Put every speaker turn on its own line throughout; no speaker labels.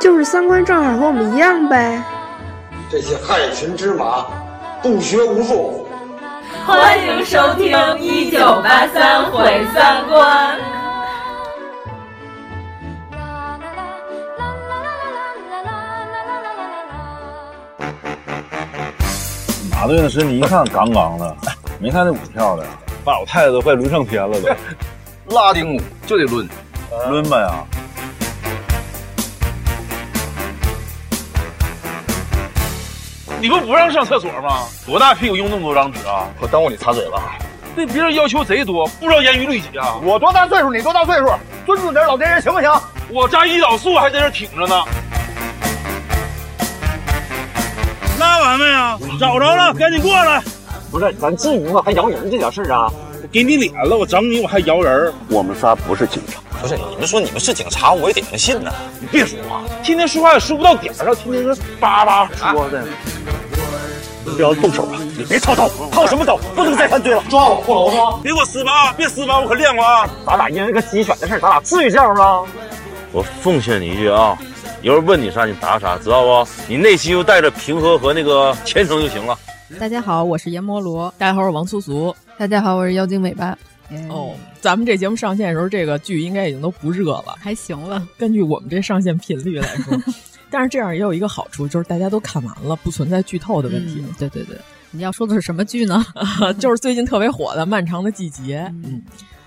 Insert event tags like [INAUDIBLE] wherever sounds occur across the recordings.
就是三观正好和我们一样呗。
这些害群之马，不学无术。
欢迎收听《一九八三毁三观》。
马队的身体一看杠杠的，没他那舞跳的，把我太太都快抡上天了
[LAUGHS]
都。拉丁舞就得抡，抡吧呀！
你不不让上厕所吗？多大屁股用那么多张纸啊？
我耽误你擦嘴了。啊
对别人要求贼多，不知道严于律己啊！
我多大岁数？你多大岁数？尊重点老年人行不行？
我扎胰岛素还在这挺着呢。拉完没有？找着了，赶紧过来！
不是，咱至于吗？还摇人这点事儿啊？
给你脸了，我整你，我还摇人。
我们仨不是警察，不是你们说你们是警察，我也得能信呢。
你别说话，天天说话也说不到点儿上，天天说叭叭说的。
不要动手啊！你别操刀，操什么刀？不能再犯罪了！
抓我破楼吗？
别给我撕吧，啊别撕吧，我可练过啊！
咱俩一人一个鸡犬的事儿，咱俩至于这样吗？
我奉劝你一句啊，有人问你啥你答啥，知道不？你内心就带着平和和那个虔诚就行了。
大家好，我是阎摩罗。
大家好，我是王苏苏。
大家好，我是妖精尾巴。
哦，
嗯
咱们这节目上线的时候，这个剧应该已经都不热了，
还行了。
根据我们这上线频率来
[LAUGHS]
说，但是这样也有一个好处，就是大家都看完了，不存在剧透的问题了。
嗯对对对，你要说的是什么剧呢？
就是最近特别火的《漫长的季节》。嗯，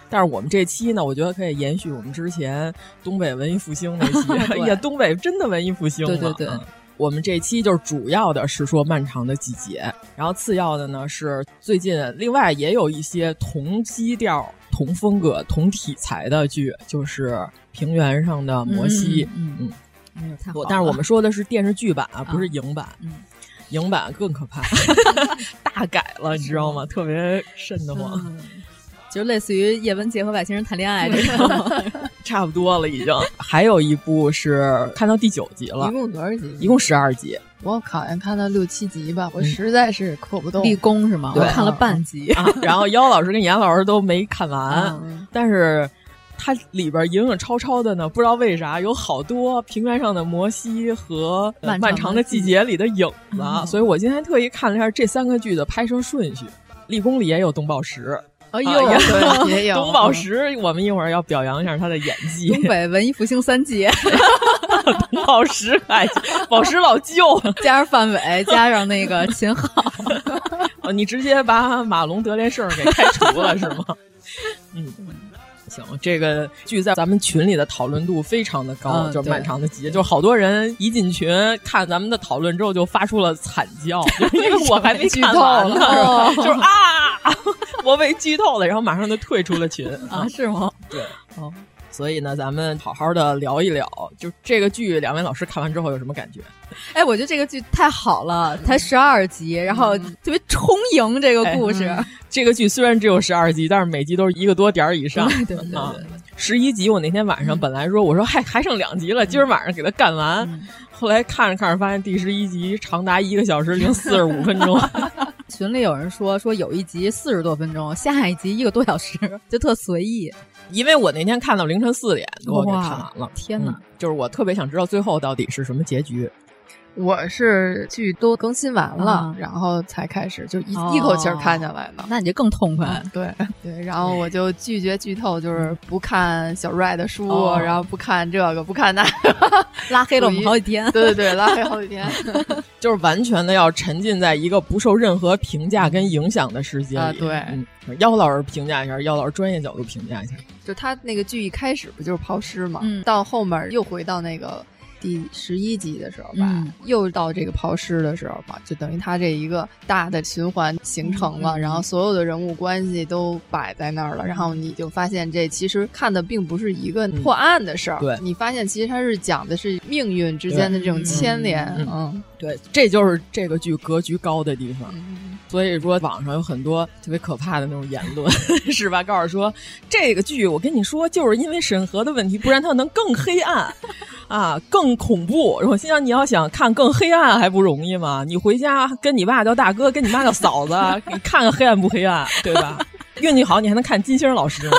但是我们这期呢，我觉得可以延续我们之前东北文艺复兴那
[LAUGHS]
期。
对
哎呀，东北真的文艺复兴了。
对对对
嗯我们这期就是主要的是说漫长的季节，然后次要的呢是最近另外也有一些同基调、同风格、同题材的剧，就是《平原上的 [LAUGHS] 摩西》。
嗯嗯哎呦太好
我
了！
但是我们说的是电视剧版啊，不是影版。
嗯
影版更可
[LAUGHS]
怕，大改了，你知道吗？特别瘆得慌。
嗯就类似于叶文洁和外星人谈恋爱这种，
差不多了，已经。 [LAUGHS] 还有一部是看到第九集了
一，共多少集？
一共十二
[LAUGHS]
集。
我好像看到六七集吧，我
实
在是磕不动。立功是吗？我
对
看了半集。
啊，然后妖老师跟严老师都没看完，
嗯
但是它里边影影绰绰的呢，不知道为啥有好多《平原上的摩西》和呃《
漫
漫
长
长
的
的
季
季
节
节》里的影子，啊
哦
所以我今天特意看了一下这三个剧的拍摄顺序。立功里也有董宝石，
哎 [LAUGHS]
啊也
呦，
[LAUGHS]
也有
董宝石，我们一会儿要表扬一下他的演技。
东北文艺复兴三杰，
[LAUGHS]
[LAUGHS]
董宝石，哎， [LAUGHS] 宝石老舅，
加上范
[LAUGHS]
伟，加上那个秦昊，
哦，你直接把马龙德连胜给开除了是吗？ [LAUGHS] 嗯，行，这个剧在咱们群里的讨论度非常的高，
嗯
就是
对
漫长的季节，就好多人一进群看咱们的讨论之后就发出了惨叫，就是因为我还没
剧
看
透 [LAUGHS]
完
了
呢，是吧
哦
就是啊， [LAUGHS] 我被剧透了，然后马上就退出了群啊
啊，是吗？
所以呢，咱们好好的聊一聊，就这个剧，两位老师看完之后有什么感觉？
哎，我觉得这个剧太好了，才十二集，然后
嗯
特别充盈这个
哎
故事。
这个剧虽然只有十二集，但是每集都是一个多点儿以上。
对对对
啊
对，
十一集，我那天晚上本来说，我说 [LAUGHS] 还还剩两集了，今儿晚上给它干完。
嗯
后来看着看着，发现第十一集长达一个小时零四十五
[LAUGHS]
分钟，
群里有人说说有一集四十多分钟，下一集一个多小时，就特随意。
因为我那天看到凌晨四点多给看完了。
天哪！
嗯就是我特别想知道最后到底是什么结局。
我是剧都更新完了，
嗯
然后才开始，就一、
哦
一口气儿看下来的。
那你就更痛
啊
快。
对对，然后我就拒绝剧透，就是不看小 r 的书，
哦
然后不看这个，不看那。
拉黑了我们好几天
对对对，拉黑好几 [LAUGHS] 天
就是完全的要沉浸在一个不受任何评价跟影响的世界里。
啊。对，
嗯，妖老师评价一下，妖老师专业角度评价一下。
就他那个剧一开始不就是抛尸嘛，
嗯
到后面又回到那个
第十一集的时候吧，
嗯
又到这个抛尸的时候吧，就等于他这一个大的循环形成
嗯
了，然后所有的人物关系都摆在那儿了，然后你就发现这其实看的并不是一个破案的事儿，
对
你发现其实它是讲的是命运之间的这种牵连，嗯，
对，这就是这个剧格局高的地方。所以说，网上有很多特别可怕的那种言论， [LAUGHS] 是吧？告诉说这个剧，我跟你说，就是因为审核的问题，不然它能更黑暗啊，更恐怖。我心想，你要想看更黑暗还不容易吗？你回家跟你爸叫大哥，跟你妈叫嫂子，你看看黑暗不黑暗，对吧？ [LAUGHS] 运气好，你还能看金星老师呢。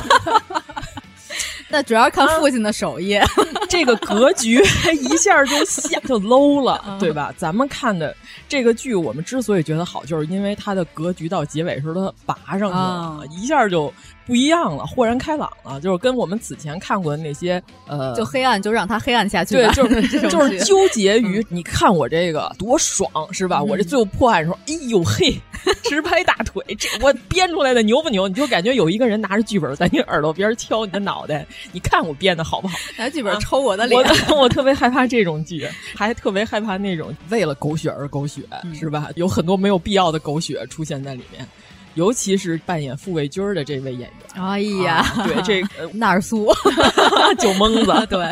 那主要看父亲的手艺，
啊
这个格
[LAUGHS]
局一下就下就 low 了，
嗯
对吧？咱们看的这个剧，我们之所以觉得好，就是因为它的格局到结尾时候它拔上去了，
啊
一下就不一样了，豁然开朗了，就是跟我们此前看过的那些呃，
就黑暗就让它黑暗下去
[LAUGHS] 对
吧，，
就
[LAUGHS] 这
是
种
就是
剧嗯
纠结于你看我这个多爽是吧？我这最后破案的时候，哎呦嘿，直拍大腿，这我编出来的牛不牛？你就感觉有一个人拿着剧本在你耳朵边敲你的脑袋，你看我编的好不好？
拿剧
啊
本抽我的脸，
我我特别害怕这种剧，还特别害怕那种嗯为了狗血而狗血，是吧？有很多没有必要的狗血出现在里面，尤其是扮演傅卫军儿的这位演员。
哎呀 [LAUGHS]
啊，对这个呃
纳尔苏，
[LAUGHS] 酒蒙子
对。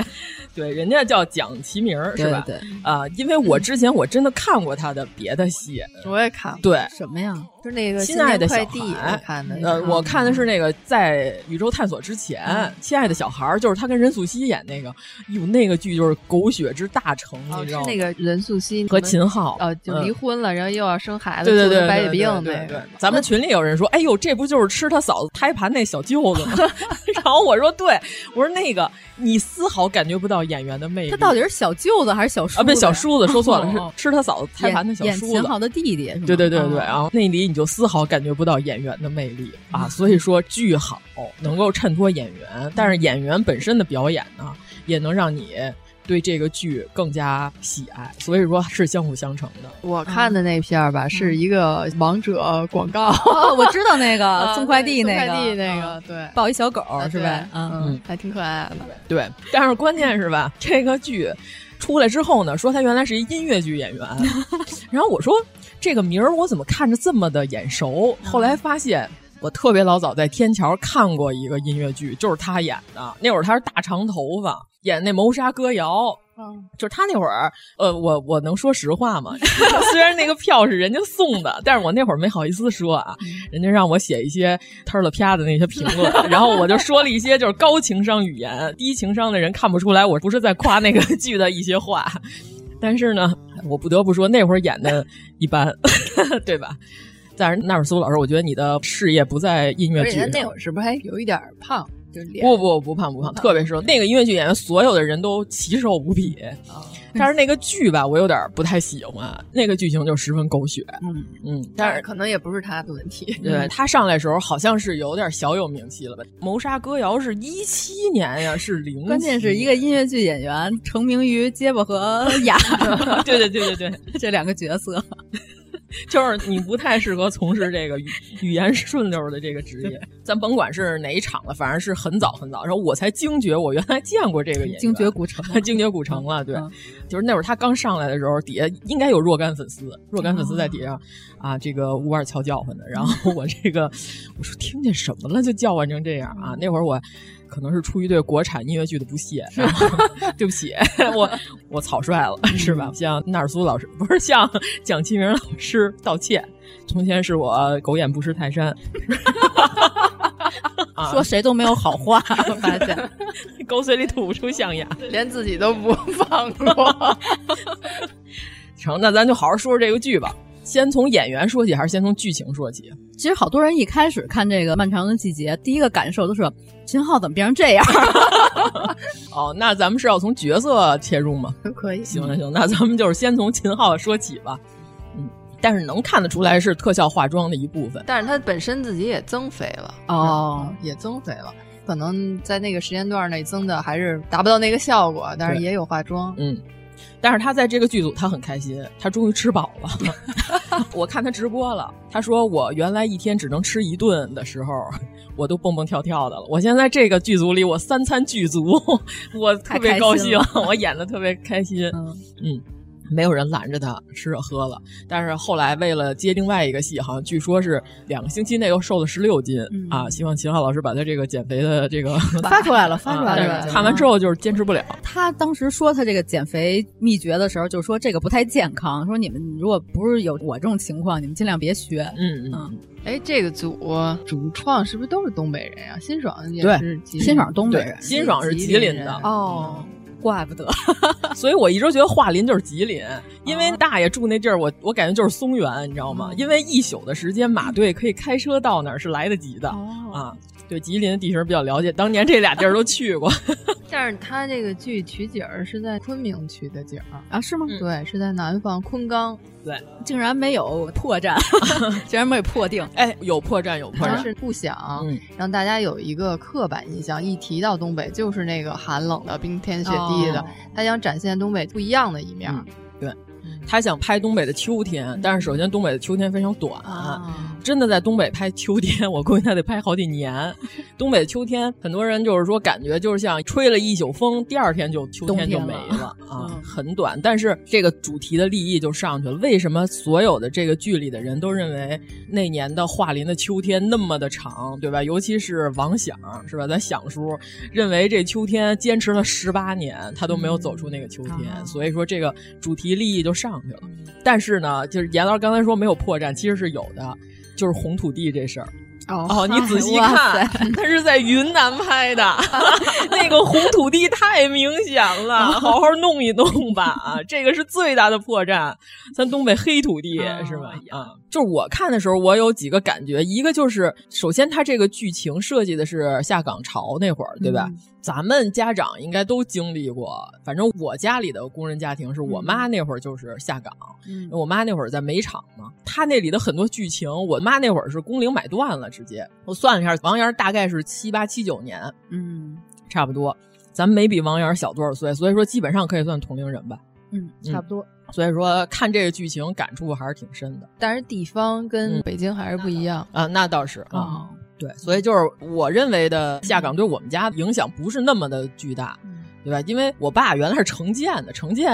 对，人家叫蒋奇明儿是吧？
对对
啊、因为我之前我真的看过他的别的戏，
[LAUGHS] 我也看
对，
什么呀？
就是那个
亲爱的小
快递，我
孩
看的，
呃，我看的是那个在宇宙探索之前，亲爱的小孩儿》，就是他跟任素汐演那个，哟，那个剧就是狗血之大成，
哦
你知
是
道吗？
那个任素汐
和秦昊
呃，就离
嗯
婚了，然后又要生孩子，
对对
就是
对，
白血
对
病
对
那
对
个。
咱们群里有人说：“哎呦，这不就是吃他嫂子胎盘那小舅子吗？” [LAUGHS] 然后我说：“对，我说那个你丝毫感觉不到演员的魅力。”
他到底是小舅子还是小叔？
啊，不是小叔子，说错了，
哦
是吃他嫂子胎
演
盘的小
演
叔
秦
子。
昊的弟弟，是吗
对对对
哦
对，然后那里你就丝毫感觉不到演员的魅力啊，所以说剧好能够衬托演员，但是演员本身的表演呢，也能让你对这个剧更加喜爱，所以说是相辅相成的。
我看的那片儿吧，是一个王者广告，
哦，我知道那
[LAUGHS]
个
啊
送快递
对
那个，
送快递那个，对，
抱一小狗是吧
吧？？
嗯
嗯，，还挺可爱的。
对，但是关键是吧，这个剧出来之后呢，说他原来是一音乐剧演员，然后我说这个名儿我怎么看着这么的眼熟？后来发现。我特别老早在天桥看过一个音乐剧，就是他演的。那会儿他是大长头发，演那谋杀歌谣，就是他那会儿，呃，我我能说实话吗？ [LAUGHS] 虽然那个票是人家送的，但是我那会儿没好意思说啊，人家让我写一些特了啪的那些评论，然后我就说了一些就是高情商语言，低情商的人看不出来我不是在夸那个 [LAUGHS] 剧的一些话。但是呢，我不得不说那会儿演的一般， [LAUGHS] 对吧？但是纳尔苏老师，我觉得你的事业不在音乐
而
剧
且他
上。
那会儿是不是还有一点儿胖？就是脸
不不不胖不胖，特别瘦。那个音乐剧演员，所有的人都奇瘦无比。
哦
但是那个剧吧，我有点不太喜欢，那个剧情就十分狗血。
嗯
嗯，但
但
是
是可能也不是他的问题。
对他上来的时候好像是有点小有名气了吧？谋杀歌谣是一七年呀，是零，
关键是一个音乐剧演员成名于结巴和 [LAUGHS] 哑巴
对对对对对， [LAUGHS]
这两个角色，
就是你不太适合从事这个语语言顺溜的这个职业。咱甭管是哪一场了，反正是很早很早，然后我才惊觉我原来见过这个演员，
惊
[LAUGHS]
觉古城
[LAUGHS] 惊觉古城了。对，就是那会儿他刚上来的时候，底下应该有若干粉丝，若干粉丝在底下、啊，这个呜哇瞧叫唤的。然后我这个我说听见什么了，就叫唤成这样啊？那会儿我。可能是出于对国产音乐剧的不屑，然后 [LAUGHS] 对不起，我我草率了，是吧？向纳尔苏老师不是向蒋奇明老师道歉。从前是我狗眼不识泰山，啊
说谁都没有好 [LAUGHS] 话，发现
狗嘴里吐不出象牙。
连自己都不放过。
成，那咱就好好说说这个剧吧。先从演员说起，还是先从剧情说起？
其实好多人一开始看这个《漫长的季节》，第一个感受都是秦昊怎么变成这样？
哦，那咱们是要从角色切入吗？
[LAUGHS] 可以，
嗯
行行行，那咱们就是先从秦昊说起吧。嗯，但是能看得出来是特效化妆的一部分。
但是他本身自己也增肥了，嗯
哦，
也增肥了。可能在那个时间段内增的还是达不到那个效果，但是也有化妆。
嗯，但是他在这个剧组他很开心，他终于吃饱
[LAUGHS]
了。 [LAUGHS] 我看他直播了，他说我原来一天只能吃一顿的时候，我都蹦蹦跳跳的了。我现在这个剧组里，我三餐俱足， [LAUGHS] 我特别高兴，我演的特别开心。嗯。嗯没有人拦着他吃了喝了，但是后来为了接另外一个戏，好像据说是两个星期内又瘦了十六斤、嗯、啊！希望秦昊老师把他这个减肥的这个
发出来了，发出来了。
啊、看完之后就是坚持不了。
他当时说他这个减肥秘诀的时候，就说这个不太健康，说你们如果不是有我这种情况，你们尽量别学。
嗯嗯。
哎，这个组主创是不是都是东北人呀、啊？辛爽也
是，辛爽东北人，
辛爽是吉林的
哦。怪不得，
所以我一直觉得桦林就是吉林，因为大爷住那地儿，我我感觉就是松原，你知道吗？因为一宿的时间，马队可以开车到那儿是来得及的、哦、啊。对吉林的地形比较了解，当年这俩地儿都去过。 [LAUGHS]
但是他这个剧取景是在昆明取的景
啊？是吗？
嗯、对，是在南方昆冈。
对，
竟然没有破绽， [LAUGHS] 竟然没有破定。啊
哎，有破绽，有破绽。
是不想、嗯、让大家有一个刻板印象，一提到东北就是那个寒冷的、冰天雪地的。哦、他想展现东北不一样的一面。嗯、
对。他想拍东北的秋天，但是首先东北的秋天非常短，啊、真的在东北拍秋天， [LAUGHS] 我估计他得拍好几年。东北的秋天，很多人就是说感觉就是像吹了一宿风，第二天就秋天就没了啊，嗯、很短。但是这个主题的立意就上去了。为什么所有的这个剧里的人都认为那年的桦林的秋天那么的长，对吧？尤其是王响，是吧？咱响叔认为这秋天坚持了十八年，他都没有走出那个秋天，嗯、所以说这个主题立意就上。上去了，但是呢，就是严老师刚才说没有破绽，其实是有的，就是红土地这事儿。
嗯
哦，
[LAUGHS] 你仔细看， [LAUGHS] 它是在云南拍 [LAUGHS] 的，那个红土地太明显 [LAUGHS] 了，好好弄一弄吧。啊这个是最大的破绽，咱东北黑土地是吧？啊，就是我看的时候，我有几个感觉，一个就是首先它这个剧情设计的是下岗潮那会儿，对吧？咱们家长应该都经历过，反正我家里的工人家庭是我妈那会儿就是下岗，
嗯
我妈那会儿在煤场嘛，她那里的很多剧情，我妈那会儿是工龄买断了。直接，我算了一下，王源大概是七八七九年，
嗯，
差不多，咱没比王源小多少岁，所以说基本上可以算同龄人吧，
嗯，差不多。嗯
所以说，看这个剧情感触还是挺深的。
但是地方跟北京还是不一样、
嗯嗯、啊，那倒是啊，哦、对，所以就是我认为的下岗对我们家影响不是那么的巨大。嗯对吧？因为我爸原来是城建的，城建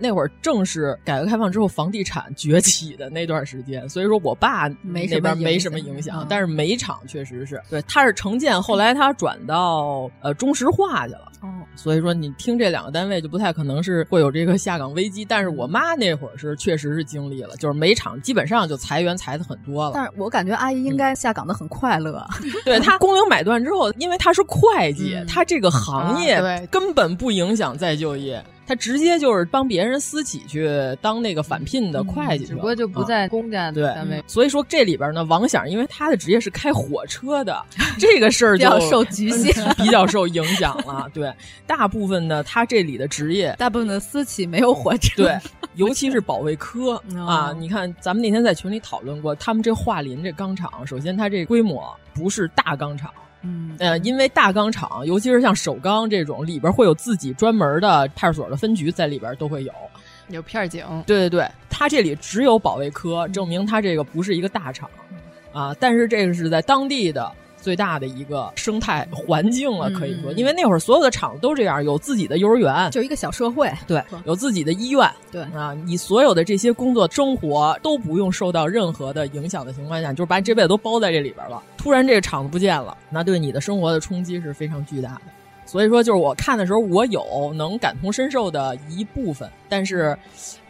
那会儿正是改革开放之后房地产崛起的那段时间，所以说我爸那边没什么影响，啊但是煤场确实是对，他是城建，后来他转到呃中石化去了。
哦，
所以说你听这两个单位就不太可能是会有这个下岗危机，但是我妈那会儿是确实是经历了，就是煤场基本上就裁员裁的很多了。
但是我感觉阿姨应该下岗的很快乐，
嗯、
[LAUGHS]
对她工龄买断之后，因为她是会计，嗯、她这个行业、
啊、
根本。不影响再就业，他直接就是帮别人私企去当那个返聘的会计、嗯，
只不过就不在公家单位、嗯。
所以说这里边呢，王响因为他的职业是开火
[LAUGHS]
车的，这个事儿
就受局限，
[LAUGHS] 比较受影响了。对，大部分呢，他这里的职业，
大部分的私企没有火
[LAUGHS]
车，
对，尤其是保卫科
哦
啊。你看，咱们那天在群里讨论过，他们这桦林这钢厂，首先它这规模不是大钢厂。
嗯，
呃，因为大钢厂，尤其是像首钢这种，里边会有自己专门的派出所的分局在里边都会有，
有片警。
对对对，它这里只有保卫科，证明它这个不是一个大厂，啊，但是这个是在当地的最大的一个生态环境了，可以说，
嗯、
因为那会儿所有的厂都这样，有自己的幼儿园，
就一个小社会，
对，有自己的医院，
对
啊，你所有的这些工作生活都不用受到任何的影响的情况下，就是把你这辈子都包在这里边了。突然这个厂子不见了，那对你的生活的冲击是非常巨大的。所以说，就是我看的时候，我有能感同身受的一部分，但是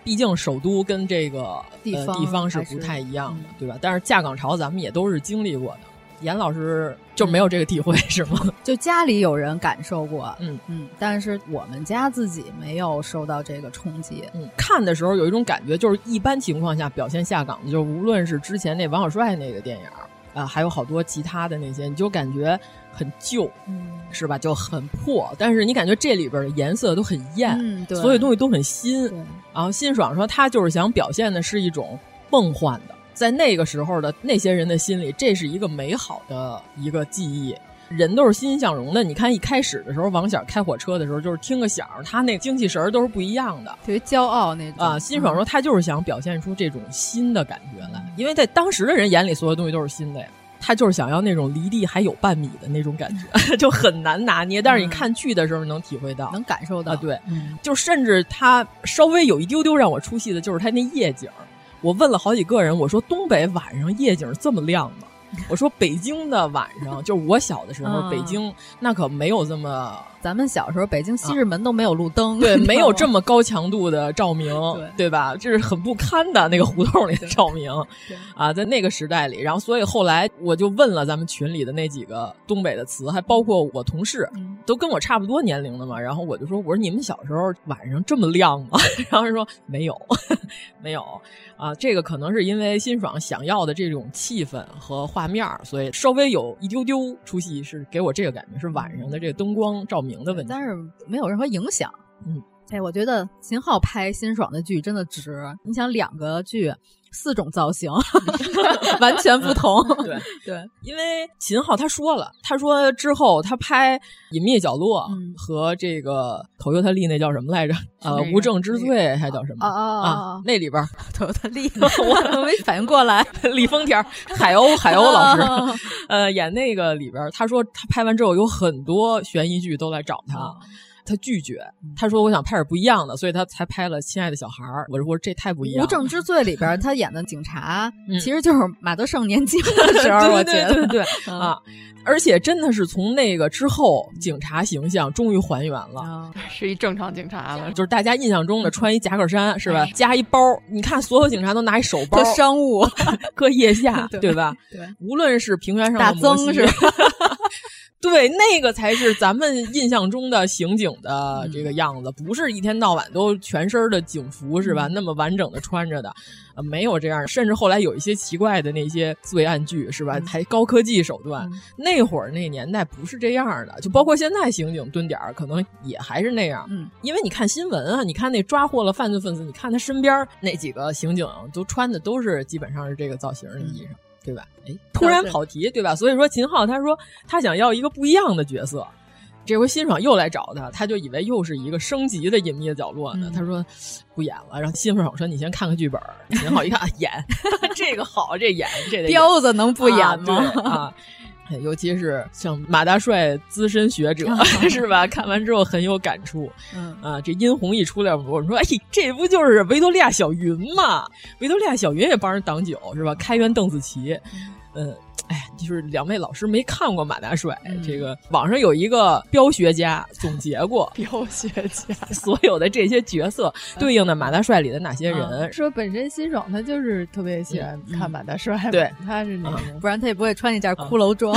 毕竟首都跟这个
地
方、呃、地方是不太一样的，对吧？但是下岗潮咱们也都是经历过的。严老师就没有这个体会是吗？
就家里有人感受过，
嗯
嗯，但是我们家自己没有受到这个冲击。
嗯，看的时候有一种感觉，就是一般情况下表现下岗的，就是无论是之前那王小帅那个电影。啊，还有好多其他的那些，你就感觉很旧，
嗯、
是吧？就很破，但是你感觉这里边的颜色都很艳，
嗯、对
所有东西都很新。然后辛爽说，他就是想表现的是一种梦幻的，在那个时候的那些人的心里，这是一个美好的一个记忆。人都是欣欣向荣的。你看一开始的时候，王小开火车的时候，就是听个响儿，他那精气神儿都是不一样的，
特别骄傲那种嗯
啊。辛爽说他就是想表现出这种新的感觉来，因为在当时的人眼里，所有东西都是新的呀。他就是想要那种离地还有半米的那种感觉， [LAUGHS] 就很难拿捏。但是你看剧的时候能体会到，
能感受到。嗯
啊、对，就甚至他稍微有一丢丢让我出戏的，就是他那夜景。我问了好几个人，我说东北晚上夜景这么亮吗？我说北京的晚上，就是我小的时候，
啊
北京那可没有这么，
咱们小时候北京西直门都没有路灯，
啊对，没
[LAUGHS]
有这
么
么高强度的照明，对吧？这是很不堪的那个胡同里的照明
对
啊，在那个时代里，然后所以后来我就问了咱们群里的那几个东北的词，还包括我同事，
嗯
都跟我差不多年龄的嘛，然后我就说，我说你们小时候晚上这么亮吗？ [LAUGHS] 然后说没有，没有啊，这个可能是因为辛爽想要的这种气氛和画面儿，所以稍微有一丢丢出戏，是给我这个感觉是晚上的这个灯光照明的问题。
但是没有任何影响。
嗯，
哎，我觉得秦昊拍辛爽的剧真的值。你想，两个剧，四种造
[LAUGHS]
型，完全不同。
对
对，
因为秦昊他说了，他说之后他拍《隐秘角落》和这个头尤他利那叫什么来着？呃，
嗯那个
无证之罪还叫什么？
啊啊啊啊
啊！那里边儿
头他厉害， [LAUGHS] 我都没反应过
[LAUGHS]
来。
李丰啊田儿、海鸥、海鸥老
[LAUGHS] 啊
师，呃，演那个里边儿，他说他拍完之后有很多悬疑剧都来找
哦
他，他拒绝，
嗯
他说我想拍点不一样的，所以他才拍了《亲爱的小孩儿》。我说我说这太不一样
无
了，
证之罪》里边，他演的警察，
嗯
其实就是马德胜年轻的时候，我觉得嗯
[LAUGHS] 对对对对对啊！而且真的是从那个之后，警察形象终于还原
嗯啊
[LAUGHS] 了，
是一正常警察了。
就是大家印象中的穿一夹克衫是吧，加一包，你看所有警察都拿一手包
哎搁，商务，
搁腋下
[LAUGHS] 对
对吧？
对，
无论是平原上的
大
摩
增
西
是吧？ [LAUGHS]
对，那个才是咱们印象中的刑警的
嗯
这个样子，不是一天到晚都全身的警服是
嗯
吧？那么完整的穿着的，呃，没有这样。甚至后来有一些奇怪的那些罪案剧是
嗯
吧？还高科技手段，那会儿那年代不是这样的，就包括现在刑警蹲点儿可能也还是那样。
嗯，
因为你看新闻啊，你看那抓获了犯罪分子，你看他身边儿那几个刑警都穿的都是基本上是这个造型的衣裳。对吧？哎，突然跑题，对吧？所以说秦昊他说他想要一个不一样的角色，这回辛爽又来找他，他就以为又是一个升级的隐秘的角落呢。他说不演了，然后辛爽说你先看看剧本儿。秦昊一看、啊、演 [LAUGHS] 这个好，这演这 [LAUGHS] 得
[LAUGHS]
演
彪子能不演吗
啊对啊哎尤其是像马大帅资深学者 [LAUGHS] 是吧？看完之后很有感触。
啊嗯
啊，这殷红一出来，我们说，哎，这不就是维多利亚小云吗？维多利亚小云也帮人挡酒是吧？开元邓紫棋，嗯，哎，就是两位老师没看过马大帅、
嗯
这个，网上有一个标学家总结过 [LAUGHS]
标学
[LAUGHS]
家
所有的这些角色对应的马大帅里的哪些人，
嗯
说本身辛爽他就是特别喜欢看马大帅嘛，
对
他是那嗯个。
不然他也不会穿一件骷髅装。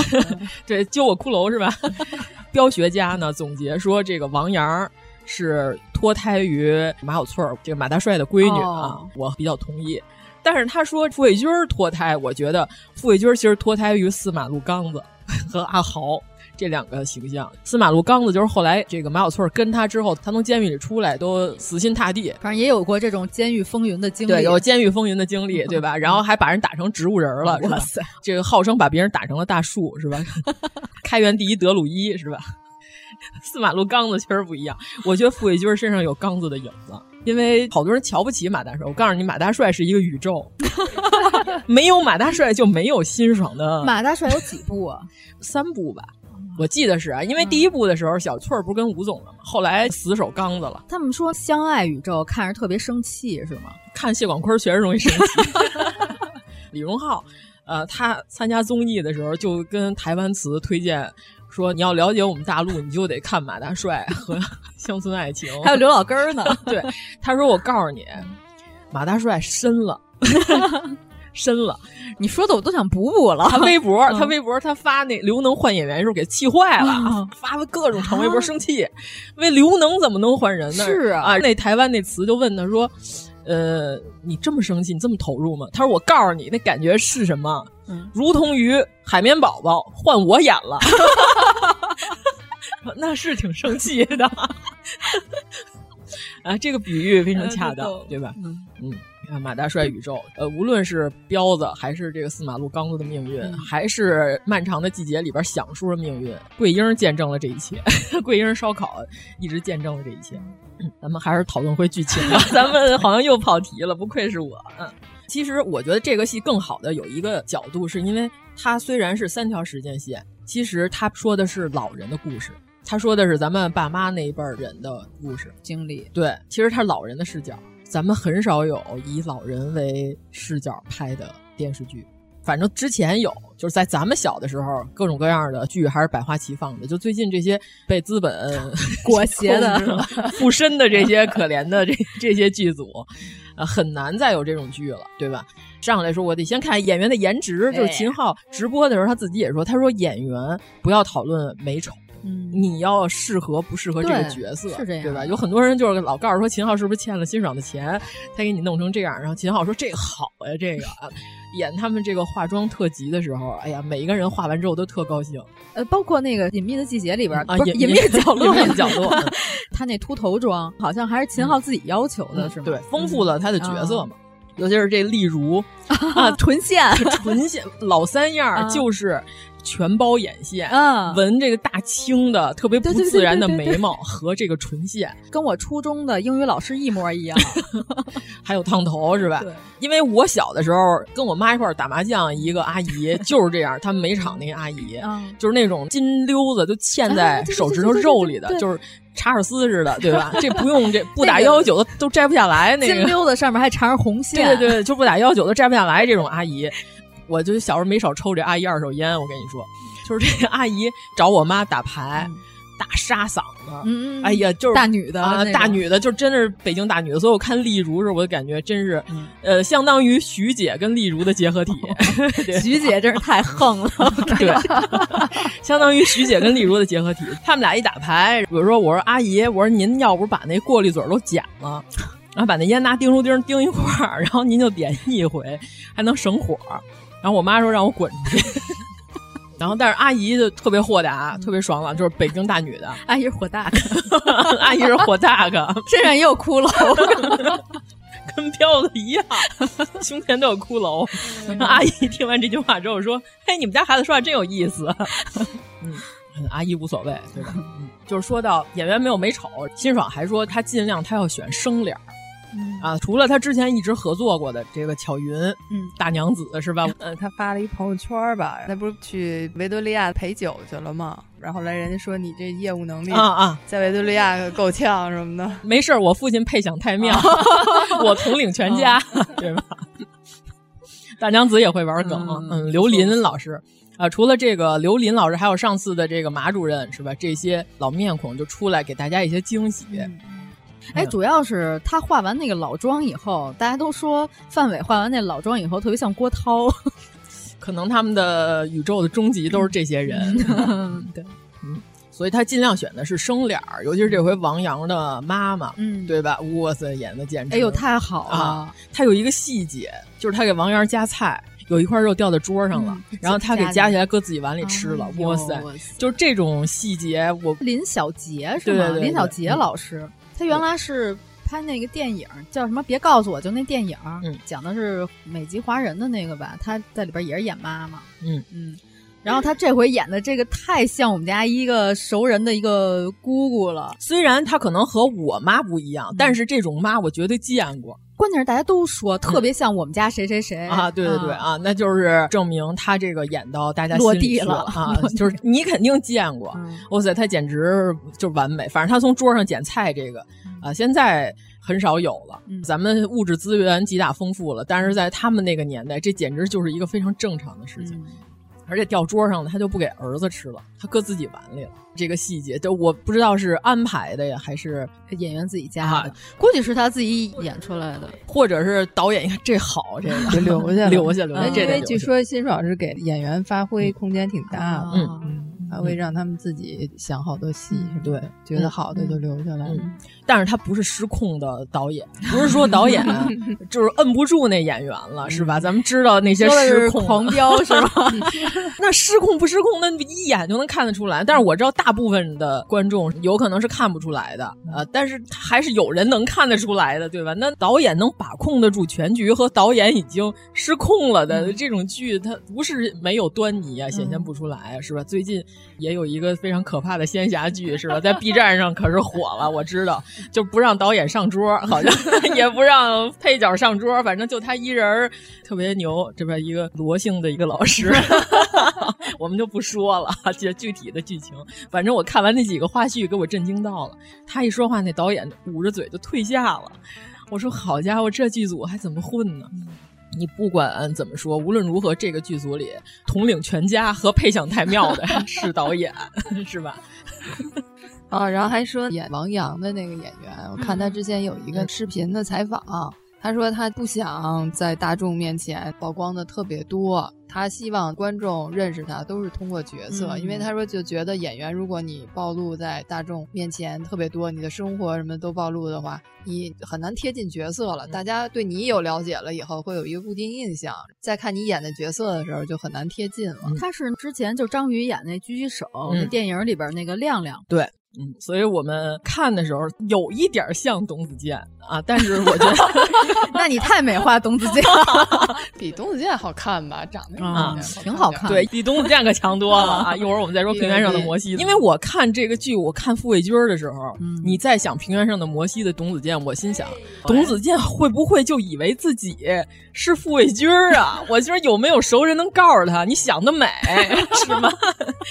对，揪我骷髅是吧？ [LAUGHS] 标学家呢总结说，这个王阳儿是脱胎于马小翠儿这个马大帅的闺女啊，
哦
我比较同意。但是他说傅卫军儿脱胎，我觉得傅卫军儿其实脱胎于司马路刚子 [LAUGHS] 和阿豪这两个形象。司马路刚子就是后来这个马小翠儿跟他之后，他从监狱里出来都死心塌地，
[LAUGHS] 反正也有过这种监狱风云的经历，
对，有监狱风云的经历，对吧？然后还把人打成植物人 [LAUGHS] 了，是吧
哇塞，
这个号称把别人打成了大树，是吧？ [LAUGHS] 开元第一德鲁伊，是吧？ [LAUGHS] 四马路刚子确实不一样，我觉得傅卫军身上有刚子的影子，因为好多人瞧不起马大帅。我告诉你，马大帅是一个宇宙，没有马大帅就没有辛爽的
[LAUGHS] 马大帅有几部啊？
三部吧，我记得是啊，因为第一部的时候小翠儿不是跟吴总了吗？后来死守刚子了。
他们说相爱宇宙看着特别生气，是吗？
看谢广坤确实容易生气。 [LAUGHS] 李荣浩，呃，他参加综艺的时候就跟台湾词推荐说，你要了解我们大陆，你就得看马大帅和《乡村爱情》，
还有刘老根
[LAUGHS]
儿呢
对，他说我告诉你，马大帅深了。 [LAUGHS] 深了，
你说的我都想补补了。
他微博，他
嗯
微博，他发那刘能换演员的时候给气坏了，
嗯
[LAUGHS]
啊
发各种长微博生气，因为刘能怎么能换人呢？
是啊
那台湾那词就问他说：“呃，你这么生气，你这么投入吗？”他说：“我告诉你，那感觉是什么，
嗯
如同于海绵宝宝换我演了。” [LAUGHS] 那是挺生气 [LAUGHS] 的，啊，这个比喻非常恰当，对吧？嗯，你看马大帅宇宙，呃，无论是彪子还是这个四马路刚子的命运，还是漫长的季节里边响叔的命运，桂英见证了这一切。 [LAUGHS] 桂英烧烤一直见证了这一切。嗯咱们还是讨论回剧情吧，咱们好像又跑题了，不愧是我。嗯，其实我觉得这个戏更好的有一个角度，是因为它虽然是三条时间线，其实它说的是老人的故事，它说的是咱们爸妈那一辈儿人的故事
经历。
对，其实它是老人的视角，咱们很少有以老人为视角拍的电视剧。反正之前有，就是在咱们小的时候，各种各样的剧还是百花齐放的。就最近这些被资本
[LAUGHS] 裹挟的
控制了附身的这些可怜的这 [LAUGHS] 这些剧组，啊，很难再有这种剧了，对吧？上来说，我得先看演员的颜
哎
值。就是秦昊直播的时候，他自己也说，他说演员不要讨论美丑。
嗯
你要适合不适合这个
对
角色，
是这样
对吧？有很多人就是老告诉说秦昊是不是欠了辛爽的钱，才给你弄成这样。然后秦昊说这个好呀，这个啊演他们这个化妆特辑的时候，哎呀，每一个人化完之后都特高兴。
呃，包括那个《隐秘的季节》里边，
啊
不是
隐
隐
秘
秘的角落，
隐秘的角落嗯
[LAUGHS] 他那秃头妆好像还是秦昊自己要求的，是吗？
嗯
嗯
对，丰富了他的角色嘛。尤其是这例如啊，
唇
[LAUGHS]
线、
唇线，老三样儿
啊
就是全包眼线，
啊
[LAUGHS] 纹这个大青的特别不
对对对
自然的
对对对
眉毛和这个唇线，
跟我初中的英语老师一模一
[LAUGHS]
样。
还有烫头是吧
对？
因为我小的时候跟我妈一块儿打麻将，一个阿姨就是这样，她们每场那个阿姨、
嗯啊
就是那种金溜子，就嵌在手指头肉里的，
对对对对对对？
就是查尔斯似的，对吧
[LAUGHS]
这不用这不打
那个
幺幺九的都摘不下来，那个
金溜子上面还缠着红线，
对对对，就不打幺九都摘不下来这种阿姨，我就小时候没少抽这阿姨二手烟。我跟你说，就是这个阿姨找我妈打牌，大沙嗓子，
嗯嗯嗯
哎呀，就是
大女的
啊，
那种
大女的，就真是北京大女的。所以我看丽如时，候，我就感觉真是，
嗯
呃，相当于徐姐跟丽如的结合
[LAUGHS]
体。
徐姐真是太横了，
[LAUGHS]
[LAUGHS]
对，相当于徐姐跟丽如的结合体。他们俩一打牌，比如说我说阿姨，我说您要不把那过滤嘴儿都剪了， [LAUGHS] 然后把那烟拿钉书钉儿钉一块儿，然后您就点一回，还能省火儿。然后我妈说让我滚出去。 [LAUGHS] 然后，但是阿姨就特别豁达，特别爽朗，就是北京大女的。 [LAUGHS]
阿姨是火大，
阿姨是火大个，
身上也有骷
[LAUGHS]
髅， [LAUGHS]
跟彪子一样，胸前都有骷髅。哦阿姨听完这句话之后说：“嘿，你们家孩子说话真有意思。”嗯，阿姨无所谓，对吧？嗯，就是说到演员没有美丑，辛爽还说他尽量他要选生脸儿。啊，除了他之前一直合作过的这个巧云，
嗯，
大娘子是吧？
呃，他发了一朋友圈儿吧，他不是去维多利亚陪酒去了吗？然后后来人家说你这业务能力
啊啊，
在维多利亚够呛什么的。
没事儿，我父亲配享太庙， [LAUGHS] 我统领全家， [LAUGHS] 对吧？大娘子也会玩梗，嗯，刘琳老师啊、除了这个刘琳老师，还有上次的这个马主任是吧？这些老面孔就出来给大家一些惊喜。嗯
哎，主要是他化完那个老妆以后，大家都说范伟化完那老妆以后特别像郭
[LAUGHS]
涛，
可能他们的宇宙的终极都是这些人，
嗯对，
[LAUGHS] 所以他尽量选的是生脸儿，尤其是这回王阳的妈妈，
嗯
对吧？哇塞，演的简直，
哎呦太好了嗯
啊！他有一个细节，就是他给王阳夹菜，有一块肉掉在桌上
嗯
了，然后他给夹起来搁自己碗里吃了，哇
哎
塞！
哦
就是这种细节，我
林小杰是
对
吗？
对对
林小杰老师，他原来是拍那个电影叫什么？别告诉我，就那电影，
嗯
讲的是美籍华人的那个吧？他在里边也是演妈妈，
嗯
嗯。然后他这回演的这个太像我们家一个熟人的一个姑姑了，
虽然他可能和我妈不
嗯
一样，但是这种妈我绝对见过。
关键是大家都说特别像我们家谁谁谁
嗯啊，对对对
啊，
啊，那就是证明他这个演到大家
落
心里
地
去
了
啊
落，地
就是你肯定见过，
嗯
哇塞，他简直就完美。反正他从桌上捡菜这个啊，现在很少有了，咱们物质资源极大丰富了，但是在他们那个年代，这简直就是一个非常正常的事
嗯
情。而且掉桌上了，他就不给儿子吃了，他搁自己碗里了。这个细节，就我不知道是安排的呀，还是
演员自己加
啊
的，估计是他自己演出来的。
或者是导演一看这好，这个 [LAUGHS] 留
下了
留下留下，
嗯
这
因
得
为
留
据
嗯
下
说辛爽是给演员发挥空间挺大的。
嗯
他会让他们自己想好多戏，
对，
嗯
觉得好的就留下来。
但是他不是失控的导演，不是说导演
[LAUGHS]
就是摁不住那演员了，是吧？咱们知道那些
嗯说的
失
是
控
狂
[LAUGHS]
飙是
吧？那失控不失控，那一眼就能看得出来。但是我知道大部分的观众有可能是看不出来的，呃，但是还是有人能看得出来的，对吧？那导演能把控得住全局和导演已经失控了的这种剧，它不是没有端倪啊，显现不出来啊，是吧？最近也有一个非常可怕的仙侠剧，是吧？在 B 站上可是火了，我知道，就不让导演上桌，好像 [LAUGHS] 也不让配角上桌，反正就他一人儿特别牛，这边一个罗姓的一个老师。我们就不说了，这具体的剧情，反正我看完那几个花絮，给我震惊到了。他一说话，那导演捂着嘴就退下了。我说好家伙，这剧组还怎么混呢？你不管怎么说，无论如何，这个剧组里统领全家和配享太庙的是导演，是吧？
啊，然后还说演王阳的那个演员，我看他之前有一个视频的采访，他说他不想在大众面前曝光的特别多，他希望观众认识他都是通过角色，
嗯
因为他说就觉得演员如果你暴露在大众面前特别多，你的生活什么都暴露的话，你很难贴近角色了，大家对你有了解了以后会有一个固定印象，再看你演的角色的时候就很难贴近了。
他是之前就张宇演那狙击手、
嗯
那电影里边那个亮亮，
对，嗯，所以我们看的时候有一点像董子健啊，但是我觉得
那你太美化董子健
[LAUGHS] 了，比董子健好看吧？长得
啊，
挺好看的。
对，比东子健可强多了 [LAUGHS] 啊！一会儿我们再说《平原上的摩西》，嗯因为我看这个剧，我看傅卫军儿的时候，你在想《平原上的摩西》的董子健，我心想，董子健会不会就以为自己是傅卫军儿啊？ [LAUGHS] 我觉得有没有熟人能告诉他，你想得美， [LAUGHS] 是吗？ [LAUGHS]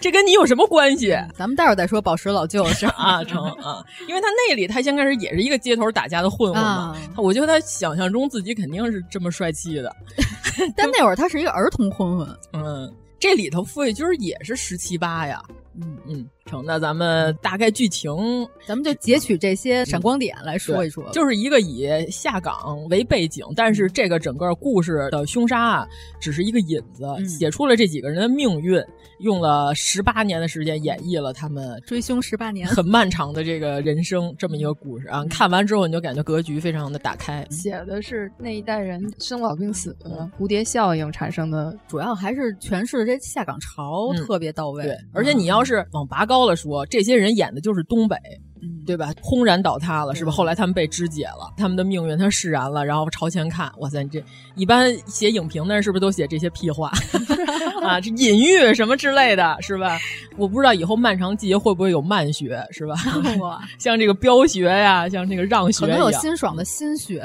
这跟你有什么关系？
咱们待会儿再说宝石老舅是 [LAUGHS]
啊，成啊，因为他那里他先开始也是一个街头打架的混混嘛，
啊
他我觉得他想象中自己肯定是这么帅气的，
[LAUGHS] 但那会儿他是一个儿童混混，
嗯，这里头傅卫军儿也是十七八呀。嗯嗯，成，那咱们大概剧情，
咱们就截取这
嗯
些闪光点来说一
对
说吧，
就是一个以下岗为背景，但是这个整个故事的凶杀案只是一个引子，写出了这几个人的命运，用了十八年的时间演绎了他们
追凶十八年， [LAUGHS]
很漫长的这个人生这么一个故事啊。看完之后，你就感觉格局非常的打开。
写的是那一代人生老病死、蝴蝶效应产生的，
主要还是诠释这下岗潮
嗯
特别到位。嗯
对，而且你要是往拔高了说，这些人演的就是东北。
嗯
对吧？轰然倒塌了，是吧？后来他们被肢解了，他们的命运他释然了，然后朝前看。哇塞，你这一般写影评的人是不是都写这些屁话 [LAUGHS] 啊？这隐喻什么之类的，是吧？我不知道以后漫长季节会不会有漫学，是吧？ [LAUGHS]
[LAUGHS] 哇，
像这个标学呀、像这个让
嗯
学
可
一样，
能有辛爽的心血，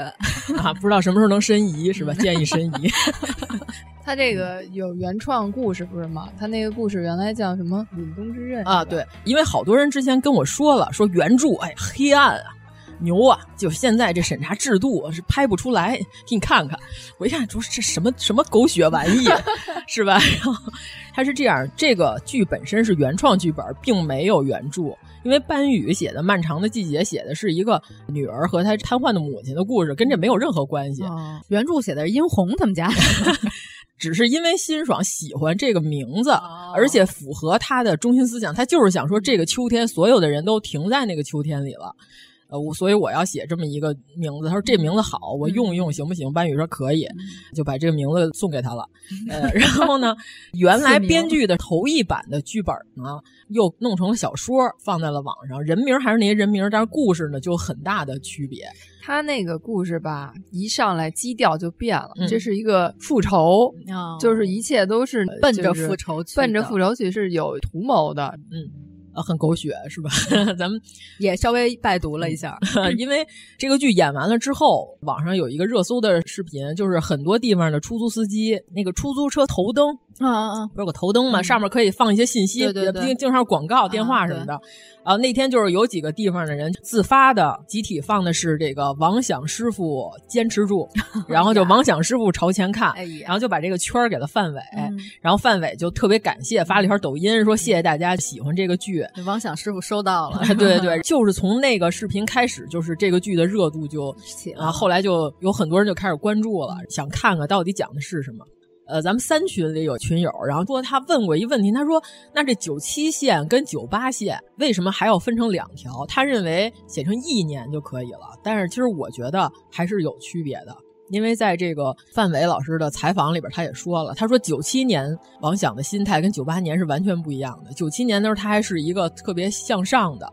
啊，不知道什么时候能申遗，是吧？建议申遗。
[LAUGHS] 他这个有原创故事不是吗？他那个故事原来叫什么《凛冬之刃》
啊，对，因为好多人之前跟我说了，说原著哎黑暗啊。牛啊！就现在这审查制度啊是拍不出来，给你看看。我一看，说这什么什么狗血玩意，啊 [LAUGHS] 是吧？然后它是这样，这个剧本身是原创剧本，并没有原著，因为班宇写的《漫长的季节》写的是一个女儿和她瘫痪的母亲的故事，跟这没有任何关
哦
系。
原著写的是殷红他
[LAUGHS]
们家，
只是因为辛爽喜欢这个名字，而且符合他的中心思想，他就是想说这个秋天所有的人都停在那个秋天里了。呃，我所以我要写这么一个名字，他说这名字好，我用一用行不行？班宇说可以，就把这个名字送给他了。呃，然后呢，原来编剧的头一版的剧本呢，又弄成了小说，放在了网上，人名还是那些人名，但是故事呢就有很大的区别。
他那个故事吧，一上来基调就变了，
嗯
这是一个复仇，
哦
就是一切都是
奔着
就是
复仇去的
奔着复仇去是有图谋的。
嗯，啊，很狗血是吧？ [LAUGHS] 咱们
也稍微拜读了一下。
嗯 [LAUGHS] 因为这个剧演完了之后，网上有一个热搜的视频，就是很多地方的出租司机那个出租车头灯，
嗯
啊啊啊！
不是有个头灯嘛，上面可以放一些信息，
对对对
经经常有广告、电话什么的。啊，那天就是有几个地方的人自发的集体放的是这个王响师傅坚持
[LAUGHS]
住，然后就
哎
王响师傅朝前看，然后就把这个圈儿给了范伟，
嗯
嗯
然后范伟就特别感谢，发了一条抖音说谢谢大家喜欢这个剧，，
哎
王响师傅收
[LAUGHS]
到 [LAUGHS] 了
对对对，就是从那个视频开始，就是这个剧的热度就
起了
啊，后来就有很多人就开始关注了，想看看到底讲的是什么。呃，咱们三群里有群友，然后说他问过一问题，他说那这九七线跟九八线为什么还要分成两条？他认为写成意念就可以了，但是其实我觉得还是有区别的。因为在这个范伟老师的采访里边，他也说了，他说九七年王响的心态跟九八年是完全不一样的。九七年的时候，他还是一个特别向上的，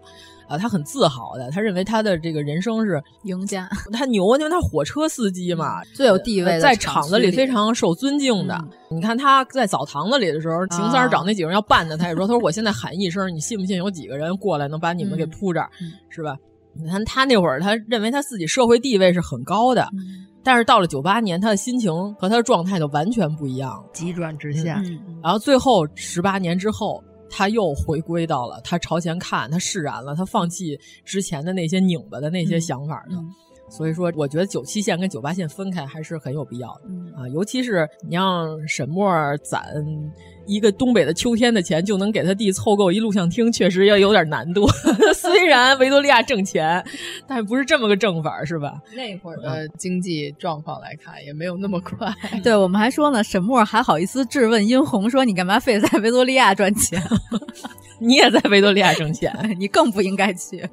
啊，他很自豪的，他认为他的这个人生是
赢家，
他牛，啊因为他火车司机嘛，
最有地位的，
嗯在厂子里非常受尊敬的。嗯、啊你看他在澡堂子里的时候，邢三儿找那几个人要办的，他也说，他说我现在喊一声，你信不信有几个人过来能把你们给扑这儿，嗯、是吧？你看他那会儿，他认为他自己社会地位是很高的。嗯但是到了九八年，他的心情和他的状态就完全不一样了，
急转直下。嗯、
然后最后十八年之后，他又回归到了他朝前看，他释然了，他放弃之前的那些拧巴的那些想法了。嗯嗯所以说，我觉得九七线跟九八线分开还是很有必要的、嗯、啊，尤其是你让沈墨攒一个东北的秋天的钱，就能给他弟凑够一录像厅，确实要有点难度。 [LAUGHS] 虽然维多利亚挣钱，但不是这么个挣法，是吧？
那会儿的呃经济状况来看，也没有那么快。
对我们还说呢，沈墨还好意思质问殷红说：“你干嘛非得在维多利亚赚钱？ [LAUGHS]
你也在 [LAUGHS] 维多利亚挣钱，
你更不应该去。”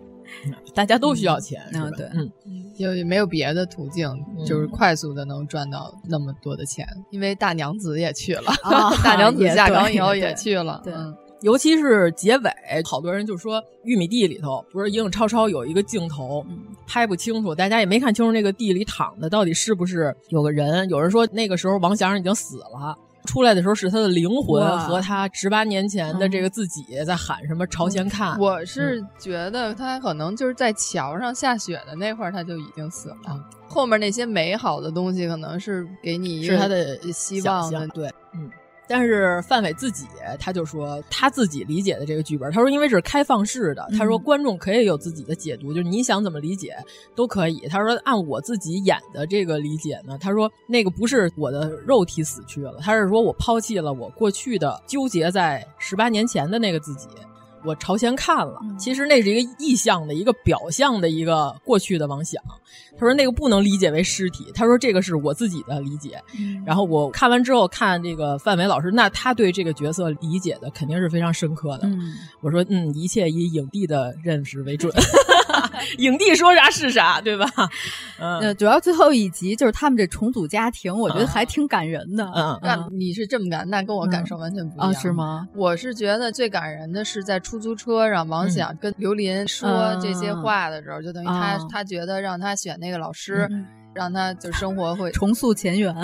大家都需要钱，
嗯、啊，
对，
嗯，
就没有别的途径，嗯、就是快速的能赚到那么多的钱，因为大娘子也去
[LAUGHS]
了，
哦、
大娘子下岗以后也去了，
对。对嗯
尤其是结尾，好多人就说玉米地里头不是影影绰绰有一个镜头
嗯
拍不清楚，大家也没看清楚那个地里躺的到底是不是有个人。有人说那个时候王翔已经死了，出来的时候是他的灵魂和他十八年前的这个自己在喊什么“朝前看”嗯。
我是觉得他可能就是在桥上下雪的那会儿他就已经死了，嗯、后面那些美好的东西可能是给你
是他的
希望的，
对，嗯。但是范伟自己他就说他自己理解的这个剧本，他说因为是开放式的，他说观众可以有自己的解读，嗯、就是你想怎么理解都可以。他说按我自己演的这个理解呢，他说那个不是我的肉体死去了，他是说我抛弃了我过去的纠结在十八年前的那个自己，我朝前看了，嗯、其实那是一个意象的一个表象的一个过去的妄想。他说那个不能理解为尸体，他说这个是我自己的理解。嗯、然后我看完之后看这个范伟老师，那他对这个角色理解的肯定是非常深刻的。嗯、我说嗯，一切以影帝的认识
[LAUGHS]
为准，影帝说啥是啥，对吧？嗯，
主要最后一集就是他们这重组家庭，我觉得还挺感人的。
嗯，
那你是这么感，那跟我感受完全不一样、嗯、
啊？是吗？
我是觉得最感人的是在出租车上，王响跟刘林说这些话的时候，就等于他他觉得让他选那。那个老师，嗯、让他就生活会
重塑前缘，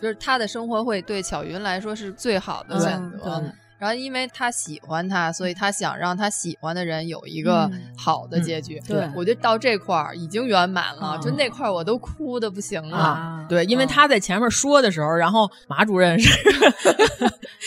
就是他的生活会对巧云来说是最好的选择。嗯、然后，因为他喜欢他，所以他想让他喜欢的人有一个好的结局。嗯、
对啊
我觉得到这块儿已经圆满了，就那块儿我都哭的不行了。啊、
对，
嗯
因为他在前面说的时候，然后马主任是 [LAUGHS]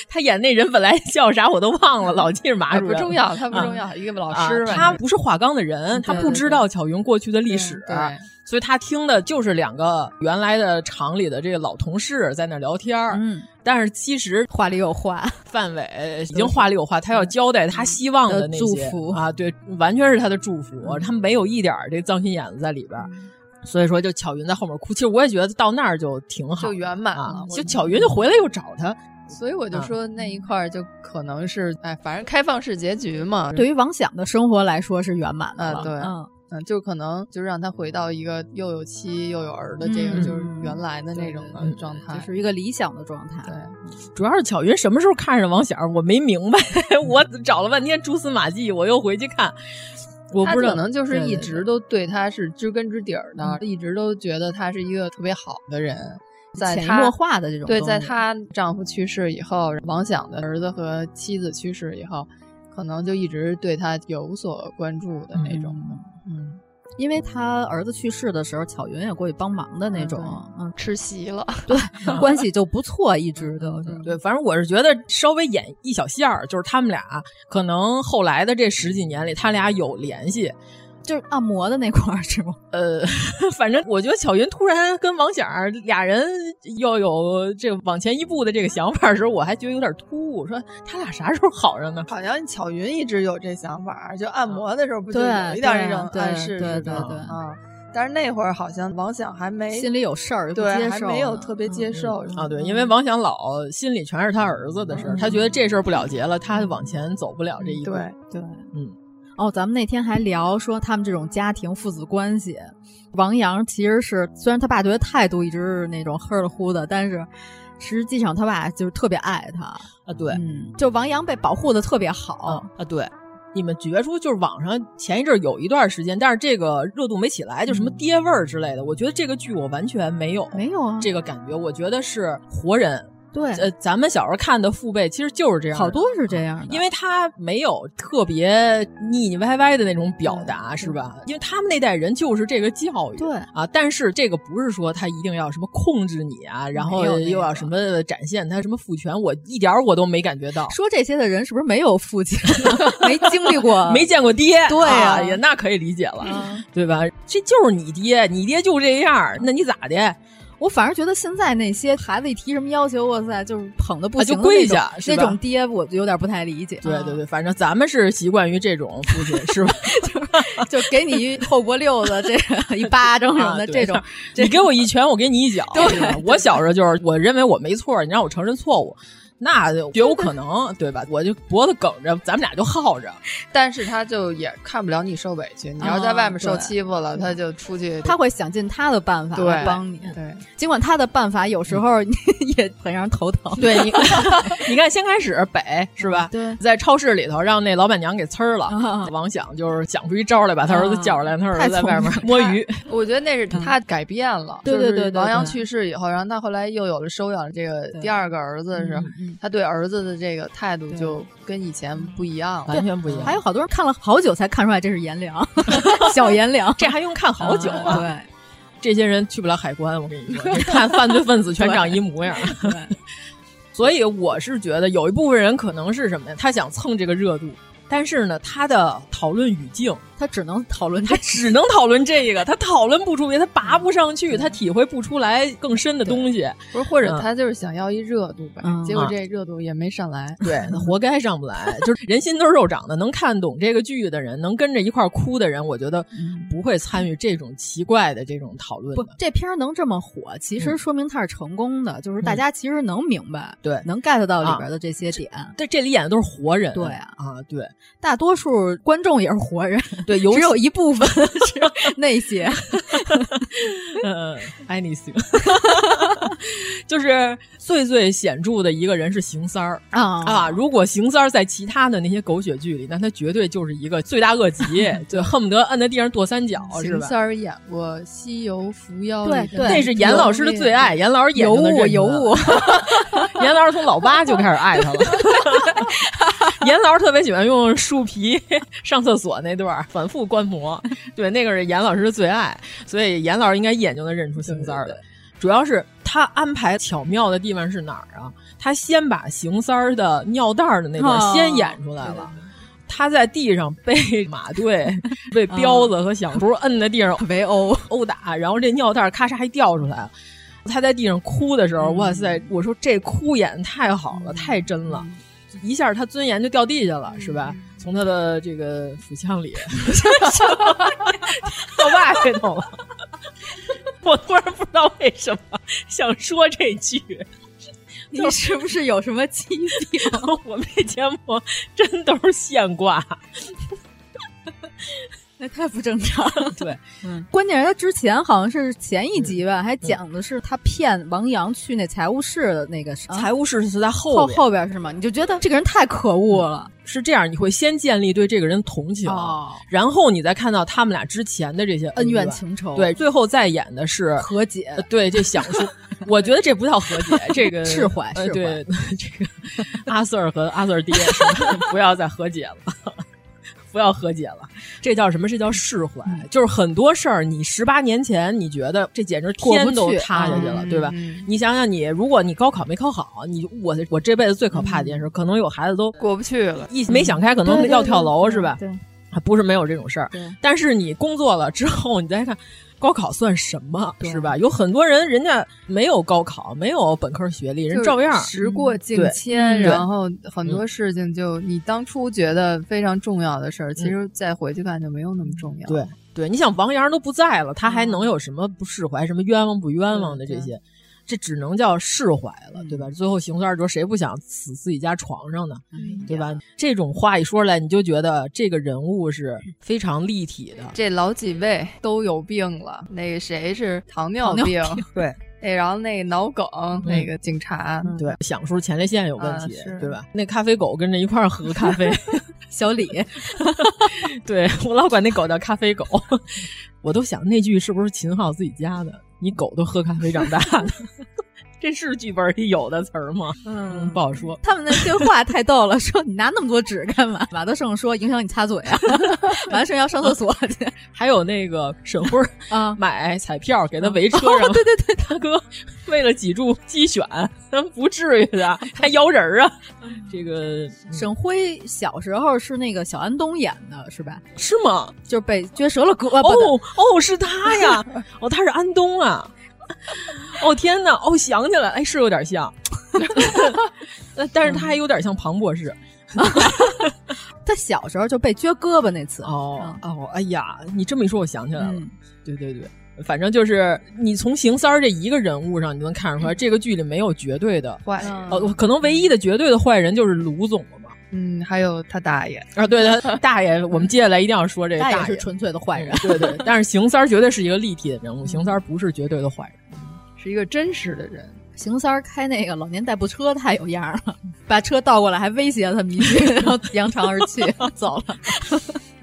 他演那人本来叫啥我都忘了，老记着
哎
马主任。
哎不重要，他不重要，一个老师。
啊他不是华冈的人，他不知道巧云过去的历史。
嗯
啊
对对
所以他听的就是两个原来的厂里的这个老同事在那聊天儿，嗯，但是其实
话里有话，
范伟已经话里有话，他要交代他希望的那些、嗯、
祝福
啊，对，完全是他的祝福，嗯、他没有一点这脏心眼子在里边。嗯所以说，就巧云在后面哭，其实我也觉得到那儿就挺好，
[LAUGHS]
啊
就圆满了。
就巧云就嗯回来又找他，
所以我就说那一块儿就可能是，哎，反正开放式结局嘛。
对于王响的生活来说是圆满的了，啊
对，
啊
嗯嗯，就可能就让他回到一个又有妻又有儿的
嗯
这个就是原来的那种的状态，
就是一个理想的状态。
对，
主要是巧云什么时候看上王响，我没明白， [LAUGHS] 我找了半天蛛丝马迹，我又回去看。我不
可能就是一直都对嗯他是知根知底儿的，一直都觉得他是一个特别好的人，在
潜移默化的这种
对，在她丈夫去世以后，王响的儿子和妻子去世以后，可能就一直对他有所关注的那种的，嗯。嗯
因为他儿子去世的时候，巧云也过去帮忙的那种，嗯，
吃席
[LAUGHS]
了，
对，关系就不错，一直都是。
对，反正我是觉得稍微演一小线儿，就是他们俩可能后来的这十几年里，他俩有联系，
就是按摩的那块儿是吗？
呃， [LAUGHS] 反正我觉得巧云突然跟王响俩人要有这个往前一步的这个想法的时候，我还觉得有点突兀，我说他俩啥时候好上呢？
好像巧云一直有这想法，就按摩的时候不就有一点那种暗示
对对对
啊。
但是那会儿好像王响还没
心里有事儿，
对，
接
还
受
没有
呢
特别接受、
啊，对，因为王响老心里全是他儿子的事儿，他觉得这事儿不了结了，他往前走不了这一步。
对
对，
嗯。
哦，咱们那天还聊说他们这种家庭父子关系，王阳其实是虽然他爸觉得态度一直是那种呵了呼的，但是实际上他爸就是特别爱他
啊，对，
嗯，就王阳被保护的特别好、
啊，对。你们觉出就是网上前一阵儿有一段时间，但是这个热度没起来，就什么爹味儿之类的。我觉得这个剧我完全没有
没有啊
这个感觉，我觉得是活人。
对，
呃，咱们小时候看的父辈其实就是这样，
好多是这样的，
因为他没有特别腻腻歪歪的那种表达，是吧？因为他们那代人就是这个教
嗯
育，
对
啊。但是这个不是说他一定要什么控制你啊，然后
没有那
又要
个
什么展现他什么父权，我一点儿我都没感觉到。
说这些的人是不是没有父亲，啊 [LAUGHS] 没经历过，啊
没见过爹，
对
啊，
啊嗯
也那可以理解了，对吧？这就是你爹，你爹就这样儿，那你咋的？
嗯我反而觉得现在那些孩子一提什么要求，哇塞，就是捧的不
啊
行
就
的那种、
跪下是
那
吧
种爹，我有点不太理解。啊
对对对，反正咱们是习惯于这种父亲，是吧？
就给你一后脖溜子，这
[LAUGHS]
个一巴掌什么
啊
的，这
对 [LAUGHS]
种
你给我一拳，我给你一脚。对吧，我小时候就是，我认为我没错，你让我承认错误，那就绝无可能，对吧？我就脖子梗着，咱们俩就耗着。啊
但是他就也看不了你受委屈，你要在外面受
啊对
欺负了，他就出去，
他会想尽他的办法来
对
帮你。
对，
尽管他的办法有时
嗯
候 [LAUGHS] 也很让人头疼。
对你， [LAUGHS] 你看，先开始北是吧？
对
在超市里头让那老板娘给呲儿了
啊。
王想就是想出一招来，把他儿子叫出来，他儿
啊太
子在
聪
外面
明
摸鱼。
我觉得那
嗯
是他改变了，
对
就是
对对对
王阳
对
去世以后，然后他后来又有了收养这个第二个儿子的时
嗯
候，他对儿子的这个态度就跟以前不一样了，
完全不一样
还有好多人看了好久才看出来这是颜良， [LAUGHS] 小颜良，嗯
这还用看好久啊
对，
这些人去不了海关，我跟你说，你看犯罪分子全长一模样。所以我是觉得有一部分人可能是什么呀？他想蹭这个热度，但是呢，他的讨论语境，
他只能讨论，
他只能讨论这个，他讨论不出别，他拔不上去，他体会不出来更深的东西。
不是，或者
嗯
他就是想要一热度呗，
嗯
结果这热度也没上来。
[LAUGHS] 对，他活该上不来。就是人心都是肉长的，能看懂这个剧的人，能跟着一块儿哭的人，我觉得不会参与这种奇怪的这种讨
嗯
论
不
的。，
这片儿能这么火，其
嗯
实说明它是成功的，就是大家其实能明白，
对啊
能 get 到里边的这些点。
对，这里演的都是活人，
对
啊，啊，
[LAUGHS]
对，
大多数观众也是活人，
对，
只有一部
[LAUGHS]
分是那些，
嗯，爱你行， [LAUGHS] 就是最最显著的一个人是邢三儿
啊
[LAUGHS] 啊！如果邢三儿在其他的那些狗血剧里，那他绝对就是一个罪大
[LAUGHS]
恶极，对，恨不得摁在地上跺三脚，是
邢
吧
三？儿演过《西游伏妖》
对
里的
对
那个
那是严老师的最爱严老师眼
尤
中的
物
任
尤
何
物，
[LAUGHS] 严老师从老八就开始爱他了。 [LAUGHS] 严老师特别喜欢用树皮上厕所那段儿反复观摩，对，那个是严老师的最爱，所以严老师应该一眼就能认出邢三儿的。主要是他安排巧妙的地方是哪儿啊？他先把邢三儿的尿袋儿的那段
哦
先演出来了。他在地上
[LAUGHS]
被马队、被彪子和响叔摁在地上
嗯 [LAUGHS] 围殴
殴打，然后这尿袋儿咔嚓还掉出来了。他在地上哭的时
嗯
候，哇塞！我说这哭演得太好了，太真了，
嗯
一下他尊严就掉地下了，是吧？从他的这个腹腔里 [LAUGHS] 掉外头了。 [LAUGHS] 我突然不知道为什么想说这句，
你是不是有什么啊基地？
[LAUGHS] 我们这节目真都是现挂。
那太不正常了。
[LAUGHS] 对，
嗯，关键是他之前好像是前一集吧，
嗯
还讲的是他骗王阳去那财务室的那个
财务室是在后
后
边
后边是吗？你就觉得这个人太可恶了。
是这样，你会先建立对这个人同情，
哦
然后你再看到他们俩之前的这些
恩怨
怨
情仇
对，最后再演的是
和解
呃对，这想
[LAUGHS]
说，我觉得这不叫和解，这个
释怀
呃
释怀
对， [LAUGHS] 这个阿 Sir 和阿 Sir 爹是吧 [LAUGHS] 不要再和解了。不要和解了，这叫什么？这叫释怀。
嗯
就是很多事儿，你十八年前你觉得这简直
过不
天都
去
塌下去了，
嗯
对吧？你想想你，如果你高考没考好，你我我这辈子最可怕的一件
嗯
事，可能有孩子都
过不去了，
一没想开，可能
对对
要跳楼，
对
是吧？
对，
还不是没有这种事儿
对。
但是你工作了之后，你再看高考算什么，是吧？有很多人人家没有高考，没有本科学历，人
就是
照样
时过境
对
迁，
嗯
然后很多事情就你当初觉得非常重要的事儿，其实再回去看就没有那么重要。
嗯
嗯
对，对，你想王阳都不在了，他还能有什么不释怀、什么冤枉不冤枉的这些？这只能叫释怀了，对吧？最后行三折，谁不想死自己家床上呢？对吧？这种话一说出来，你就觉得这个人物是非常立体的。
这老几位都有病了，那个谁是糖尿
糖尿
病？ [LAUGHS]
病对。
那然后那个脑梗，那个警察，
嗯对，想说前列腺有问题
啊是，
对吧？那咖啡狗跟着一块儿喝咖 [LAUGHS] 啡，小李，对我老管那狗叫咖啡狗， [LAUGHS] 我都想那句是不是秦昊自己加的？你狗都喝咖啡长大的，这是剧本里有的词儿吗？嗯，不好说。
[LAUGHS] 他们那对话太逗了，说你拿那么多纸干嘛？马德胜说影响你擦嘴啊， [LAUGHS] 马德胜要上厕所去。
还有那个沈辉儿
啊，
买彩票给他围车
哦
上，
对对
对，大哥 [LAUGHS] 为了脊柱机选，咱不至于
[LAUGHS]
的，还摇人儿啊！
嗯
这个
[LAUGHS] 沈辉小时候是那个小安东演的，是吧？
是吗？
就是被撅折了胳膊
哦
的。
哦，是他呀！
[LAUGHS]
哦，他是安东啊！哦天哪！哦，想起来，哎，是有
[LAUGHS]
点像， [LAUGHS] 但但是他
嗯
还有点像庞博士。
他小时候就被撅胳膊那次。
哦哦，哎呀，你这么一说，我想起来了。
嗯
对对对，反正就是你从邢三儿这一个人物上，你就能看
嗯
出来，这个剧里没有绝对的
坏
人。哦，可能唯一的绝对的坏人就是卢总了吧？
嗯，还有他大爷
啊，对他大爷，我们接下来一定要说这个
大
爷
爷是纯粹的坏人嗯
嗯对对，但是邢三儿绝对是一个立体的人物，邢三儿不是绝对的坏人。
是一个真实的人。
邢三儿开那个老年代步车太有样儿了， [LAUGHS] 把车倒过来还威胁他们一句，
[LAUGHS]
然后扬长而去走了。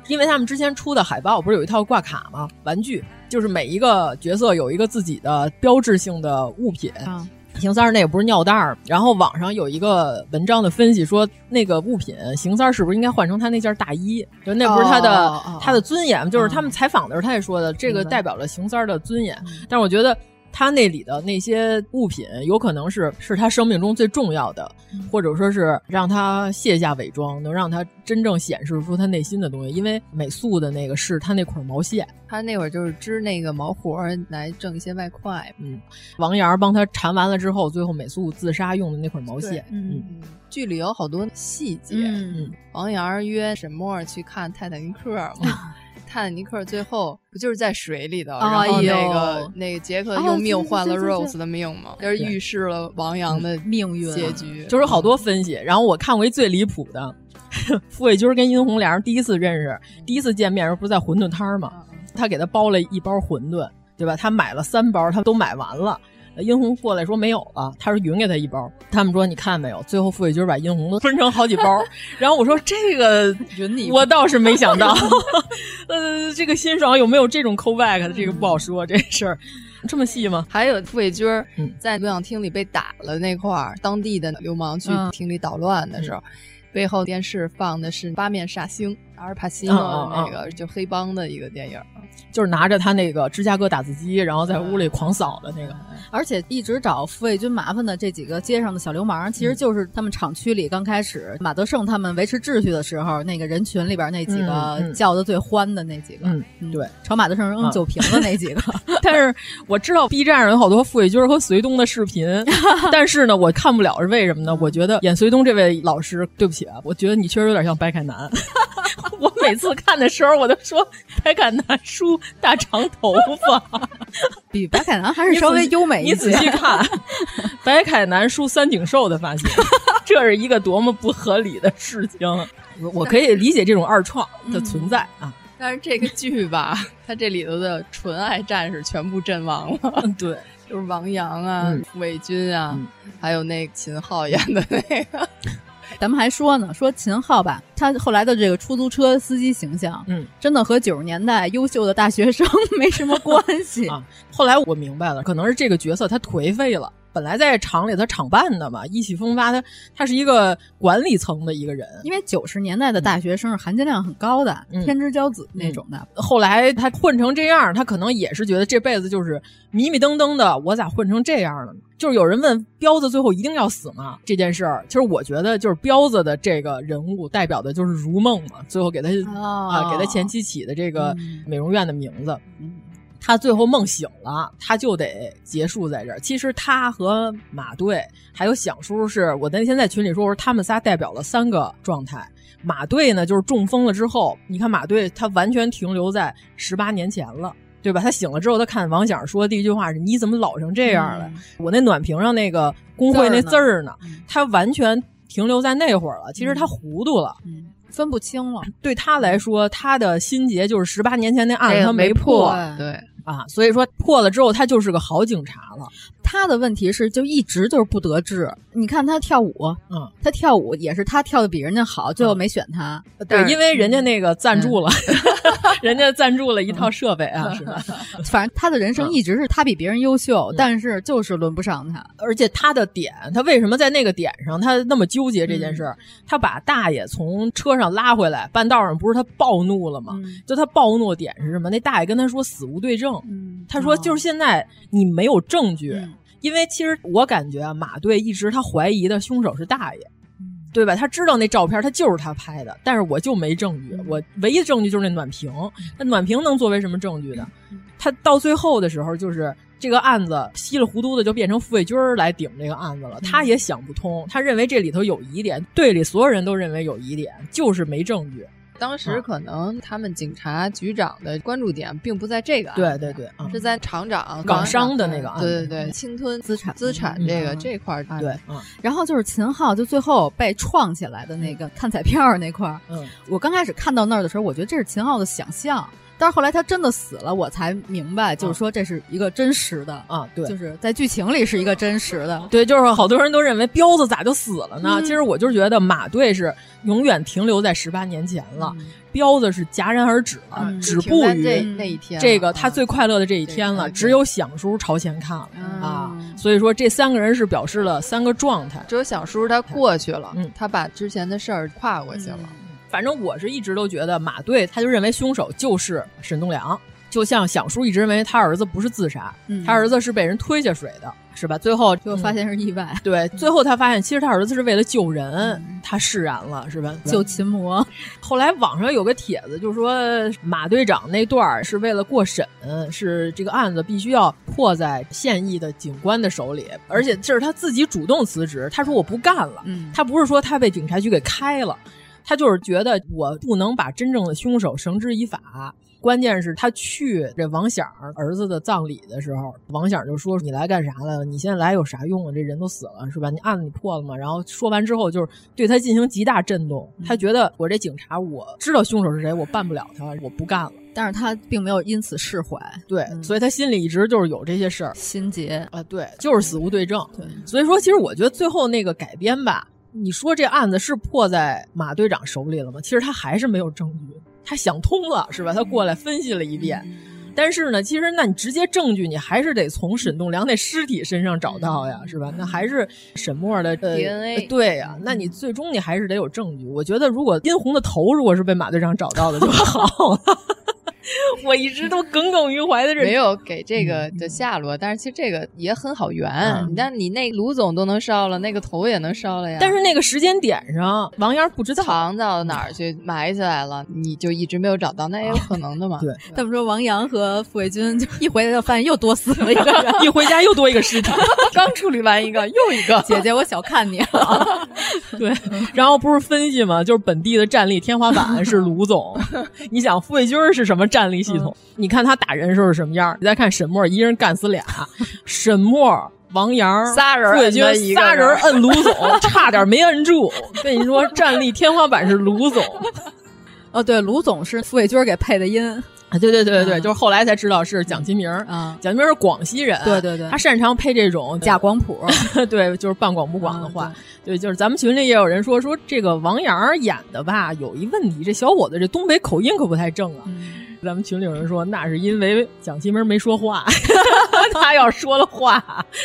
因为他们之前出的海报不是有一套挂卡吗？玩具就是每一个角色有一个自己的标志性的物品。
嗯
邢三儿那也不是尿袋儿，然后网上有一个文章的分析说，那个物品邢三儿是不是应该换成他那件大衣？就那不是他的、
哦哦哦
他的尊严，就是他们采访的时候他也说的，这个
明白嗯
代表了邢三儿的尊严。但是我觉得他那里的那些物品，有可能是是他生命中最重要的，或者说是让他卸下伪装，能让他真正显示出他内心的东西。因为美素的那个是他那捆毛线，
他那会儿就是织那个毛活儿来挣一些外快。
嗯，王阳帮他缠完了之后，最后美素自杀用的那捆毛线
对，
嗯，
剧里有好多细节。
嗯
王阳约沈墨儿去看《泰坦尼克》嘛，《泰坦尼克》最后不就是在水里头，然后
啊哎呦
那个那个杰克
哦
用命
对对
换了
对对对嗯
Rose 的命嘛，就是预示了王阳的
命运
结局。
啊
嗯
就是好多分析。然后我看过一最离谱的， [LAUGHS] 傅卫军儿跟殷红良第一次认识，第一次见面时候不是在馄饨摊儿
嗯
吗？他给他包了一包馄饨，对吧？他买了三包，他都买完了。呃殷红过来说没有了，他说匀给他一包。他们说你看没有，最后傅卫军儿把殷红都分成好几包。
[LAUGHS]
然后我说这个
匀你，
我倒是没想到。 [LAUGHS] 呃，这个辛爽有没有这种 callback 的这个不好说，这事儿这么细吗？啊
还有傅卫军儿
嗯
在录像厅里被打了那块儿，当地的流氓去
嗯
厅里捣乱的时候，背后电视放的是《八面煞星》阿尔帕西
嗯
诺
嗯
的那
嗯
个就黑帮的一个电影。
就是拿着他那个芝加哥打字机，然后在屋里狂扫的那个。
而且一直找傅卫军麻烦的这几个街上的小流氓，
嗯
其实就是他们厂区里刚开始马德胜他们维持秩序的时候，那个人群里边那几
嗯
个
嗯
叫的最欢的那几个，
嗯，对。嗯
朝马德胜扔酒瓶的那
[LAUGHS]
几个。
但是我 [LAUGHS] 知道 B 站上有好多傅卫军儿和隋东的视 [LAUGHS] 频，但是呢，我看不了是为什么呢？我觉得演隋东这位老师，对不起啊，我觉得你确实有点像白凯 [LAUGHS] 南。我每次看的时候，我都说白凯南梳大长头发，
比白凯南还是稍微优美一
[LAUGHS] 你仔
些
细看， [LAUGHS] 白凯南梳三井寿的发型， [LAUGHS] 这是一个多么不合理的事情！我我可以理解这种二创的存在啊。
但是这个剧吧， [LAUGHS] 它这里头的纯爱战士全部阵亡了。
对，
[LAUGHS] 就是王阳啊
嗯、
傅卫军啊，还有那个秦昊演的那个。
[LAUGHS] 咱们还说呢，说秦昊吧，他后来的这个出租车司机形象，
嗯，
真的和九十年代优秀的大学生 [LAUGHS] 没什么关
[LAUGHS]
系。
啊后来我明白了，可能是这个角色他颓废了。本来在厂里他厂办的嘛，意气风发，他他是一个管理层的一个人。
因为九十年代的大学生是含金量很高的，
嗯
天之骄子那种的。
后来他混成这样，他可能也是觉得这辈子就是迷迷瞪瞪的，我咋混成这样了呢？就是有人问彪子最后一定要死吗？这件事儿，其实我觉得就是彪子的这个人物代表的就是 [LAUGHS] 如梦嘛，最后给他、
哦
啊给他前妻起的这个美容院的名字。他最后梦醒了，他就得结束在这儿。其实他和马队还有响叔是我那天在群里说，我说他们仨代表了三个状态。马队呢，就是中风了之后，你看马队他完全停留在十八年前了。对吧？他醒了之后，他看王响说的第一句话是：“你怎么老成这样了？”我那暖瓶上那个工会那字儿呢，他完全停留在那会儿了。其实他糊涂了，
分不清了。
对他来说，他的心结就是十八年前那案
这
子
个
他
没
破
破，哎
对
啊，所以说破了之后，他就是个好警察了。
他的问题是，就一直就是不得志。你看他跳舞，
嗯，
他跳舞也是他跳的比人家好，
嗯
最后没选他。
呃对，因为人家那个赞助了， [LAUGHS] 人家赞助了一套设备啊，是吧？
反正他的人生一直是他比别人优秀，
嗯
但是就是轮不上他。
而且他的点，他为什么在那个点上他那么纠结这件事儿？他把大爷从车上拉回来，半道上不是他暴怒了吗？就他暴怒的点是什么？那大爷跟他说死无对证，他说就是现在你没有证据，因为其实我感觉啊，马队一直他怀疑的凶手是大爷。对吧？他知道那照片，他就是他拍的，但是我就没证据，我唯一的证据就是那暖瓶。那暖瓶能作为什么证据呢？他到最后的时候，就是这个案子稀里糊涂的就变成傅卫军儿来顶这个案子了。
嗯
他也想不通，他认为这里头有疑点，队里所有人都认为有疑点，就是没证据。
当时可能他们警察局长的关注点并不在这个案子
对
上，
对对啊
是在厂长
港商的那个案
对
子
对对，侵吞
资产
资产
嗯
这个
嗯
这块儿案啊子，
然后就是秦昊，就最后被创起来的那
嗯
个看彩票那块儿。
嗯，
我刚开始看到那儿的时候，我觉得这是秦昊的想象，但是后来他真的死了，我才明白，
嗯
就是说这是一个真实的
啊，对
就是在剧情里是一个真实的。
对，就是好多人都认为彪子咋就死了呢？
嗯
其实我就是觉得马队是永远停留在十八年前了，彪子是戛然而止了，
嗯
止
嗯就停
步
在
于
这那一天
这
了嗯
个他
啊
最快乐的这一天了。只有响叔朝前看了、
嗯
啊，所以说这三个人是表示了三个状态。
只有想叔他过去了，
嗯
他把之前的事儿跨过去了。
反正我是一直都觉得马队，他就认为凶手就是沈栋梁，就像响叔一直认为他儿子不是自杀，
嗯
他儿子是被人推下水的，是吧？最后嗯
就发现是意外，
对，最后他发现，其实他儿子是为了救人，
嗯
他释然了，是吧？
救秦魔。
[LAUGHS] 后来网上有个帖子，就说马队长那段儿是为了过审，是这个案子必须要破在现役的警官的手里，而且这是他自己主动辞职，他说我不干了，
嗯
他不是说他被警察局给开了，他就是觉得我不能把真正的凶手绳之以法。关键是，他去这王响儿子的葬礼的时候，王响就说：“你来干啥来了？你现在来有啥用啊？这人都死了，是吧？你案子你破了吗？”然后说完之后，就是对他进行极大震动。他觉得我这警察，我知道凶手是谁，我办不了他，我不干了。
但是他并没有因此释怀，
对，所以他心里一直就是有这些事儿，
心结
啊，对，就是死无对证。对，
嗯
所以说，其实我觉得最后那个改编吧，你说这案子是破在马队长手里了吗？其实他还是没有证据，他想通了是吧？他过来分析了一遍。但是呢，其实那你直接证据，你还是得从沈栋梁那尸体身上找到
嗯
呀，是吧？那还是沈墨的、呃
DNA
对呀、那你最终你还是得有证据。我觉得，如果殷红的头如果是被马队长找到的就好了。 [LAUGHS] 我一直都耿耿于怀的这嗯
没有给这个的下落，但是其实这个也很好圆。但你那卢总都能烧了，那个头也能烧了呀。
但是那个时间点上，王源不知道
藏到哪儿去埋起来了，你就一直没有找到，那也有可能的嘛。
对，，
[LAUGHS] 他们说王阳和傅卫军就一回来就发现又多死了一个人 [LAUGHS]
一回家又多一个尸体，
[LAUGHS] 刚处理完一个又一个。
姐姐，我小看你了。 [LAUGHS]
对， [LAUGHS] 然后不是分析嘛，就是本地的战力天花板是卢 [LAUGHS] 总，你想傅卫军儿是什么战力系统？你看他打人时候是什么样儿？你再看沈墨，一人干死 [LAUGHS] 俩，沈墨。王阳
仨人
傅卫军
摁他一个
仨人
人
摁卢 [LAUGHS] 总，差点没摁住。跟你说，战力天花板是卢总。
哦，对，卢总是傅卫军给配的音，
啊， [LAUGHS] 对对对对，就是后来才知道是蒋金明
啊，
嗯蒋金明是广西人，
对对对
他擅长配这种
假广谱，
对，就是半广不广的
啊
话，对，就是咱们群里也有人说说这个王阳儿演的吧，有一问题，这小伙子这东北
嗯
口音可不太正啊。咱们群里有人说，那是因为蒋奇明没说话， [LAUGHS] 他要说的话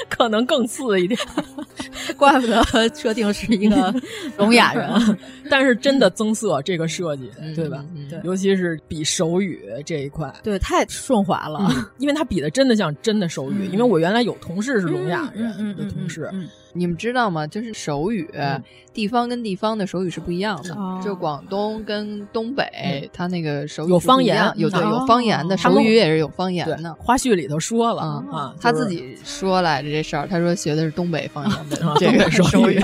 可能更次一点，
[LAUGHS] 怪不得设定是一个聋哑人。
但是真的增色这个设计，
嗯
对吧？对，尤其是比手语这一块，
对，太顺滑了， [LAUGHS]
嗯
因为他比的真的像真的手语。因为我原来有同事是聋
嗯
哑人，有同事。
你们知道吗？就是手语，
嗯
地方跟地方的手语是不一样的。
哦
就广东跟东
嗯
北，它那个手语
有方言，
有对
哦
有方言的手语也是有方言的。
花絮里头说了啊，
他自己说来着这事儿，他说学的是东北方言
哦
的这个手 [LAUGHS] 语。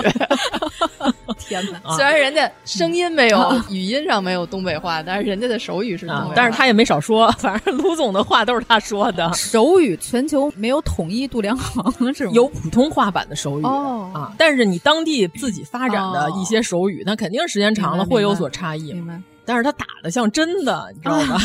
天哪！
[LAUGHS]
嗯啊
虽然人家声音没有，语音上没有东北话，但是人家的手语是东北。
啊但是他也没少说， [LAUGHS] 反正卢总的话都是他说的。
手语全球没有统一度量衡，是吗？哦
有普通话版的手语。啊，但是你当地自己发展的一些手语，那肯定时间长了会有所差异。
明白。哦
但是他打的像真的，你知道吧？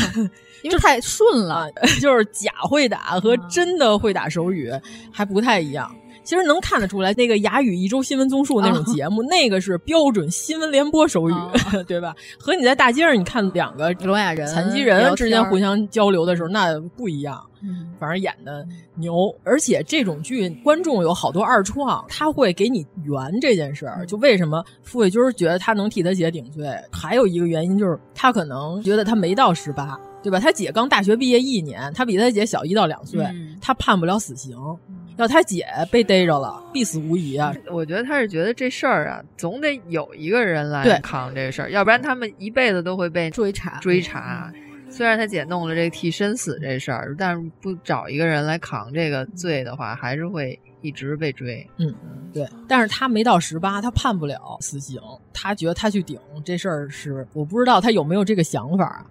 因为太顺了，
[LAUGHS] 就是假会打
嗯
和真的会打手语还不太一样。其实能看得出来，那个雅语一周新闻综述那种
哦
节目，那个是标准新闻联播手语，
啊
对吧？和你在大街上你看两个
聋哑人、
残疾人之间互相交流的时候，那不一样。
嗯
反正演的牛，而且这种剧观众有好多二创，他会给你圆这件事
嗯
儿。就为什么傅卫军觉得他能替他姐顶罪，还有一个原因就是他可能觉得他没到十八，对吧？他姐刚大学毕业一年，他比他姐小一到两岁，嗯、他判不了死刑。
嗯
要他姐被逮着了，必死无疑啊！
我觉得他是觉得这事儿啊，总得有一个人来扛这事儿，要不然他们一辈子都会被
追查
追查。嗯虽然他姐弄了这替身死这事儿，但是不找一个人来扛这个罪的话，还是会一直被追。
嗯，对。但是他没到十八，他判不了死刑，他觉得他去顶这事儿是我不知道他有没有这个想法，啊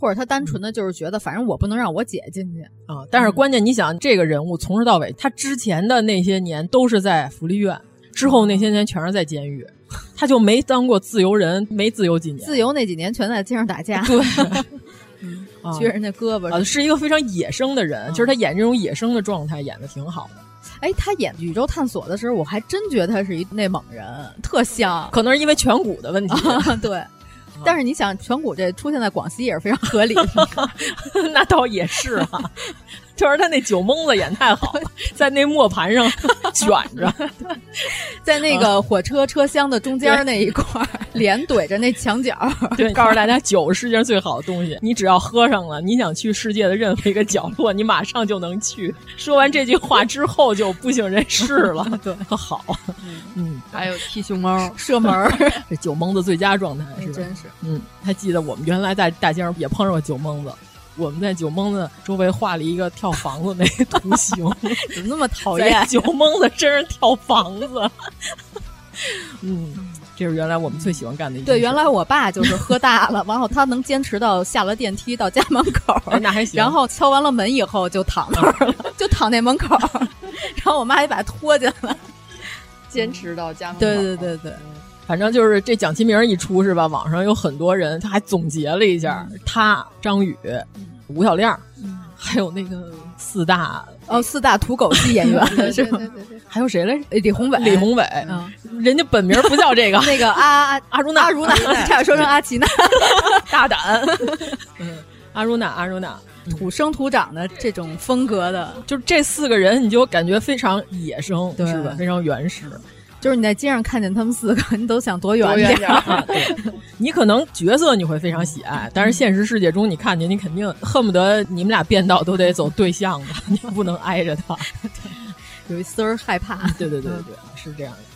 或者他单纯的就是觉得，反正我不能让我姐进去
啊、嗯。但是关键你想，这个人物从头到尾，他之前的那些年都是在福利院，之后那些年全是在监狱。 [LAUGHS] 他就没当过自由人，没自由几年。
自由那几年全在街上打架，
对，
撅人家胳膊
啊，是一个非常野生的人。就是他演这种野生的状态，演的挺好的。
哎，他演宇宙探索的时候，我还真觉得他是一内蒙人，特
[LAUGHS]
像。
可能是因为颧骨的 [LAUGHS] 问题，
对。 [LAUGHS] 但是你想，颧骨这出现在广西也是非常合理的，
那倒也是啊。 [LAUGHS] 就是他那酒蒙子演太好了，在那磨盘上 [LAUGHS] 卷着，
在那个火车车厢的中间那一块儿，脸怼着那墙角。
对，告诉大家，酒是世界上最好的东西，你只要喝上了，你想去世界的任何一个角落，你马上就能去。说完这句话之后，就不省人事了。
[LAUGHS] 对，
好，嗯，
还有踢熊猫、
射门，
这酒蒙子最佳状态是
真是。
嗯，还记得我们原来在大街上也碰上过酒蒙子。我们在酒蒙子周围画了一个跳房子那图形，
怎么那么 [LAUGHS] 讨厌？
酒蒙子真是跳房子， [LAUGHS] 嗯，这是原来我们最喜欢干的一。
对，原来我爸就是喝大了，然后他能坚持到下了电梯到家门口，
[LAUGHS] 哎那还行。
然后敲完了门以后就躺那儿了，就躺那门口， [LAUGHS] 然后我妈也把他拖进来，
坚持到家门口。
对对对对。
反正就是这蒋奇明一出是吧？网上有很多人，他还总结了一下，
嗯
他张宇、吴小亮，还有那个四大
哦四大土狗系演员是吗？
还有谁来着？
哎李宏伟，
李宏伟，
嗯
人家本名不
[LAUGHS]
叫这个，
那个阿
阿如娜，
阿如娜， [LAUGHS] 差点说成阿奇娜，
大 [LAUGHS] 胆，嗯阿如娜，阿如娜。
土生土长的这种风格的，
就是这四个人，你就感觉非常野生，是吧？非常原始。
就是你在街上看见他们四个，你都想躲远
点儿。
你可能角色你会非常喜
嗯
爱，但是现实世界中你看见，你肯定恨不得你们俩变道都得走对象吧，你不能挨着他，
[LAUGHS] 有一丝儿害怕。
对对对对对，是这样的。嗯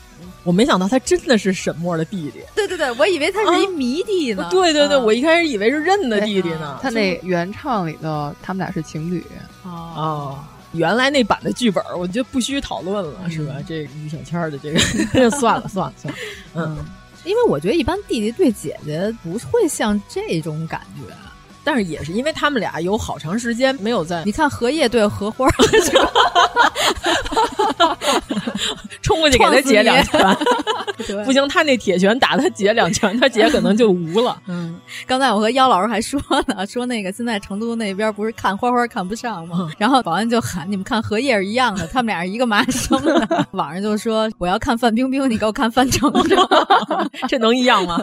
我没想到他真的是沈墨的弟弟。
对对对，我以为他是一迷弟呢。
对对对，我一开始以为是认的弟弟呢。
嗯他那原唱里头，他们俩是情侣。
哦。原来那版的剧本，我觉得不需讨论了，是吧？嗯、这于小谦的这个 [LAUGHS] 算了算了算了，嗯，
因为我觉得一般弟弟对姐姐不会像这种感觉，
但是也是因为他们俩有好长时间没有在，
你看荷叶对荷花，
冲过去给他姐两拳， [LAUGHS] 不行，他那铁拳打他姐两拳，他姐可能就无了。
嗯，刚才我和妖老师还说呢， [LAUGHS] 说那个现在成都那边不是看花花看不上吗？嗯、然后保安就喊你们看荷叶是一样的，他们俩是一个妈生的。网上就说我要看范冰冰，你给我看范丞丞， [LAUGHS]
[LAUGHS] 这能一样吗？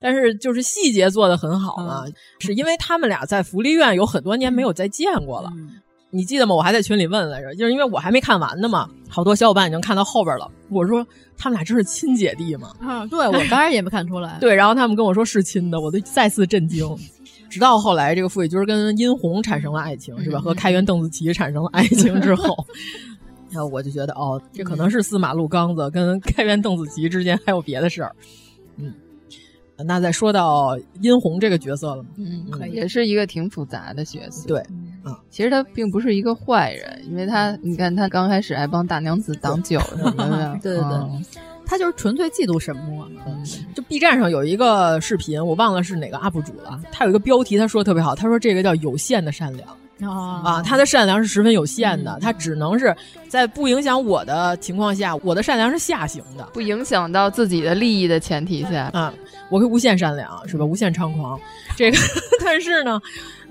但是就是细啊节做的很好嘛，嗯、是因为他们俩在福利院有很多年没有再见过了。嗯你记得吗？我还在群里问来着，就是因为我还没看完呢嘛，好多小伙伴已经看到后边了。我说他们俩真是亲姐弟吗？
嗯，对我刚开始也没看出来。
对，然后他们跟我说是亲的，我都再次震惊。直到后来，这个傅雨军跟殷红产生了爱情，是吧？和开元邓紫棋产生了爱情之后， [LAUGHS] 然后我就觉得，哦，这可能是司马路刚子跟开元邓紫棋之间还有别的事儿。嗯，那再说到殷红这个角色了，
嗯，可以也是一个挺复杂的角色。
对，
嗯
啊，
其实他并不是一个坏人，因为他，你看他刚开始还帮大娘子挡酒什么的，
[LAUGHS]
嗯
对对对。他就是纯粹嫉妒神魔嘛。
就 B 站上有一个视频，我忘了是哪个 UP 主了，他有一个标题，他说的特别好，他说这个叫有限的善良。
哦、
啊，他的善良是十分有限的，嗯、他只能是在不影响我的情况下，我的善良是下行的，
不影响到自己的利益的前提下
啊，我可以无限善良是吧？无限猖狂，这个， [LAUGHS] 但是呢，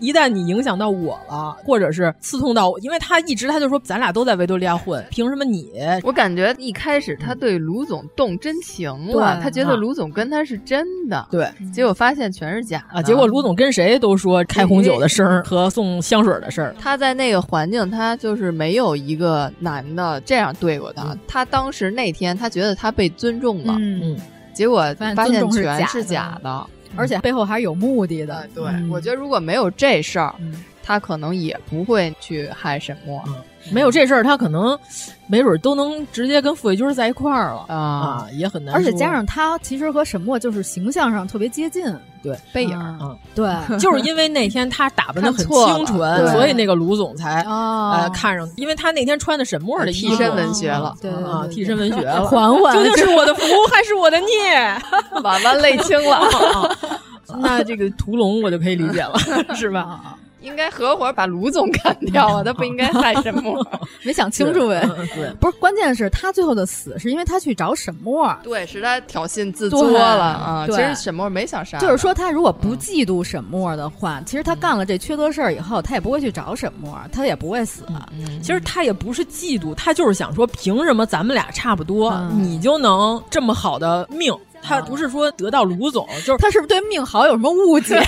一旦你影响到我了，或者是刺痛到我，因为他一直他就说咱俩都在维多利亚混，凭什么你？
我感觉一开始他对卢总动真情了，他觉得卢总跟他是真的，
对，
结果发现全是假
啊，结果卢总跟谁都说开红
嗯
酒的声儿和送香水。的事儿，
他在那个环境，他就是没有一个男的这样对过他。嗯、他当时那天，他觉得他被尊重了，
嗯，
结果发现全
是
假的，
嗯、而且背后还是有目的的。
对，嗯、我觉得如果没有这事儿，
嗯
他可能也不会去害沈墨。
没有这事儿，他可能没准都能直接跟傅卫军在一块儿了啊，也很难。
而且加上他其实和沈墨就是形象上特别接近，
对
背影
嗯
啊， [LAUGHS]
对，
就是因为那天他打扮的很清纯，所以那个卢总
啊
才
啊
哎
呃看上，因为他那天穿的沈墨的
哦替身文学了，嗯
对
啊，替身文学 [LAUGHS] 了，
缓
[LAUGHS]
缓，
究竟是我的福还是我的孽？
婉婉泪清
[LAUGHS]
了，
嗯那这个屠龙我就可以理解
[LAUGHS]
了，是吧？
嗯应该合伙把卢总干掉啊！他不应该害沈
[LAUGHS]
墨，
没想清楚
嗯
呗。
对，
不是，关键是他最后的死是因为他去找沈墨，
对，是他挑衅自作了啊。其实沈墨没想杀，
就是说他如果不嫉妒沈墨的
嗯
话，其实他干了这缺德事儿以后，他也不会去找沈墨，他也不会死。
嗯
其实他也不是嫉妒，他就是想说，凭什么咱们俩差不多，
嗯
你就能这么好的命？他不是说得到卢总，
嗯
就是
他是不是对命好有什么误
[LAUGHS]
解？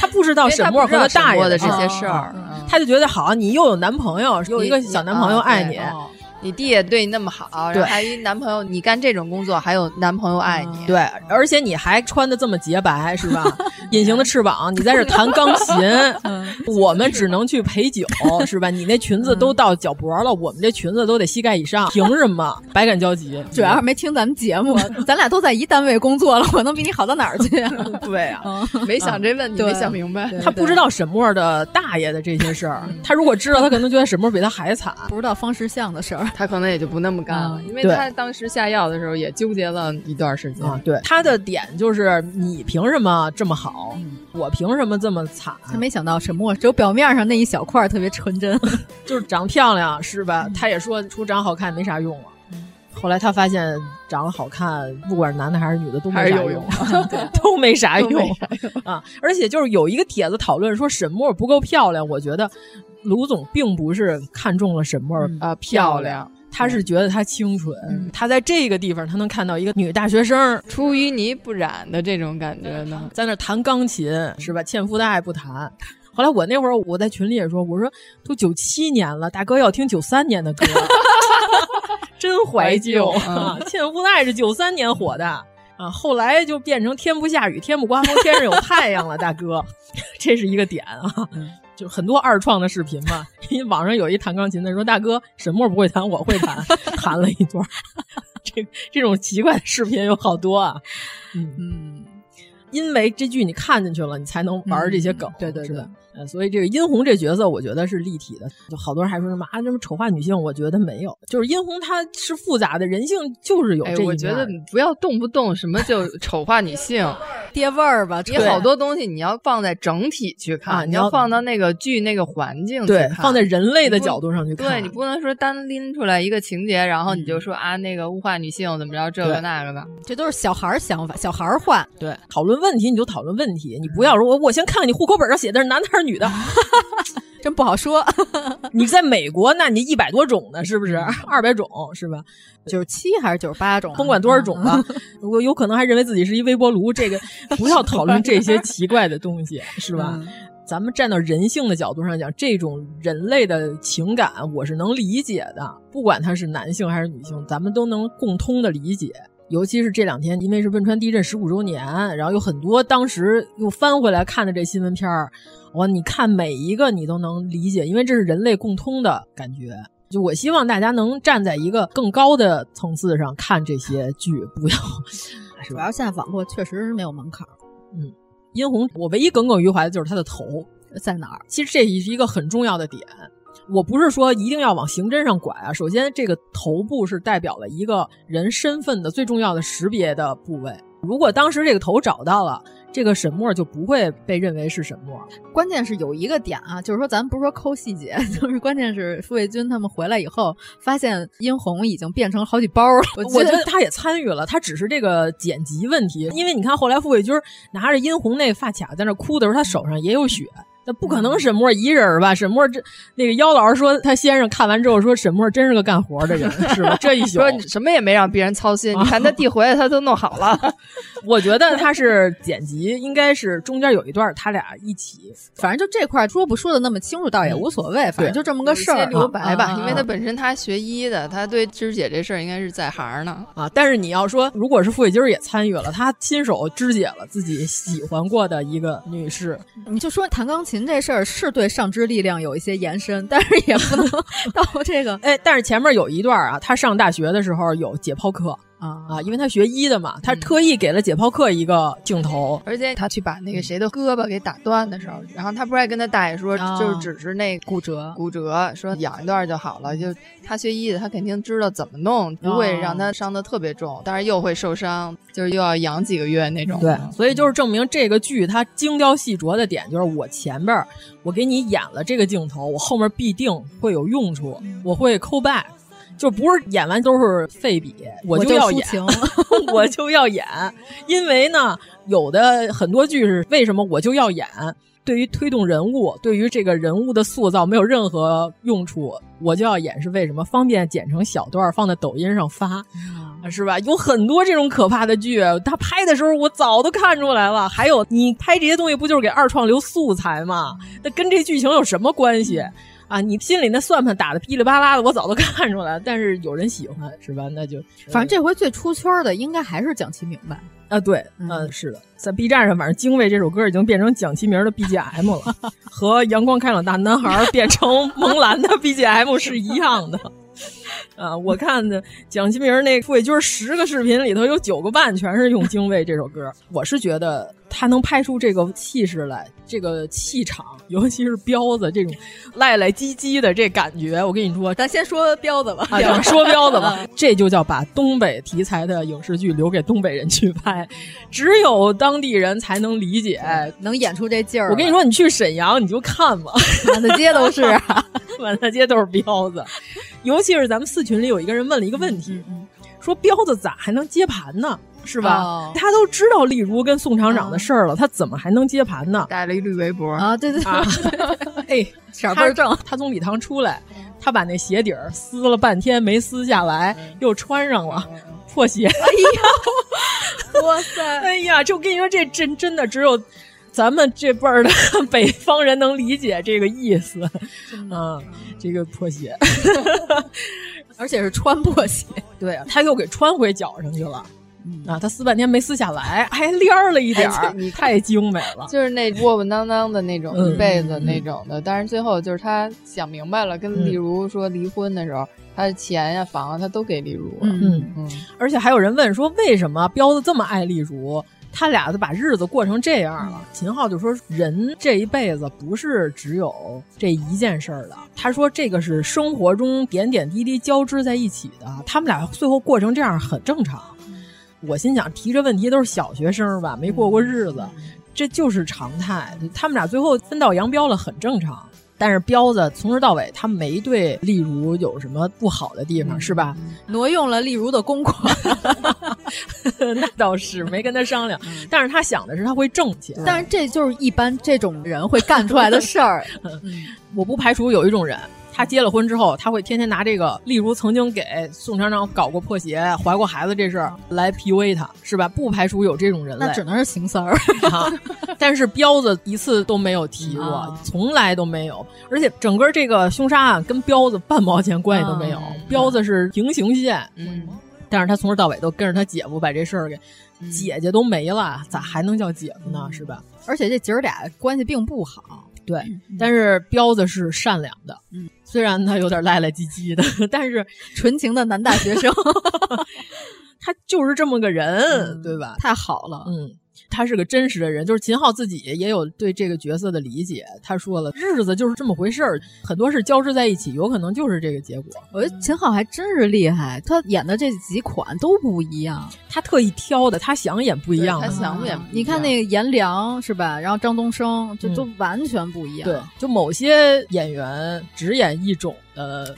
他不知道哦沈墨和他大爷
的这些
啊
事儿，
嗯
他就觉得好，你又有男朋友，有一个小男
啊
朋友爱你，
哦
你弟也对你那么好，然后还一男朋友，你干这种工作还有男朋友爱
嗯
你，
对，而且你还穿的这么洁白，是吧？隐形的翅膀，你在这弹钢琴，我们只能去陪酒，是吧？你那裙子都到脚脖了，我们这裙子都得膝盖以上，凭什么？百感交集，
嗯主要是没听咱们节目，
嗯
咱俩都在一单位工作了， [LAUGHS] 我能比你好到哪儿去？
[LAUGHS] 对啊，
没想这问题，没想明白，
他不知道沈墨的大爷的这些事儿，他如果知道，他可能觉得沈墨比他还惨，
不知道方石像的事儿。
他可能也就不那么干了，因为他当时下药的时候也纠结了一段时间。
对他的点就是你凭什么这么好，
嗯
我凭什么这么惨？
他没想到沈墨只有表面上那一小块特别纯真，
就是长漂亮是吧？
嗯
他也说除长好看没啥用了。后来他发现长得好看，不管是男的还是女的都没啥用，
[LAUGHS]
[LAUGHS] 都没啥用啊！而且就是有一个帖子讨论说沈墨不够漂亮，我觉得。卢总并不是看中了沈墨呃
啊
漂亮，他是觉得她清纯，
嗯
他在这个地方他能看到一个女大学生
出淤泥不染的这种感觉呢，
在那弹钢琴是吧？欠夫的爱不弹。后来我那会儿我在群里也说，我说都九七年了，大哥要听九三年的歌， [LAUGHS] 真怀旧。啊嗯欠夫的爱是九三年火的。啊，后来就变成天不下雨，天不刮风，天上有太阳了，大哥， [LAUGHS] 这是一个点啊，就很多二创的视频嘛。因为网上有一弹钢琴的说，大哥沈墨不会弹，我会弹， [LAUGHS] 弹了一段。这 [LAUGHS] 这种奇怪的视频有好多啊，嗯。嗯因为这剧你看进去了，你才能玩
嗯
这些梗，
对对对，
呃，所以这个殷红这角色，我觉得是立体的。就好多人还说什么啊，什么丑化女性，我觉得没有，就是殷红她是复杂的，人性就是有这
哎我觉得你不要动不动什么就丑化女
[LAUGHS]
性，
爹味儿吧。啊
你好多东西你要放在整体去看，你要放到那个剧那个环境
对，放在人类的角度上去看。
对你不能说单拎出来一个情节，然后你
嗯
就说啊那个物化女性怎么着这个那个的，
这都是小孩想法，小孩儿话。
对，讨论。问题你就讨论问题，你不
嗯
要说我我先看看你户口本上写的是男的还是女
[LAUGHS]
的，
真不好说。
你在美国，那你一百多种呢，是不是？
嗯
二百种是吧？
九十七还是九十八种，啊
甭管多少种啊了。 [LAUGHS] 我 [LAUGHS] 有可能还认为自己是一微波炉，这个不要讨论这些奇怪的东西，是吧？咱们站到人性的角度上讲，这种人类的情感我是能理解的，不管他是男性还是女性，咱们都能共通的理解。尤其是这两天，因为是汶川地震十五周年，然后有很多当时又翻回来看的这新闻片儿，哇，你看每一个你都能理解，因为这是人类共通的感觉。就我希望大家能站在一个更高的层次上看这些剧，不
[LAUGHS]
要
主要现在网络确实是没有门槛儿。
嗯，殷红，我唯一耿耿于怀的就是她的头
在哪儿。
其实这也是一个很重要的点。我不是说一定要往刑侦上拐啊。首先，这个头部是代表了一个人身份的最重要的识别的部位。如果当时这个头找到了，这个沈墨就不会被认为是沈墨。
嗯关键是有一个点啊，就是说咱们不是说抠细节， [LAUGHS] 就是关键是傅卫军他们回来以后，发现殷红已经变成好几包了。 [LAUGHS] 我
我
觉
觉得他也参与了，他只是这个剪辑问题。因为你看后来傅卫军拿着殷红那发卡在那哭的时候，他手上也有血。那不可能
嗯
沈墨一人儿吧？沈墨这那个妖老师说，他先生看完之后说，沈墨真是个干活的人，是吧？这一宿
说你什么也没让别人操心，你看他递回来，他都弄好了。
我觉得他是剪辑，应该是中间有一段他俩一起，
反正就这块儿说不说的那么清楚倒也无所谓，反正就这么个事
有一嗯
儿，
些留
哎
白吧，
啊
因为他本身他学医的，他对芝姐这事儿应该是在行呢。
啊，但是你要说，如果是傅卫军儿也参与了，他亲手肢解了自己喜欢过的一个女士，
你就说弹钢琴这事儿是对上肢力量有一些延伸，但是也不能 [LAUGHS] 到这个
哎，但是前面有一段啊，他上大学的时候有解剖课
啊
啊，因为他学医的嘛，他特意给了解剖课一个镜头，
嗯而且他去把那个谁的胳膊给打断的时候，然后他不是还跟他大爷说，
啊
就是只是那
骨折，
骨折，
嗯
说养一段就好了。就他学医的，他肯定知道怎么弄，不
哦
会让他伤的特别重，但是又会受伤，就是又要养几个月那种。嗯
对，所以就是证明这个剧它精雕细琢的点，就是我前边儿我给你演了这个镜头，我后面必定会有用处，
嗯
我会 call back，就不是演完都是废笔，
我
就
就
要
抒
演，
情
[LAUGHS] 我就要演，因为呢，有的很多剧是为什么我就要演。对于推动人物，对于这个人物的塑造没有任何用处，我就要演是为什么？方便剪成小段儿放在抖音上发，是吧？有很多这种可怕的剧，他拍的时候我早都看出来了。还有，你拍这些东西不就是给二创留素材吗？那跟这剧情有什么关系啊？你心里那算盘打的噼里啪啦的，我早都看出来了。但是有人喜欢，是吧？那就
反正这回最出圈的应该还是蒋奇明白。
啊，对，嗯，是的，在 B 站上，反正《精卫》这首歌已经变成蒋奇明的 BGM 了，和《阳光开朗大男孩》变成蒙兰的 BGM 是一样的。啊，我看的蒋奇明那傅卫军十个视频里头有九个半全是用《精卫》这首歌。我是觉得他能拍出这个气势来，这个气场，尤其是彪子这种赖赖唧唧的这感觉，我跟你说，
咱先说彪子吧，
啊，对说彪子吧，这就叫把东北题材的影视剧留给东北人去拍，只有当地人才能理解。
能演出这劲儿。
我跟你，说，你去沈阳你就看 [LAUGHS] 吧，
满大街
[LAUGHS]
都是啊
满大街都是彪子，尤其是咱们四群里有一个人问了一个问题，说彪子咋还能接盘呢？是吧？
哦
他都知道丽茹跟宋厂长的事儿了，他怎么还能接盘呢？
戴了一绿围脖，
啊！对对
啊
对，，
[LAUGHS] 哎，
色儿倍儿正
他。他从礼堂出来，他把那鞋底儿撕了半天没撕下来，又穿上了破鞋。
哇塞，
[LAUGHS] 哎呀，就跟你说，这真真的只有咱们这辈儿的 [LAUGHS] 北方人能理解这个意思啊。这个破鞋， [LAUGHS]
而且是穿破鞋，
对啊，他又给穿回脚上去了。啊，他撕半天没撕下来，还蔫儿了一点
哎
儿，
这你
太精美了。
就是那窝窝囊囊的那种，
嗯
一辈子那种的。但是最后就是他想明白了，
嗯
跟丽茹说离婚的时候，他的钱呀、房啊，他都给丽茹了。
嗯
嗯，
而且还有人问说，为什么彪子这么爱丽茹？他俩就把日子过成这样了。秦昊就说，人这一辈子不是只有这一件事儿的。他说，这个是生活中点点滴滴交织在一起的。他们俩最后过成这样很正常。我心想，提这问题都是小学生吧，没过过日子，这就是常态。他们俩最后分道扬镳了，很正常。但是彪子从头到尾，他没对例如有什么不好的地方，是吧？
[LAUGHS] 挪用了例如的公款。
那 [LAUGHS] 倒是没跟他商量，但是他想的是他会挣钱，
但是这就是一般这种人会干出来的事 [LAUGHS] 儿。
我不排除有一种人，他结了婚之后，他会天天拿这个，例如曾经给宋厂长搞过破鞋、怀过孩子这事儿来 PUA 他，是吧？不排除有这种人类，
那只能是邢三儿。
啊 [LAUGHS] 但是彪子一次都没有提过，从来都没有，而且整个这个凶杀案跟彪子半毛钱关系都没有，彪子是平行线，嗯，但是他从头到尾都跟着他姐夫把这事儿给。姐姐都没了，咋还能叫姐夫呢？是吧？
而且这姐儿俩关系并不好，
对，
嗯
但是彪子是善良的，嗯，虽然他有点赖赖唧唧的， [LAUGHS] 但是
纯情的男大学
[LAUGHS]
生，
他就是这么个人，对吧？
太好了，
嗯。他是个真实的人，就是秦昊自己也有对这个角色的理解。他说了，日子就是这么回事儿，很多事交织在一起，有可能就是这个结果。
我觉得秦昊还真是厉害，他演的这几款都不一样，
他特意挑的，他想演不一样，
他想演不一样。嗯
你看那个颜良是吧？然后张东升就都完全不一样。
对，就某些演员只演一种的，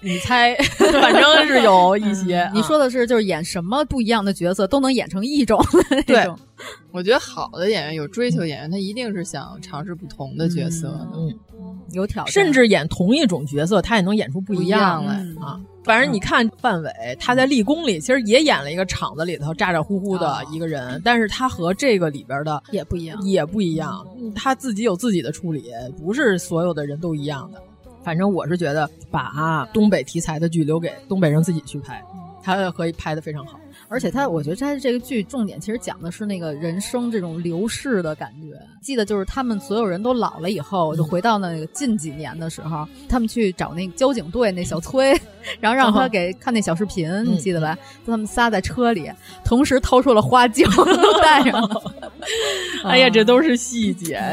你猜， [LAUGHS] 反正是有一些。
嗯
啊
你说的是就是演什么不一样的角色都能演成一种。 [LAUGHS]
对，
我觉得好的演员有追求演员，他一定是想尝试不同的角色的，
嗯，
有挑战，
甚至演同一种角色，他也能演出不一样来、
嗯、
啊。反正你看范伟，他在《立功》里其实也演了一个厂子里头咋咋呼呼的一个人，哦、但是他和这个里边的
也不一样，
也不一样，
嗯
他自己有自己的处理，不是所有的人都一样的。反正我是觉得把东北题材的剧留给东北人自己去拍，
嗯
他可以拍的非常好。
而且他，我觉得他这个剧重点其实讲的是那个人生这种流逝的感觉。记得就是他们所有人都老了以后，就回到那个近几年的时候，他们去找那个交警队那小崔，然后让他给看那小视频，你记得吧？他们仨在车里，同时掏出了花椒都带上了。
哎呀，这都是细节
啊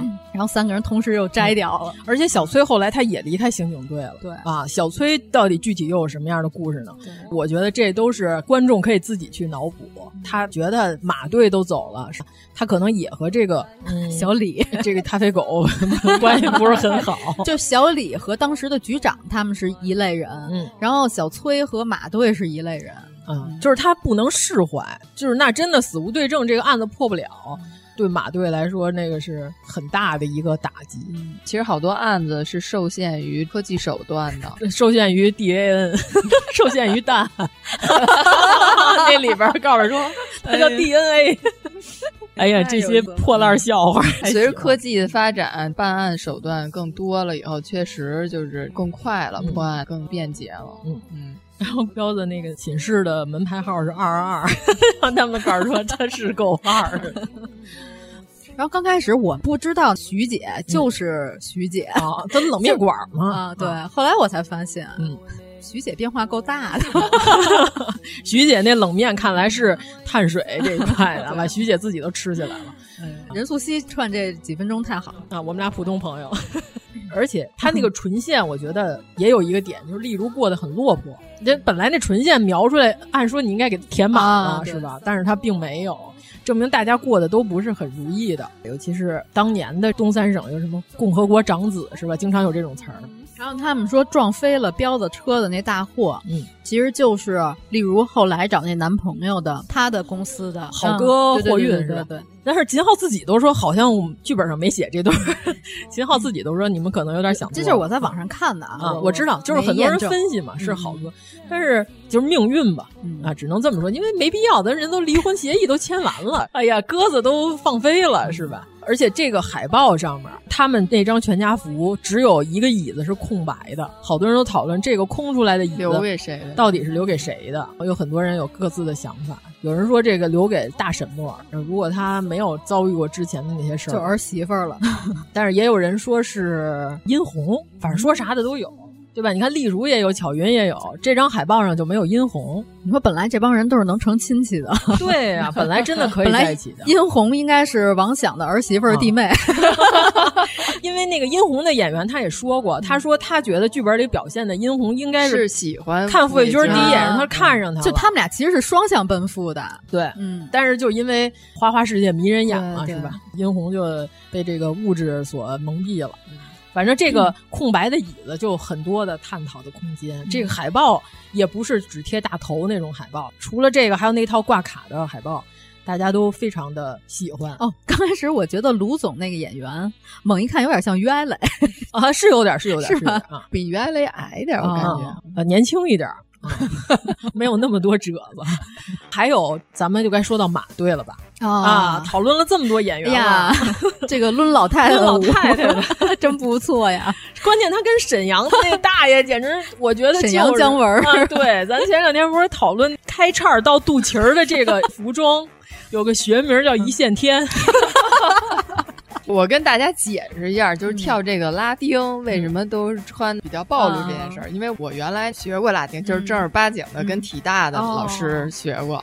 呀！
然后三个人同时又摘掉了，
而且小崔后来他也离开刑警队了。
对
啊，小崔到底具体又有什么样的故事呢？我觉得这都是观众。可以自己去脑补，他觉得马队都走了，他可能也和这个、嗯、
小李
这个咖啡狗 [LAUGHS] 关系不是很好。
[LAUGHS] 就小李和当时的局长他们是一类人，嗯，然后小崔和马队是一类人，
嗯，就是他不能释怀，就是那真的死无对证，这个案子破不了。
嗯
对马队来说，那个是很大的一个打击。
嗯、其实好多案子是受限于科技手段的，
[LAUGHS] 受限于
[LAUGHS]
DAN，受限于蛋。那里边告诉说，它叫
[LAUGHS] 哎
DNA。哎呀，这些破烂笑话！
随着科技的发展，办案手段更多了以后，确实就是更快
嗯
了，破案更便捷了。嗯嗯。嗯
然后彪子那个寝室的门牌号是二
[LAUGHS]
二二，让他们告诉说他是够二。
然后刚开始我不知道徐姐就是呃徐姐
啊，咱冷面馆嘛
啊，
嗯
对。后来我才发现，嗯，徐姐变化够大的。 [LAUGHS]
徐姐那冷面看来是碳水这一块
[LAUGHS]
的，把徐姐自己都吃起来了。
任素汐串这几分钟太好
啊，我们俩普通朋友。 [LAUGHS] 而且他那个唇线，我觉得也有一个点，就是例如过得很落魄。人本来那唇线描出来，按说你应该给填满了，
啊、
是吧？但是他并没有，证明大家过得都不是很如意的。尤其是当年的东三省，有什么共和国长子，是吧？经常有这种词儿。
然后他们说撞飞了彪子车的那大货，
嗯，
其实就是例如后来找那男朋友的，他的公司的
好哥货运
是吧？对。
但是秦昊自己都说，好像我们剧本上没写这段。 [LAUGHS] 秦昊自己都说，你们可能有点想
这就是我在网上看的
啊，
我
知道，就是很多人分析
嗯
嘛，是好哥，但是就是命运吧，啊，只能这么说，因为没必要，咱人都离婚协议都签完了，哎呀，鸽子都放飞
嗯
了，是吧？而且这个海报上面，他们那张全家福只有一个椅子是空白的，好多人都讨论这个空出来的椅子
留给谁的，
到底是留给谁的？有很多人有各自的想法，有人说这个留给大沈墨，如果他没有遭遇过之前的那些事儿，
就儿媳妇了。
[LAUGHS] 但是也有人说是殷红，反正说啥的都有。对吧？你看，丽茹也有，巧云也有，这张海报上就没有殷红。 [LAUGHS]
你说本来这帮人都是能成亲戚
[LAUGHS]
的，
对呀、啊， [LAUGHS] 本来真的可以在一起的。
殷红应该是王响的儿媳妇儿弟妹，
啊、因为那个殷红的演员他也说过，他说他觉得剧本里表现的殷红应该
是喜欢
看傅
卫
军第啊一眼让他看上他，
就他们俩其实是双向奔赴的。
对，
嗯，
但是就因为
嗯
花花世界迷人眼嘛，是吧？殷红就被这个物质所蒙蔽了。反正这个空白的椅子就有很多的探讨的空间。
嗯
这个海报也不是只贴大头那种海报，除了这个，还有那套挂卡的海报。大家都非常的喜欢
哦。刚开始我觉得卢总那个演员，猛一看有点像于艾磊
啊，是有点，是有点，
是吧？哦
有点啊、
比于艾磊矮一点，我感觉、啊、
啊，年轻一点，啊、没有那么多褶子。还有，咱们就该说到马队了吧？
哦
啊，讨论了这么多演员
哦哎呀，这个抡老太太，
老太太
[LAUGHS] 真不错呀。
关键他跟沈阳那大爷，简直我觉得、就是、啊
沈阳姜文
对，咱前两天不是讨论开叉到肚脐儿的这个服装。有个学名叫一线天，
我跟大家解释一下，
嗯
就是跳这个拉丁为什么都是穿比较啊暴露这
啊
件事儿，因为我原来学过拉丁，就是正
嗯
儿八经的跟体大的老
哦
师学过。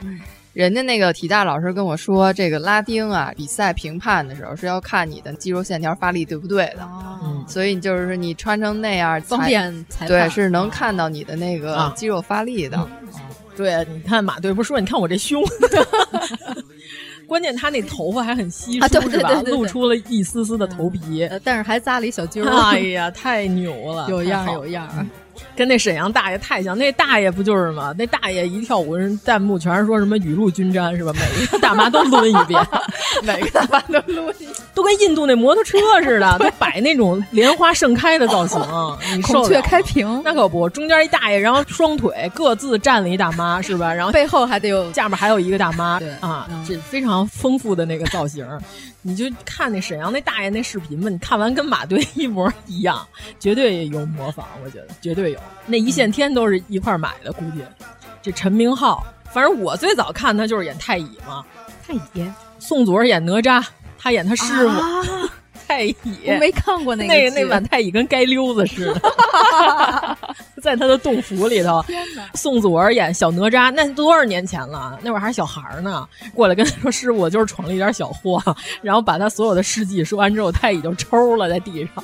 人家那个体大老师跟我说，这个拉丁啊，比赛评判的时候是要看你的肌肉线条发力对不对的，哦、所以就是说你穿成那样
方便裁判，
对，是能看到你的那个肌肉发力的。啊
嗯对，你看马队不说，你看我这胸，关键他那头发还很稀疏，
啊、对对对
是吧？露出了一丝丝的头皮，
嗯、但是还扎了一小揪。
哎呀，太牛了，
[LAUGHS] 有样有样、嗯，
跟那沈阳大爷太像。那大爷不就是吗？那大爷一跳舞，人弹幕全是说什么雨露均沾，是吧？每个大妈都抡一
[LAUGHS]
遍，
每个大妈都抡，
都跟印度那摩托车似的，都摆那种莲花盛开的造型。你
孔雀开屏，
那可不，中间一大爷，然后双腿各自站了一大妈，是吧？然后
背后还得有，
下面还有一个大妈，
对
啊、嗯，这非常丰富的那个造型。你就看那沈阳那大爷那视频吧，你看完跟马队一模一样，绝对有模仿，我觉得绝对有。那一
嗯
线天都是一块买的，估计。这陈明昊，反正我最早看他就是演太乙嘛，
太乙，
宋祖儿演哪吒，他演他师傅。啊 [LAUGHS] 太乙，
我没看过
那
个那
那碗太乙跟街溜子似的，在他的洞府里头。宋祖儿演小哪吒，那多少年前了？那会儿还是小孩呢。过来跟他说：“师傅，我就是闯了一点小祸。”然后把他所有的事迹说完之后，太乙就抽了在地上，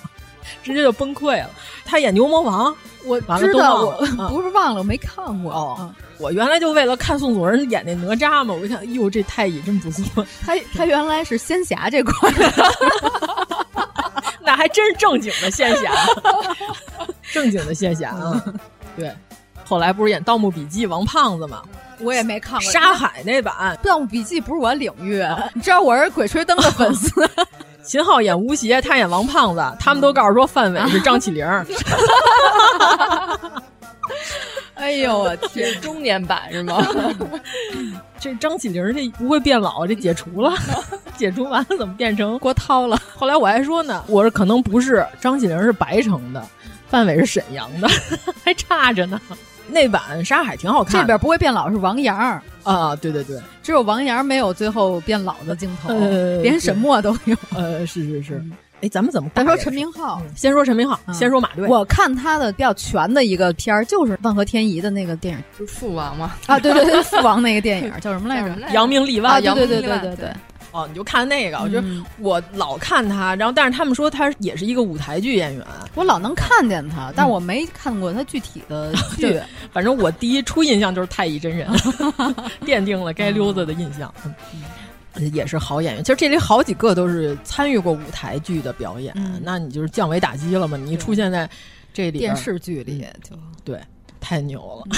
直接就崩溃了。他演牛魔王，
我
知
道，我 [LAUGHS] 不是忘了，啊我没看过。啊
哦、嗯，我原来就为了看宋祖儿演那哪吒嘛，我就想，哟，哎这太乙真不错。 [LAUGHS]
他他原来是仙侠这块。
那还真是正经的仙侠，正经的仙侠啊！对，后来不是演《盗墓笔记》王胖子吗？
[LAUGHS] 我也没看过
沙海那版
《盗墓笔记》，不是我领域。啊 [LAUGHS] 你知道我是《鬼吹灯》的粉丝。
秦昊演吴邪，他演王胖子，他们都告诉说范伟是张起灵。
[LAUGHS]
哎呦我天，中年版是吗？
这张起灵这不会变老，这解
[LAUGHS]
除了，解除完了怎么变成
郭涛了？
后来我还说呢，我说可能不是张起灵是白城的，范伟是沈阳的， [LAUGHS] 还差着呢。那版沙海挺好看，
这边不会变老是王阳
啊，对对对，
只有王阳没有最后变老的镜头，
嗯
呃、连沈墨都有。
呃，是是是。嗯哎，咱们怎么？
[LAUGHS] 咱说陈明昊、
嗯，先说陈明昊、嗯，先说马队。
我看他的比较全的一个片儿，就是万和天宜的那个电影，
就是《父王》嘛。
啊，对对 [LAUGHS] 对，《父王》那个电影叫什么来着？
扬名立万、
啊。对对对对嗯对对。
哦，你就看那个，我觉得我老看他，然后但是他们说他也是一个舞台剧演员，
我老能看见他，但我没看过他具体的剧。嗯、
反正我第一初印象就是太乙真人，
[LAUGHS]
奠定了该溜子的印象。
嗯
嗯也是好演员，其实这里好几个都是参与过舞台剧的表演，嗯、那你就是降维打击了嘛？你出现在这里嗯
电视剧里就
对，太牛了、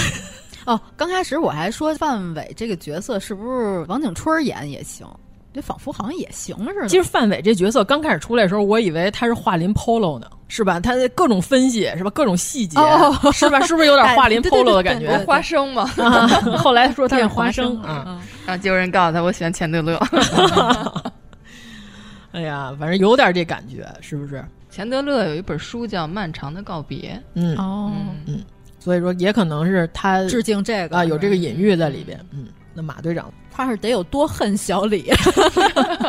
嗯。
哦，刚开始我还说范伟这个角色是不是王景春演也行，这仿佛好像也行似的。
其实范伟这角色刚开始出来的时候，我以为他是华林 Polo 呢，是吧？他各种分析是吧？各种细节、哦、是吧？是不是有 [LAUGHS] 点华林 Polo 的感觉？
花生
[LAUGHS]
嘛。
啊、后来说他是花生啊。
嗯然后结果人告诉他，我喜欢钱德勒。
哎呀，反正有点这感觉，是不是？
钱德勒有一本书叫《漫长的告别》，
嗯
哦
嗯，所以说也可能是他
致敬这个
啊，有这个隐喻在里边。嗯，那马队长
他是得有多恨小李？
啊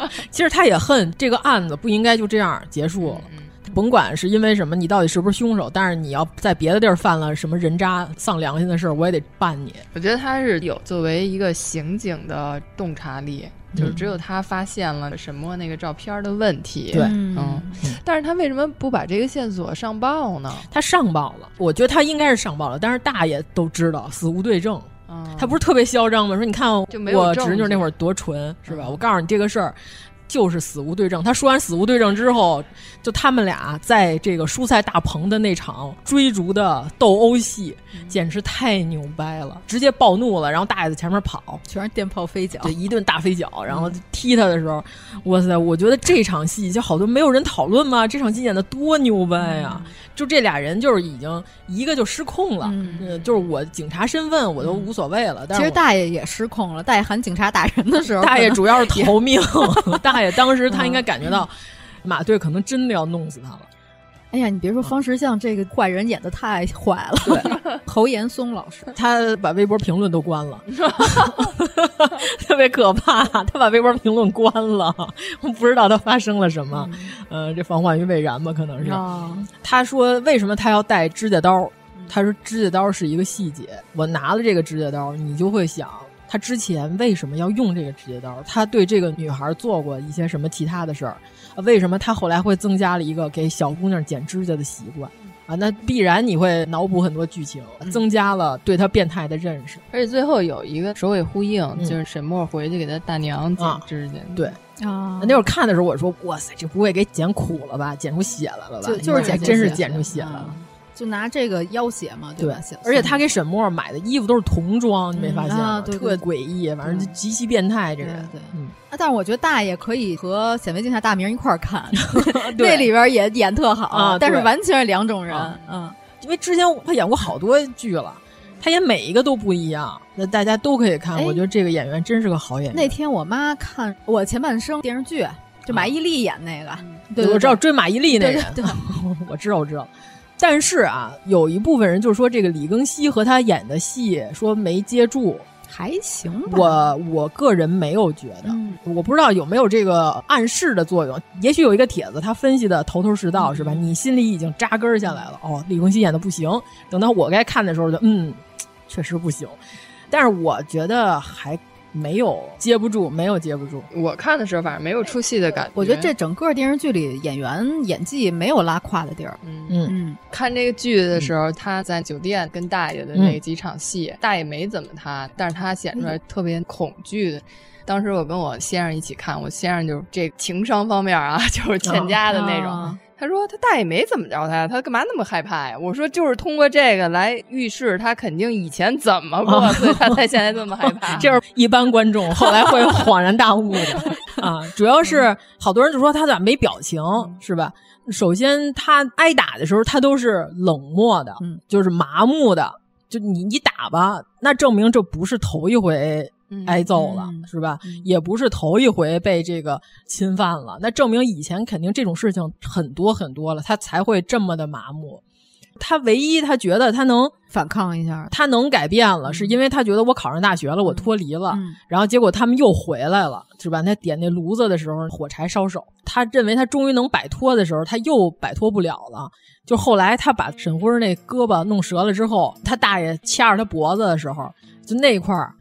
[LAUGHS] 其实他也恨这个案子不应该就这样结束了。嗯甭管是因为什么，你到底是不是凶手，但是你要在别的地儿犯了什么人渣、丧良心的事儿，我也得办你。
我觉得他是有作为一个刑警的洞察力，就是只有他发现了沈墨那个照片的问题。
对、
嗯，嗯，但是他为什么不把这个线索上报呢？
他上报了，我觉得他应该是上报了，但是大爷都知道，死无对证。嗯、他不是特别嚣张吗？说你看我侄女那会儿多纯，是吧？我告诉你这个事儿。就是死无对证。他说完死无对证之后，就他们俩在这个蔬菜大棚的那场追逐的斗殴戏，简直太牛掰了，直接暴怒了，然后大爷在前面跑，
全是电炮飞脚，
对，一顿大飞脚，然后踢他的时候，哇塞！我觉得这场戏就好多没有人讨论嘛，这场戏演的多牛掰呀！
嗯
就这俩人就是已经一个就失控了，嗯，就是我警察身份我都无所谓了，但
嗯其实大爷也失控了，大爷喊警察打人的时候，
大爷主要是逃命，大爷当时他应该
嗯
感觉到。马队可能真的要弄死他了。
[LAUGHS] 哎呀，你别说方石像这个坏人演的太坏了， [LAUGHS] 侯岩松老师，
他把微博评论都关了， [LAUGHS] 特别可怕。他把微博评论关了，我不知道他发生了什么。嗯、呃，这防患于未然吧，可能是。
哦、
他说为什么他要带指甲刀？
嗯
他说指甲刀是一个细节，我拿了这个指甲刀，你就会想。他之前为什么要用这个指甲刀？他对这个女孩做过一些什么其他的事儿？为什么他后来会增加了一个给小姑娘剪指甲的习惯？
嗯
啊，那必然你会脑补很多剧情，增加了对他变态的认识。
而且最后有一个首尾呼应，嗯、就是沈墨回去给他大
嗯
娘剪指甲、
对。
啊，
那会儿看的时候，我说哇塞，这不会给剪苦了吧？剪出血来了吧？
就就是啊剪，
真是剪出血来了。嗯
就拿这个要挟嘛，对吧？
而且他给沈墨买的衣服都是童装，你没发现
吗？
特诡异，反
嗯
正极其变态这人。
对，啊，但是我觉得大爷可以和显微镜下大明一块儿看，
[LAUGHS]
那里边也演特
啊
好，但是完全是两种人。嗯，
因为之前他演过好多剧了，他演每一个都不一样，那大家都可以看。我觉得这个演员真是个好演员。
哎那天我妈看我前半生电视剧，就马伊琍演那个，对，
嗯我知道追马伊琍那人， [LAUGHS]
对，
我知道，我知道。但是啊，有一部分人就说这个李庚希和他演的戏说没接住，
还行
吧。我我个人没有觉得，嗯、我不知道有没有这个暗示的作用。也许有一个帖子他分析的头头是道，嗯、是吧？你心里已经扎根下来了。哦，李庚希演的不行，等到我该看的时候就嗯，确实不行。但是我觉得还。没有接不住，没有接不住。
我看的时候，反正没有出戏的感觉。
我觉得这整个电视剧里演员演技没有拉胯的地儿。
嗯
嗯，嗯
看这个剧的时候，嗯、他在酒店跟大爷的那几场戏，嗯、大爷没怎么他，但是他显
嗯
出来特别恐惧的。当时我跟我先生一起看，我先生就是这情商方面啊， [LAUGHS] 就是欠佳的那种。
哦
啊
他说：“他大爷没怎么着他，他干嘛那么害怕呀？”我说：“就是通过这个来预示他肯定以前怎么过，哦、所以他才现在这么害
[LAUGHS]
怕。”
就是一般观众后来
[LAUGHS]
会恍然大悟的啊。主要
嗯
是好多人就说他咋没表情，嗯、是吧？首先他挨打的时候，他都是冷漠的，
嗯、
就是麻木的。就你你打吧，那证明这不是头一回。挨揍了、
嗯、
是吧？嗯、也不是头一回被这个侵犯了，那证明以前肯定这种事情很多很多了，他才会这么的麻木。他唯一他觉得他能
反抗一下，
他能改变了，嗯、是因为他觉得我考上大学了，我脱离了，然后结果他们又回来了，是吧？他点那炉子的时候，火柴烧手，他认为他终于能摆脱的时候，他又摆脱不了了。就后来他把沈辉那胳膊弄折了之后，他大爷掐着他脖子的时候，就那块儿。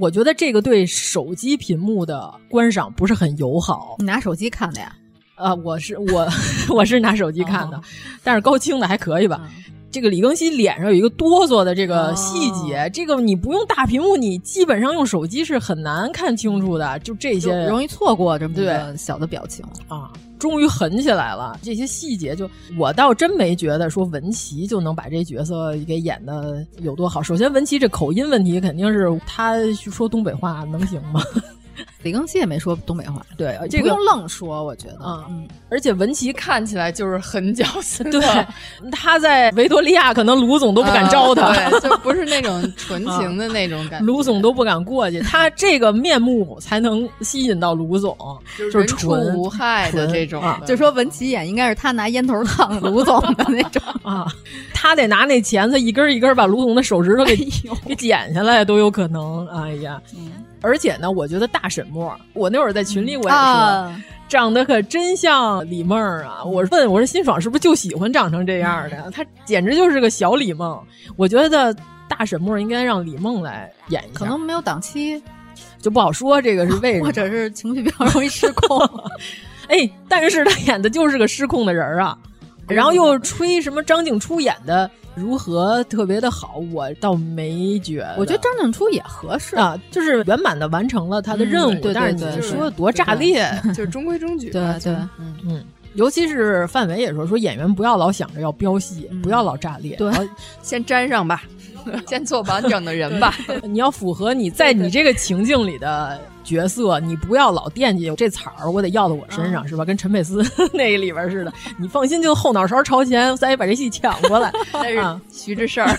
我觉得这个对手机屏幕的观赏不是很友好。
你拿手机看的呀？
啊，我是我 [LAUGHS] 我是拿手机看的，哦、但是高清的还可以吧。嗯、这个李庚希脸上有一个哆嗦的这个细节，哦、这个你不用大屏幕，你基本上用手机是很难看清楚的。就这些
容易错过这么个小的表情
啊。终于狠起来了，这些细节就我倒真没觉得说文琪就能把这角色给演的有多好。首先，文琪这口音问题肯定是他说东北话能行吗？
李庚希也没说东北话，
对，呃
这
个
不用愣说，我觉得，嗯，嗯
而且文琪
看起来就是很狡黠，
对，啊他在维多利亚可能卢总都不
啊
敢招他，
呃、对就不是那种纯情的那种感觉，
[LAUGHS] 卢、啊、总都不敢过去，他这个面目才能吸引到卢总，就是
纯无害的这种的、
啊，
就说文琪演应该是他拿烟头烫卢总的那种
啊，他得拿那钳子一根一根把卢总的手指头给、哎、给剪下来都有可能，哎呀。
嗯
而且呢，我觉得大沈墨，我那会儿在群里我也说，啊、长得可真像李梦啊！我问我说辛爽是不是就喜欢长成这样的？他简直就是个小李梦。我觉得大沈墨应该让李梦来演一下，
可能没有档期，
就不好说这个是为什么，
[LAUGHS] 或者是情绪比较容易失控。
[LAUGHS] 哎，
嗯
但是他演的就是个失控的人啊，然后又吹什么张静初演的。如何特别的好，我倒没觉得。
我觉得张静初也合适
啊，就是圆满的完成了他的任务。
嗯对对
但是
对
你
对
说得多炸裂，
就是中规中矩吧。
对对
就是
嗯嗯。尤其是范伟也说，说演员不要老想着要飙戏，不要老炸裂，
对，
先粘上
[LAUGHS]
吧，先做完整的人吧。
你要符合你在你这个情境里的角色，你不要老惦记这彩儿，我得要到我身上、是吧？跟陈佩斯 [LAUGHS] 那里边似的，你放心，就后脑勺朝前，咱也把这戏抢过 [LAUGHS] 来。
但
啊
是徐志胜儿，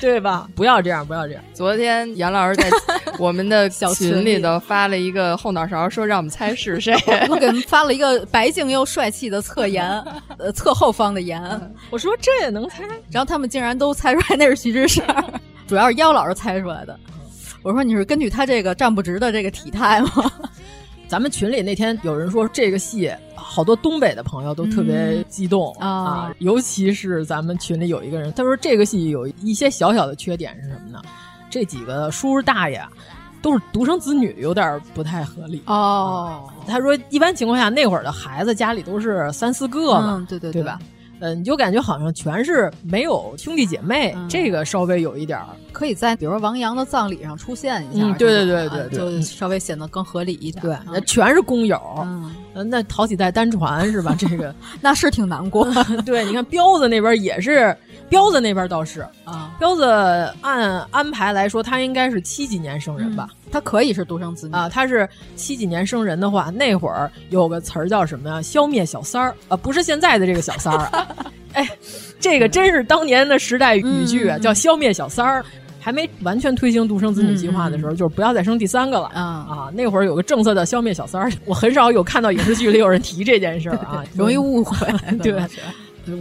对吧？啊不要这样，不要这样。
昨天严老师在我们的群
群
里
里
头发了一个后脑勺，说让我们猜是谁。
我给他们发了一个白净又帅气的侧颜，呃，侧后方的颜。
我说这也能猜，
然后他们竟然都猜出来那是徐志胜，主要是妖老师猜出来的。我说你是根据他这个站不直的这个体态吗？
咱们群里那天有人说这个戏，好多东北的朋友都特别激动、
嗯啊
啊，尤其是咱们群里有一个人，他说这个戏有一些小小的缺点是什么呢？这几个叔叔大爷啊都是独生子女，有点不太合理。啊
哦，
他说一般情况下那会儿的孩子家里都是三四个嘛，
嗯对对
对
对
吧？嗯，你就感觉好像全是没有兄弟姐妹，
嗯
这个稍微有一点儿。
可以在比如说王阳的葬礼上出现一下，
嗯对
这种
对对对
啊
对
就稍微显得更合理一点。
对
啊，
那呃全是工友，
嗯
呃那好几代单传是吧？这个
那是挺难过
对，你看彪子那边也是，彪子那边倒是 [LAUGHS]
啊，
彪子按安排来说，他应该是七几年
嗯
生人吧？
他可以是独生子女
啊，他是七几年生人的话，那会儿有个词儿叫什么呀？消灭小三儿啊，不是现在的这个小三儿啊，哎，这个真是当年的时代语句
嗯
啊，
嗯嗯
叫消灭小三儿。还没完全推行独生子女计划的
嗯，
时候，就是不要再生第三个了、啊！那会儿有个政策叫消灭小三儿，我很少有看到影视剧里有人提这件事儿啊。
容易误会
[LAUGHS] [LAUGHS] 对，呃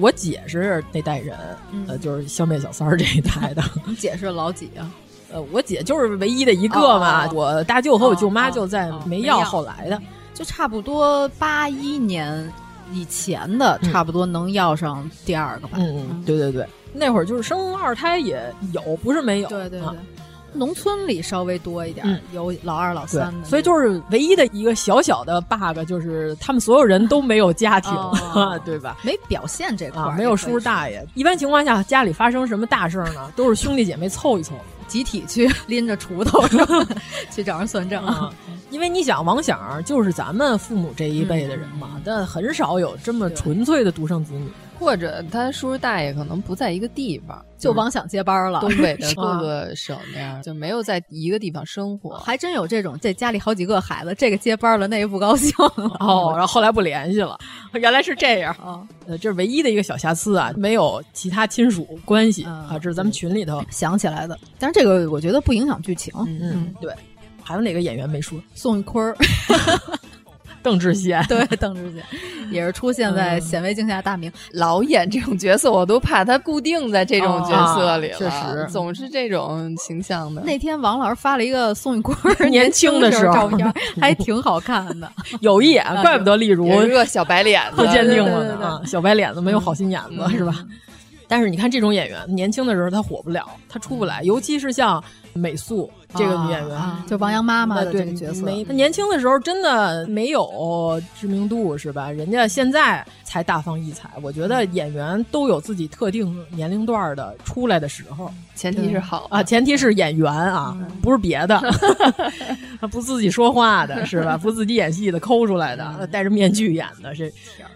我姐是那代人，
嗯
呃，就是消灭小三儿这一代
[LAUGHS]
的。
你解释老几啊？
呃，我姐就是唯一的一个
哦
嘛，
哦哦
我大舅和我舅妈
哦
就在
没
梅药
要
后来的。
就差不多八一年以前的，
嗯
差不多能要上第二个吧。
嗯嗯，对对对，那会儿就是生二胎也有，不是没有。
对对对
啊
农村里稍微多一点，
嗯
有老二、老
对
三的，
所以就是唯一的一个小小的 bug，就是他们所有人都没有家庭，
哦
[LAUGHS] 对吧？
没表现这块儿、
啊，没有叔叔
大，
大爷。一般情况下，家里发生什么大事儿呢，都是兄弟姐妹凑一凑。
集体去拎着锄头 [LAUGHS] 是吧去找人算账。
啊，因为你想，王想儿就是咱们父母这一辈的人
嗯
嘛，但很少有这么纯粹的独生子女。
或者他叔叔大爷可能不在一个地方，
就王想接班了，
东北
[LAUGHS]
的各个省那样，就没有在一个地方生
嗯
活。
还真有这种，这家里好几个孩子，这个接班了，那个不高兴了。
[LAUGHS] 哦，然后后来不联系了，原来是这样。
[LAUGHS] 哦，
呃，这是唯一的一个小瑕疵啊，没有其他亲属关系、
嗯
啊，这是咱们群里头。
想起来的，但是这个我觉得不影响剧情。
嗯嗯，对。还有哪个演员没说？
宋玉
[LAUGHS]
坤儿，
邓智贤。
对，邓智贤也是出现
嗯
在显微镜下大
[LAUGHS]
名。
老演这种角色，我都怕他固定在这种角色里了，
啊确实
总是这种形象的。
那天王老师发了一个宋玉坤儿
[LAUGHS] 年轻
轻
的时
时
候
照片，
[LAUGHS]
还挺好看的。
[LAUGHS] 有一眼，怪不得例如
有一个小白脸
特
的，
鉴定
对
了
对对
呢
对嗯
啊，小白脸子没有好心眼子、是吧？但是你看这种演员，年轻的时候他火不了，他出不来，尤其是像美素这个女演
嗯
员，
啊就王阳妈妈
啊
的
对
这个角色，
没她年轻的时候真的没有知名度是吧？人家现在才大放异彩，我觉得
嗯
演员都有自己特定年龄段儿的出来的时候
前提是好
啊，前提是演员啊，
嗯
不是
[LAUGHS]
别的，不自己说话的是吧？不自己演戏的，抠出来
嗯
的，戴着面具演的，谁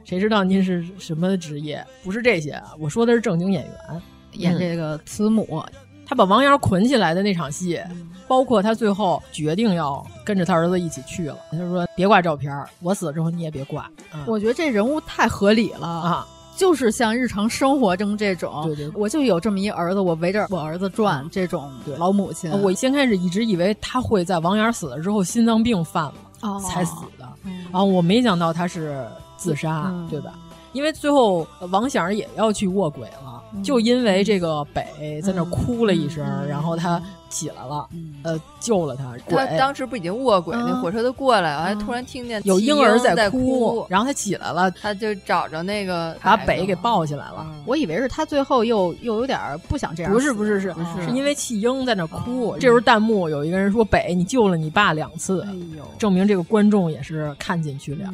谁知道您是什么职业？不是这些啊，我说的是正经演员。嗯
演这个慈母，
他把王阳捆起来的那场戏，包括他最后决定要跟着他儿子一起去了。他说：“别挂照片儿，我死了之后你也别挂。啊
我觉得这人物太合理了
啊！
就是像日常生活中这种，
对对对
我就有这么一儿子，我围着我儿子转，这种老母亲，
我先开始一直以为他会在王阳死了之后心脏病犯了、
哦
才死的，啊，我没想到他是自杀，
嗯
对吧？因为最后呃王响儿也要去卧轨了，就因为这个北在那儿哭了一声，然后他起来了，呃，救了他。
他
鬼嗯
当时不已经卧轨，那火车都过来了，还突然听见
有
弃婴
婴儿
在
哭，然后他起来了，
他就找着那个
把
孩子
北给
嘛
抱起来了。
我以为是他最后又又有点儿不想这样死，
不是不是是
哦
是因哦为弃婴在那儿哭，这时候弹幕有一个人说：“北，你救了你爸两次。”
哎呦，
嗯证明这个观众也是看进去了。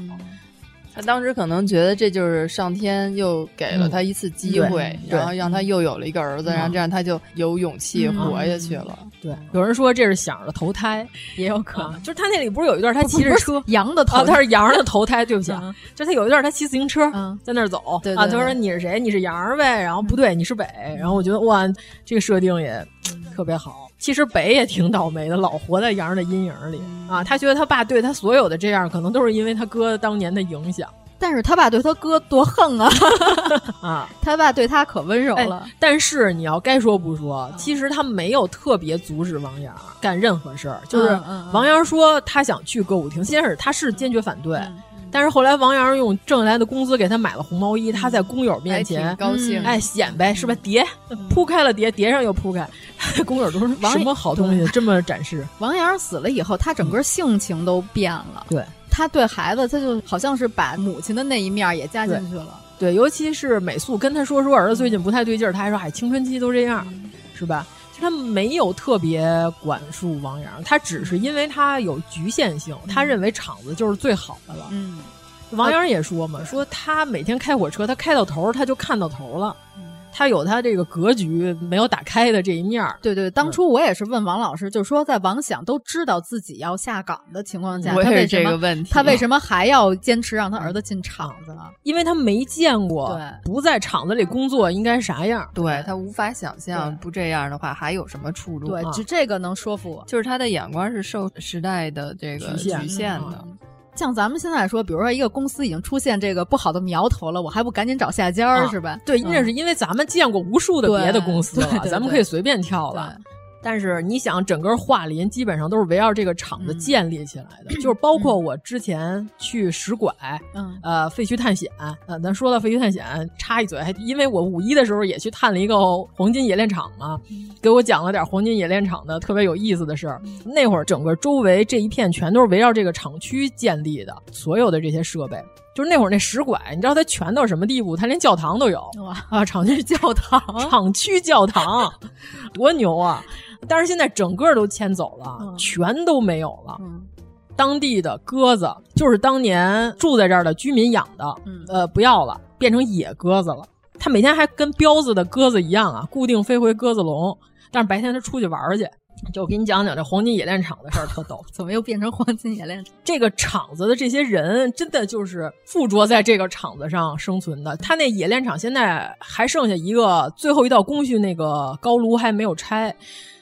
他当时可能觉得这就是上天又给
嗯
了他一次机会，
嗯对
然后让他又有了一个儿子，
嗯
然后这样他就有勇气
嗯
活下去了。
对，有人说这是想着投胎，也有可能。就是他那里嗯不是有一段他骑着
哦不是
[LAUGHS] 车，
羊的头
啊，他是羊的投胎，对不起，啊，就是他有一段他骑自行车在那儿走
对对
啊，他说
对
你是谁？你是羊儿呗？然后不对，你是北。然后我觉得哇，这个设定也特别好。其实北也挺倒霉的，老活在羊儿的阴影里啊。他觉得他爸对他所有的这样，可能都是因为他哥当年的影响。
但是他爸对他哥多横啊！ [LAUGHS]
啊，
他爸对他可温柔了
哎。但是你要该说不说，其实他没有特别阻止王阳干任何事儿。就是
嗯嗯嗯
王阳说他想去歌舞厅，先是他是坚决反对。但是后来，王阳用挣下来的工资给他买了红毛衣，他在工友
嗯
面
还挺
前
高兴
哎，显摆是吧？叠铺开了叠，叠上又铺开， [LAUGHS] 工友都说
王
什么好东西这么展示？
王阳死了以后，他整个性情都变了。
对，
他嗯对孩子，他就好像是把母亲的那一面也加进去了。
对，尤其是美素跟他说说儿子最近不太对劲儿，他还说哎，青春期都这样，
嗯
是吧？就他没有特别管束王阳，他只是因为他有局限性，他认为厂子就是最好的了。
嗯，
王阳也说嘛，说他每天开火车，他开到头儿他就看到头了，
嗯
他有他这个格局没有打开的这一面儿。
对对，当初我也是问王老师，就是说在王想都知道自己要下岗的情况下，
我也
嗯他
是
为什
这
么
个问题
他
啊
为什么还要坚持让他
嗯
儿子进厂子呢？
因为他没见过
对
不在厂子里工作应该啥样，
对他无法想象，不这样的话还有什么出路？
对，
嗯
只这个能说服我。
就是他的眼光是受时代的这个
局限
局限
啊
的。
像咱们现在说，比如说一个公司已经出现这个不好的苗头了，我还不赶紧找下家儿、
啊
是吧？
对，那是因为咱们见过无数的别的公
嗯
司
对
了
对，对
咱们可以随便跳了。但是你想，整个桦林基本上都是围绕这个厂
嗯
子建立起来的，就是包括我之前去使馆，
嗯
呃，废墟探险，呃，咱说到废墟探险，插一嘴，还因为我五一的时候也去探了一个黄金冶炼厂嘛，
嗯
给我讲了点黄金冶炼厂的特别有意思的事儿。那会儿整个周围这一片全都是围绕这个厂区建立的，所有的这些设备，就是那会儿那使馆，你知道它全到什么地步？它连教堂都有
哇
啊，厂区教
[LAUGHS]
堂，厂区教堂，多牛啊！但是现在整个都迁走了，全都没有了。当地的鸽子就是当年住在这儿的居民养的，呃，不要了，变成野鸽子了。它每天还跟彪子的鸽子一样啊，固定飞回鸽子笼，但是白天它出去玩儿去。就我给你讲讲这黄金冶炼厂的事儿，特逗。
怎么又变成黄金冶
[LAUGHS]
炼厂？
这个厂子的这些人真的就是附着在这个厂子上生存的。他那冶炼厂现在还剩下一个最后一道工序，那个高炉还没有拆。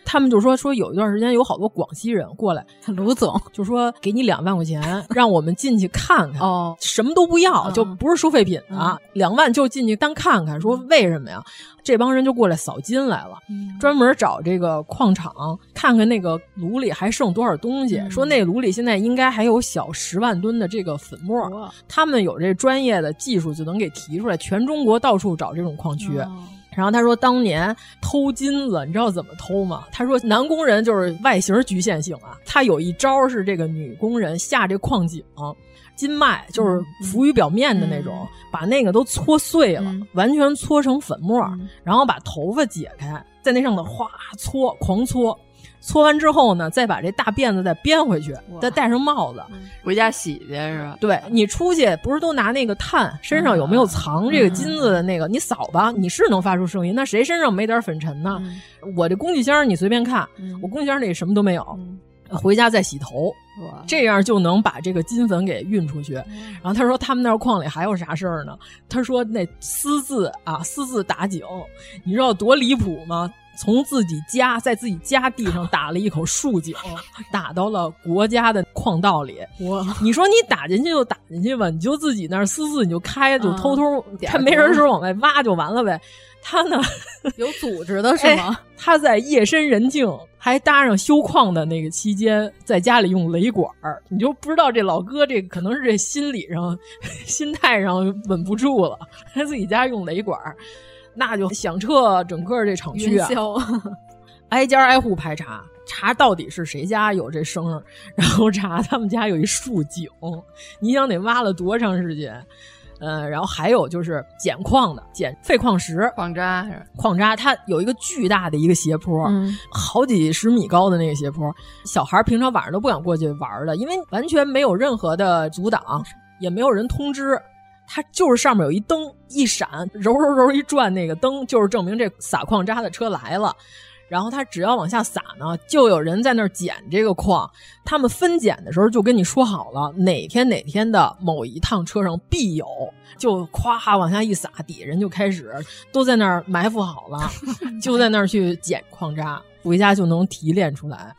他们就说说有一段时间有好多广西人过来，
卢总
就说给你两万块钱， [LAUGHS] 让我们进去看看。哦，什么都不要，
嗯
就不是收废品啊，两万就进去单看看。说为什么呀？这帮人就过来扫金来了，
嗯
专门找这个矿场看看那个炉里还剩多少东西。
嗯
说那炉里现在应该还有小十万吨的这个粉末，他们有这专业的技术就能给提出来，全中国到处找这种矿区。然后他说，当年偷金子，你知道怎么偷吗？他说，男工人就是外形局限性啊，他有一招是这个女工人下这矿井、金脉，就是浮于表面的那种，把那个都搓碎了，完全搓成粉末，然后把头发解开，在那上头哗搓，狂搓。搓完之后呢，再把这大辫子再编回去，再戴上帽子，
回家洗去是吧？
对你出去不是都拿那个碳，身上有没有藏这个金子的那个？你扫吧，你是能发出声音。那谁身上没点粉尘呢？我这工具箱你随便看，我工具箱里什么都没有。回家再洗头，这样就能把这个金粉给运出去。然后他说他们那儿矿里还有啥事儿呢？他说那私自啊，私自打井，你知道多离谱吗？从自己家在自己家地上打了一口竖井，打到了国家的矿道里。
我
你说你打进去就打进去吧，你就自己那儿私自你就开，就偷偷
嗯点儿
趁没人的时候往外挖就完了呗。他呢，
有组织的是吗？
哎他在夜深人静还搭上修矿的那个期间，在家里用雷管儿，你就不知道这老哥这可能是这心理上、 [LAUGHS] 心态上稳不住了，他自己家用雷管儿，那就响彻整个这厂区
云
啊。
霄，
[LAUGHS] 挨家挨户排查，查到底是谁家有这声儿，然后查他们家有一竖井，你想得挖了多长时间？呃，然后还有就是捡矿的，捡废矿石、
矿渣是
矿渣，它有一个巨大的一个斜坡，
嗯
好几十米高的那个斜坡，小孩儿平常晚上都不敢过去玩儿的，因为完全没有任何的阻挡。也没有人通知，它就是上面有一灯一闪，揉揉揉一转，那个灯就是证明这撒矿渣的车来了。然后它只要往下撒呢，就有人在那儿捡这个矿。他们分拣的时候就跟你说好了，哪天哪天的某一趟车上必有，就咵往下一撒，底下人就开始都在那儿埋伏好了，就在那儿去捡矿渣，回家就能提炼出来。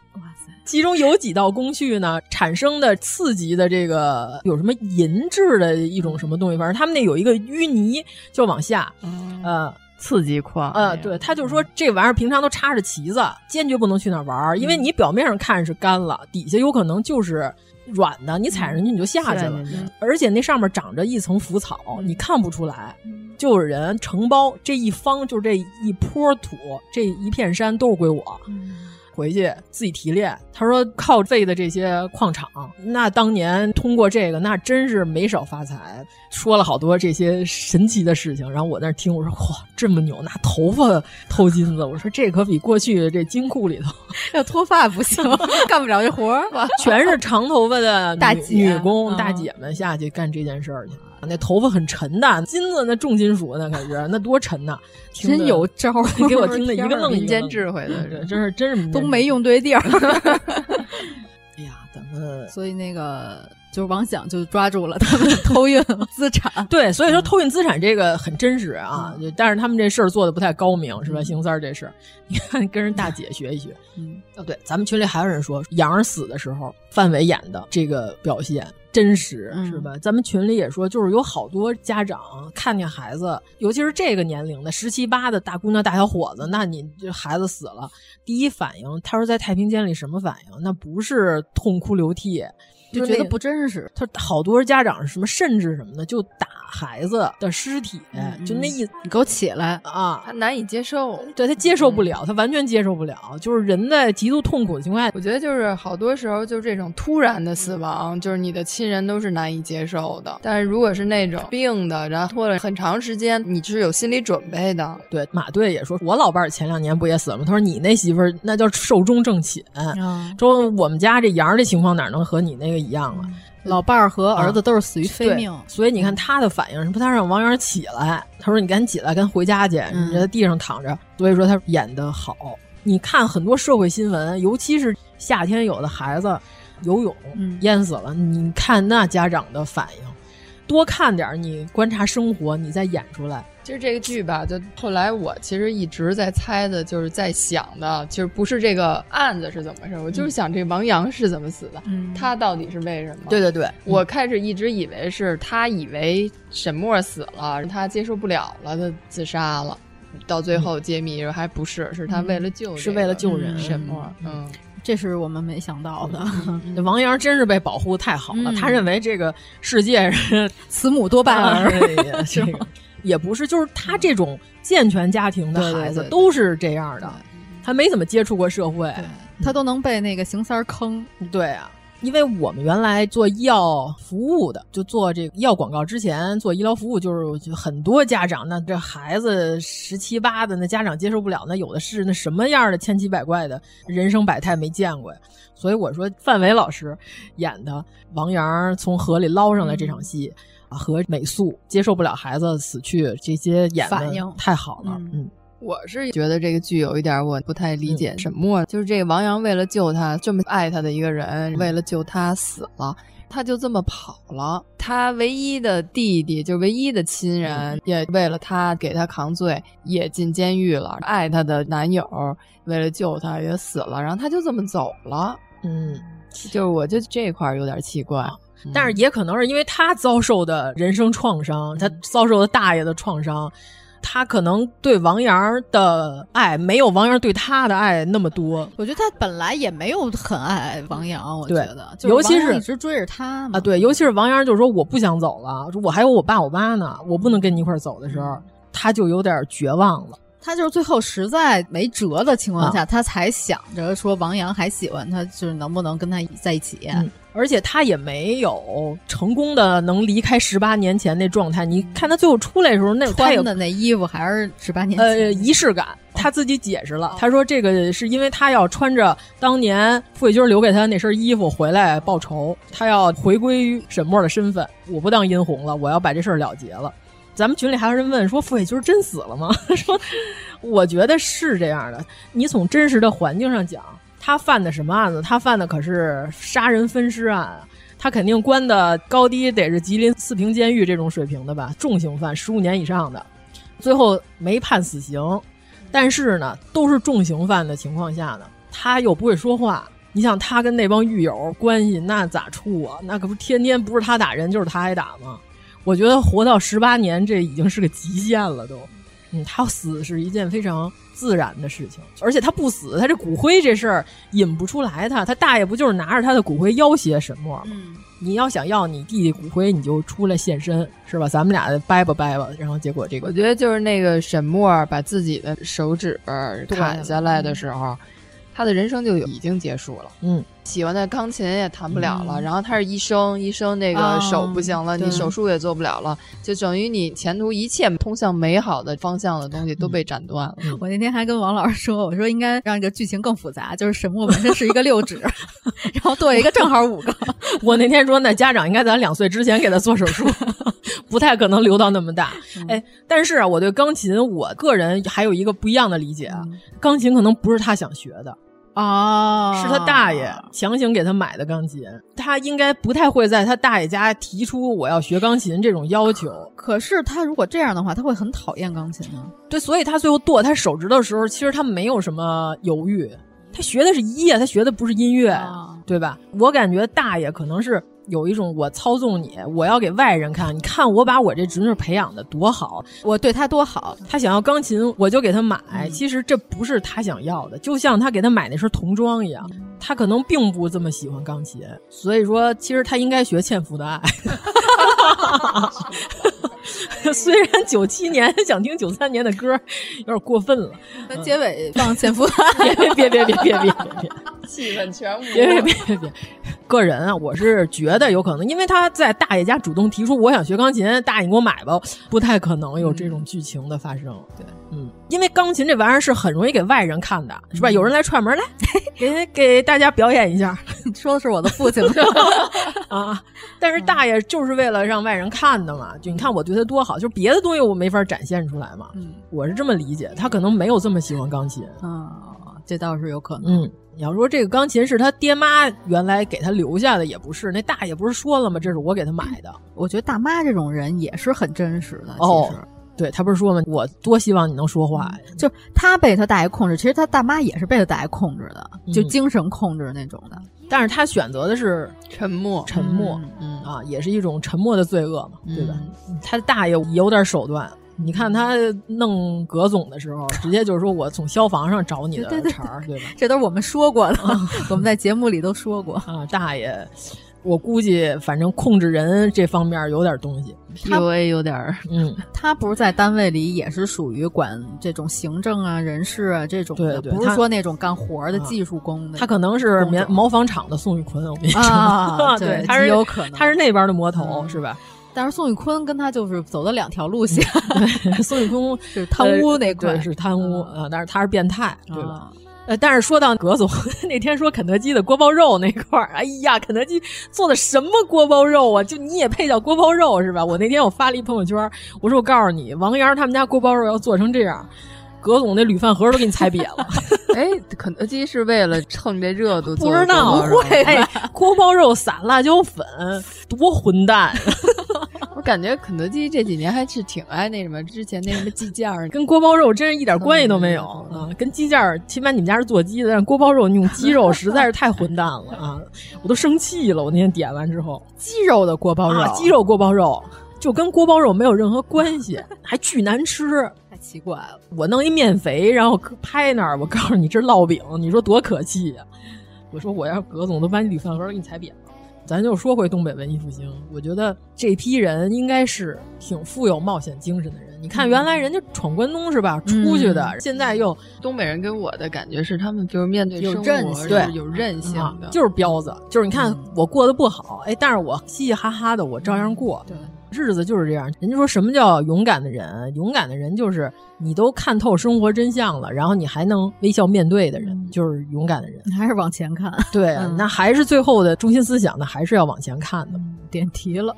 其中有几道工序呢，产生的刺激的这个有什么银质的一种什么东西，反正他们那有一个淤泥，就往下，
嗯
呃，
刺激矿，
呃，对，他就说这玩意儿平常都插着旗子，坚决不能去那儿玩儿，因为你表面上看是干了，底下有可能就是软的，你踩上去你就下去了，而且那上面长着一层腐草，你看不出来。就有人承包这一方，就这一坡土，这一片山都是归我。回去自己提炼。他说靠废的这些矿场，那当年通过这个，那真是没少发财。说了好多这些神奇的事情，然后我在那听，我说哇，这么牛，拿头发偷金子，我说这可比过去这金库里头 [LAUGHS]
要脱发不行，干不了这活儿 [LAUGHS] 吧？
全是长头发的
大
女
姐
女工
嗯
大姐们下去干这件事儿去。了。那头发很沉的，金子那重金属那可是那多沉呐！听得
真有招儿
[LAUGHS]
[LAUGHS]
给我听的一个愣一个愣的
民间智慧的
对真是真是民间
嗯都
智慧
没用对地
[LAUGHS]
儿。
哎呀，咱们
所以那个就是王想就抓住了他们偷运资产，
对，所以说偷运资产这个很真实啊，就但是他们这事儿做的不太高明，是吧？邢三儿这事儿，你看跟人大姐学一学。
嗯，
哦，对，咱们群里还有人说杨儿死的时候范伟演的这个表现真实，是吧？咱们群里也说，就是有好多家长看见孩子，尤其是这个年龄的十七八的大姑娘大小伙子，那你这孩子死了，第一反应，他说在太平间里什么反应？那不是痛哭流涕，
就觉得不真实。
他好多家长是什么，甚至什么的，就打孩子的尸体，就那意思，
嗯你给我起来嗯
啊！
他难以接受。
对他接受不了，他完全接受不了，就是人在极度痛苦的情况下，
我觉得就是好多时候就是这种突然的死亡，就是你的亲人都是难以接受的。但是如果是那种病的，然后拖了很长时间，你是有心理准备的。
对马队也说，我老伴儿前两年不也死了吗？他说你那媳妇儿那叫寿终正寝，
嗯
说我们家这羊儿这情况哪能和你那个一样啊？
老伴儿和 [LAUGHS] 儿子都是死于 [LAUGHS] 非
对
命，
所以你看他的反应是不是？他让王源起来，他说你赶紧起来，赶紧回家去，
嗯
你在地上躺着。所以说他演的好。你看很多社会新闻，尤其是夏天有的孩子游泳、淹死了，你看那家长的反应，多看点儿，你观察生活，你再演出来。
其实这个剧吧，就后来我其实一直在猜的，就是在想的，其实不是这个案子是怎么回事，我
嗯
就是想这王阳是怎么死的，
嗯
他到底是为什么？
对对对，嗯
我开始一直以为是他以为沈墨死了，他接受不了了，他自杀了。到最后揭秘还不是，是他为了救这个、
嗯是为了救人
沈墨。嗯，
这是我们没想到的。
这王阳真是被保护得太好了，
嗯
他认为这个世界是
[LAUGHS] 慈母多
半
半儿，
[LAUGHS] 这个也不是，就是他这种健全家庭的孩
对对
子
对
都是这样的，他没怎么接触过社会，
[LAUGHS] 他都能被那个邢三儿坑。
对啊。因为我们原来做医药服务的，就做这个医药广告之前做医疗服务，就是我觉得很多家长，那这孩子十七八的，那家长接受不了，那有的是那什么样的千奇百怪的人生百态没见过呀。所以我说范伟老师演的王阳从河里捞上来这场戏、啊，和美素接受不了孩子死去这些演的
反应
太好了，嗯，
我是觉得这个剧有一点我不太
嗯
理解，沈墨、就是这个王阳为了救他这么爱他的一个
嗯
人，为了救他死了，他就这么跑了。他唯一的弟弟，就唯一的亲人，
嗯
也为了他给他扛罪，也进监狱了。爱他的男友为了救他也死了，然后他就这么走了。
嗯，
就是我就这块儿有点奇怪。
啊
但是也可能是因为他遭受的人生创伤，他遭受的大爷的创伤，他可能对王阳的爱没有王阳对他的爱那么多
我觉得他本来也没有很爱王阳，我觉
对
得，就
尤其
王阳
是
一直追着他嘛。
啊。对，尤其是王阳就说我不想走了，我还有我爸我妈呢，我不能跟你一块儿走的时候，他就有点绝望了。
他就是最后实在没辙的情况下，他才想着说王阳还喜欢他，就是能不能跟他在一起。
嗯而且他也没有成功的能离开十八年前那状态。你看他最后出来的时候，那他也
穿的那衣服还是十八年前哦
呃仪式感，他自己解释了，他说这个是因为他要穿着当年傅卫军留给他的那身衣服回来报仇，他要回归沈墨的身份，我不当殷红了，我要把这事儿了结了。咱们群里还有人问说傅卫军真死
[LAUGHS]
了吗？说我觉得是这样的，你从真实的环境上讲，他犯的什么案子？他犯的可是杀人分尸案啊。他肯定关的高低得是吉林四平监狱这种水平的吧，重刑犯十五年以上的，最后没判死刑，但是呢，都是重刑犯的情况下呢，他又不会说话。你想他跟那帮狱友关系那咋处啊？那可不天天不是他打人就是他挨打吗？我觉得活到十八年这已经是个极限了都。嗯，他死是一件非常自然的事情，而且他不死，他这骨灰这事儿引不出来他，他大爷不就是拿着他的骨灰要挟沈墨吗？
嗯，
你要想要你弟弟骨灰，你就出来现身，是吧？咱们俩掰吧掰吧，然后结果这个，
我觉得就是那个沈墨把自己的手指砍下来的时候，他的人生就已经结束了。
嗯，
喜欢的钢琴也弹不了了，
嗯
然后他是医生，医生那
啊
个手不行了，
哦
你手术也做不了了，就等于你前途一切通向美好的方向的东西都
嗯
被斩断了。
我那天还跟王老师说，我说应该让这个剧情更复杂，就是沈墨本身是一个 [LAUGHS] 六指，然后剁一个正好五 [LAUGHS] 个。
[LAUGHS] 我那天说，那家长应该在两岁之前给他做手术， [LAUGHS] 不太可能留到那么大。哎，但是啊，我对钢琴，我个人还有一个不一样的理解啊，钢琴可能不是他想学的。
哦，
是他大爷强行给他买的钢琴，他应该不太会在他大爷家提出我要学钢琴这种要求。
可是他如果这样的话，他会很讨厌钢琴啊。
对，所以他最后剁他手指的时候，其实他没有什么犹豫，他学的是医啊，他学的不是音乐，对吧？我感觉大爷可能是有一种我操纵你，我要给外人看，你看我把我这侄女培养的多好，
我对他多好，
他想要钢琴我就给他买，其实这不是他想要的，就像他给他买那身童装一样，他可能并不这么喜欢钢琴，所以说其实他应该学《纤夫的爱》。 [LAUGHS] [LAUGHS] 虽然九七年想听九三年的歌，有点过分了。 [LAUGHS]
那
嗯
结尾放潜伏
别别别别别别别！
[LAUGHS] 气氛全无
别别别别别！个人啊，我是觉得有可能，因为他在大爷家主动提出我想学钢琴，大爷你给我买吧，不太可能有这种剧情的发生。对，嗯，因为钢琴这玩意儿是很容易给外人看的，是吧？有人来串门来，给给大家表演一下。
你 [LAUGHS] 说的是我的父亲吗？
[LAUGHS]
嗯
啊！但是大爷就是为了让外人看的嘛，就你看我对他多好，就是别的东西我没法展现出来嘛。
嗯，
我是这么理解，他可能没有这么喜欢钢琴。
啊，这倒是有可能。
嗯，你要说这个钢琴是他爹妈原来给他留下的，也不是。那大爷不是说了吗？这是我给他买的。
我觉得大妈这种人也是很真实的，
哦
其实。
对他不是说吗？我多希望你能说话呀。
就是他被他大爷控制，其实他大妈也是被他大爷控制的，
嗯
就精神控制那种的。
但是他选择的是
沉默，
沉默，
嗯
啊，也是一种沉默的罪恶嘛，对吧？
嗯
嗯他大爷有点手段，你看他弄葛总的时候，直接就是说我从消防上找你的
对对对
茬儿，对吧？
这都是我们说过的，
嗯
我们在节目里都说
[LAUGHS]
过。
啊，大爷，我估计反正控制人这方面有点东西，
PUA 有点儿，
[LAUGHS]
嗯，
他不是在单位里也是属于管这种行政啊、人事啊这种的，
对对
不是
他
说那种干活儿的技术工的。
他可能是棉毛纺厂的宋玉坤，我跟你说， [LAUGHS]
啊对
他是
极有可能嗯
他是那边的魔头、是
[LAUGHS]
吧？
但是宋宇坤跟他就是走了两条路线，
嗯
宋宇坤
是贪污那块
呃
儿，嗯
对是贪污啊，但是他是变态，对吧
啊？
呃，但是说到葛总 [LAUGHS] 那天说肯德基的锅包肉那块儿，哎呀，肯德基做的什么锅包肉啊？就你也配叫锅包肉是吧？我那天我发了一朋友圈，我说我告诉你，王源他们家锅包肉要做成这样，葛总那铝饭盒都给你踩瘪了。
哎，肯德基是为了蹭这热度做
不
的
知道，
广告是吧
哎， [LAUGHS] 锅包肉撒辣椒粉，多混蛋！
哎我感觉肯德基这几年还是挺爱那什么，之前那什么计件儿
[LAUGHS] 跟锅包肉真是一点关系都没有啊！跟鸡架儿，起码你们家是做鸡的，但是锅包肉那种鸡肉 [LAUGHS] 实在是太混蛋了啊！我都生气了，我那天点完之后，鸡肉的锅包肉，鸡肉锅包肉就跟锅包肉没有任何关系，还巨难吃。
太奇怪了。
我弄一面肥，然后拍那儿，我告诉你这是烙饼，你说多可气呀、我说我要葛总都把你铝饭盒给你踩扁了。咱就说回东北文艺复兴，我觉得这批人应该是挺富有冒险精神的人。你看，原来人家闯关东是吧，出去的，现在又
东北人给我的感觉是，他们就是面对
有
生
韧
活
性
是
对
有韧性
啊
嗯
的，
就是彪子，就是你看我过得不好，哎，但是我嘻嘻哈哈的，我照样过。对，日子就是这样。人家说什么叫勇敢的人？勇敢的人就是你都看透生活真相了，然后你还能微笑面对的人，就是勇敢的人。
你还是往前看，
对，那还是最后的中心思想呢，还是要往前看的。
点题了。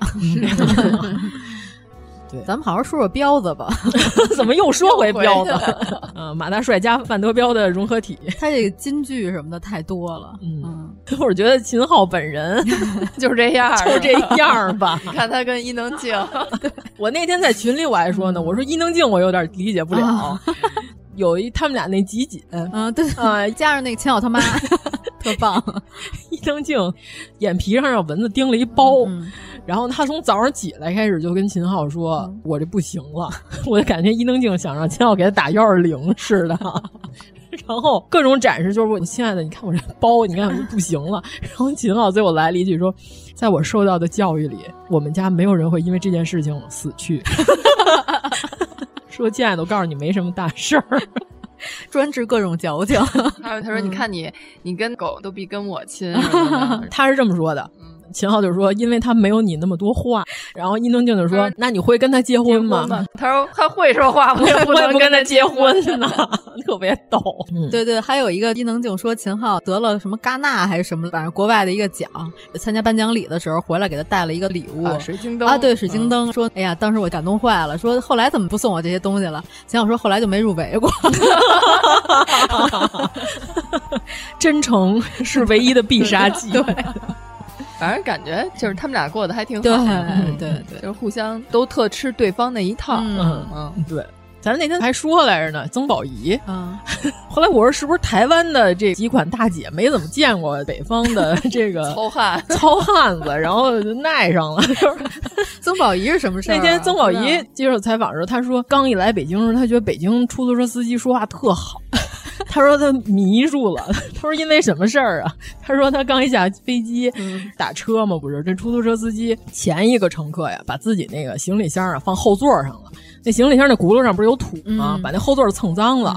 对，
咱们好好说说彪子吧。
[LAUGHS] 怎么又说回彪子？ [LAUGHS] 嗯，马大帅加范德彪的融合体，
[LAUGHS] 他这个金句什么的太多了。
嗯， [LAUGHS] 我是觉得秦昊
[LAUGHS]
本人
就是这样，
[LAUGHS] 就这
啊
样吧。
你看他跟伊能
[LAUGHS]
静，
我那天在群里我还说呢，我说伊能静我有点理解不了。
嗯啊
有一他们俩那集锦，
[LAUGHS] 嗯，对，呃，加上那个秦小他
[LAUGHS]
妈，特棒。
伊能静眼皮上让蚊子叮了
嗯
一包，然后他从早上起来开始就跟秦昊说：“
嗯
我这不行了。” [LAUGHS] 我就感觉伊能静想让秦昊给他打幺二零
[LAUGHS]
似的。 [LAUGHS] 然后各种展示，就是我亲爱的，你看我这包，你看我这不行了。然后秦昊最后来了一句说：“在我受到的教育里，我们家没有人会因为这件事情死
[LAUGHS]
去。” [LAUGHS] 说亲爱的，我告诉你没什么大事儿，
[LAUGHS] 专治各种矫情。
还有他说：“你看你，你跟狗都比跟我亲。
[LAUGHS] 他是这么说的。
嗯
秦昊就说，因为他没有你那么多话。
[LAUGHS]
然后伊能静就说，
嗯
那你会跟他 [LAUGHS] 结婚吗？”
他说：“他会说话，我也
不
能
跟
他
他结婚
[LAUGHS]
呢，特别逗。
对对，还有一个伊能静说秦昊得了什么戛纳还是什么，反正国外的一个奖，参加颁奖礼的时候回来给他带了一个礼物，
啊水晶灯
啊，对，水晶灯。说哎呀，当时我感动坏了，说后来怎么不送我这些东西了？秦昊说后来就没入围过，
真诚是唯一的必杀
[LAUGHS]
技。
对， [LAUGHS] 反正感觉就是他们俩过得还挺好，嗯
对对对，
就是互相都特吃对方那一套。
嗯嗯，对。咱那天还说来着呢，曾宝仪。
嗯，
后来我说是不是台湾的这几款大姐没怎么见过北方
[LAUGHS]
的这个
糙汉
糙汉子，然后就耐上了。 [LAUGHS]
曾宝仪是什么事儿啊、
那天曾宝仪
嗯
接受采访的时候，他说刚一来北京的时候，他觉得北京出租车司机说话特好。 [LAUGHS] 他说他迷住了， [LAUGHS] 他说因为什么事儿啊？他说他刚一下飞机，
嗯
打车嘛，不是这出租车司机前一个乘客呀，把自己那个行李箱啊放后座上了，那行李箱那轱辘上不是有土吗？
嗯
把那后座蹭脏了。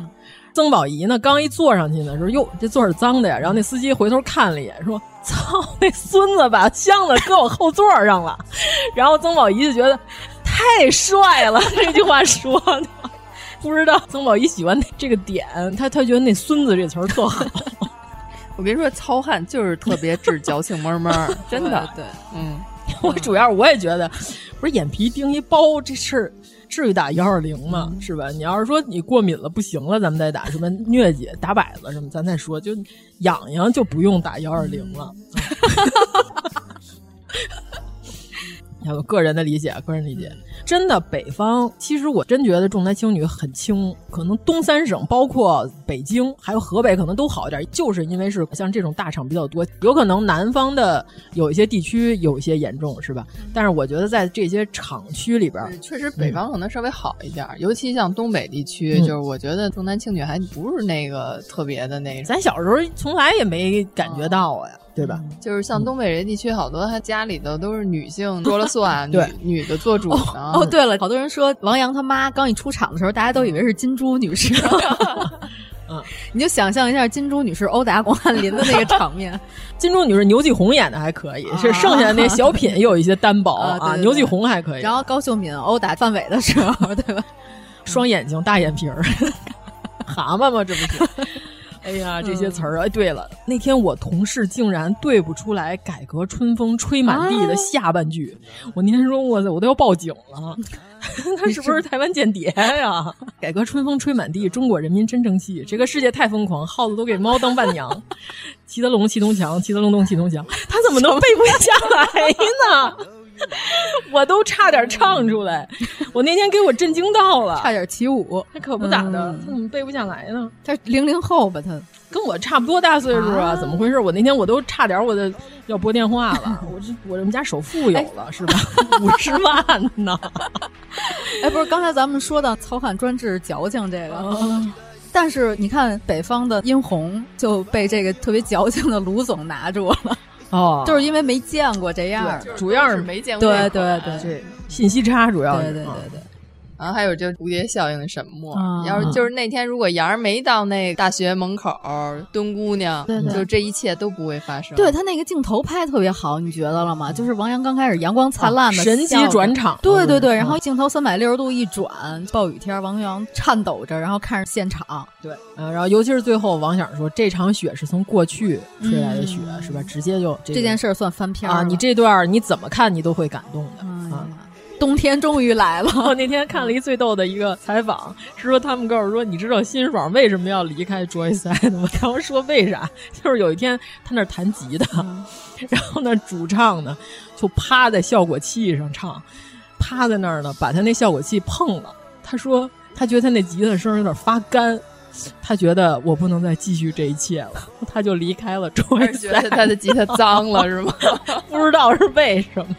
曾宝仪呢，刚一坐上去呢，说哟这座是脏的呀。然后那司机回头看了一眼，说操，那孙子把箱子搁我后座上了。然后曾宝仪就觉得太帅了，这句话说的。 [LAUGHS] 不知道曾宝仪喜欢这个点，他他觉得那“孙子”这词儿特好。
我跟你说，糙汉就是特别治矫情闷闷 [LAUGHS] 儿，真的。
对，
嗯，
[LAUGHS] 我主要我也觉得，不是眼皮钉一包这事儿，至于打幺二零吗？
嗯
是吧？你要是说你过敏了不行了，咱们再打什么疟疾、打摆子什么，咱再说。就痒痒就不用打幺二零了。看我个人的理解，个人理解，
嗯
真的北方，其实我真觉得重男轻女很轻，可能东三省包括北京还有河北可能都好一点，就是因为是像这种大厂比较多，有可能南方的有一些地区有一些严重，是吧？
嗯
但是我觉得在这些厂区里边儿，
确实北方可能稍微好一点儿，尤其像东北地区，
嗯
就是我觉得重男轻女还不是那个特别的那种。
咱小时候从来也没感觉到
哦
呀，对吧？
嗯
就是像东北这地区，好多他家里头都是女
[LAUGHS]
性说了算， [LAUGHS] 女
对
女的做主呢。
哦，对了，好多人说王阳他妈刚一出场的时候，大家都以为是金珠
[LAUGHS]
女士。
嗯，
你就想象一下金珠女士殴打巩汉林的那个
[LAUGHS]
场面，
金钟女是牛继红演的还可以，是
啊
剩下那小品也有一些单薄
啊对对对
牛继红还可以，
然后高秀敏殴打范伟的时候，对吧？
双眼睛、大眼皮儿， [LAUGHS] 蛤蟆吗？这不是？哎呀，这些词儿啊！哎，对了，那天我同事竟然对不出来“改革春风吹满地”的下半句，我那天说，哇塞，我都要报警了， [LAUGHS] 他是不是台湾间谍呀？“改革春风吹满地，中国人民真争气，这个世界太疯狂，耗子都给猫当伴娘。” [LAUGHS] 齐德龙、祁同强，齐德龙东、祁同强，他怎么能背不下来呢？ [LAUGHS] 我都差点唱出来，我那天给我震惊到了，
差点起舞，
他可不咋的，
嗯
他怎么背不下来呢？
他是零零后吧？他
跟我差不多大岁数啊，怎么回事？我那天我都差点我的要拨电话了，我这我们家首付有了、是吧？五十万
[LAUGHS]
呢？
哎，不是，刚才咱们说到糙汉专治矫情这个，
哦
[LAUGHS] 但是你看北方的殷红就被这个特别矫情的卢总拿住了，
哦
就是因为没见过这样儿，
主要是
没见过
对
这
对
款
对，
信息差，主要
对
是
对对
嗯
对。
然后还有就蝴蝶效应的沈墨，要是就是那天如果杨儿没到那大学门口蹲姑娘，
对对
就这一切都不会发生。
对他那个镜头拍特别好，你觉得了吗？就是王阳刚开始阳光灿烂的、
啊神级转场
对对对，
嗯
然后镜头三百六十度一转，暴雨天，王阳颤抖着，然后看着现场，
对，嗯，然后尤其是最后，王想说这场雪是从过去吹来的雪，
嗯
是吧？直接就这
这件
个
事儿算翻篇儿
啊，
了哎嗯
你这嗯段儿你怎么看你都会感动的。啊
冬天终于来了。
我哦那天看了一最逗的一个采访，是说他们告诉说，你知道辛爽为什么要离开 Joyside 吗？然后说为啥？就是有一天他那儿弹吉他，
嗯
[LAUGHS] 然后呢主唱呢就趴在效果器上唱，趴在那儿呢把他那效果器碰了。他说他觉得他那吉他声有点发干。他觉得我不能再继续这一切了，他就离开了 Joyside。
觉得他的吉他脏了是吗？ [LAUGHS]
不知道是为什么，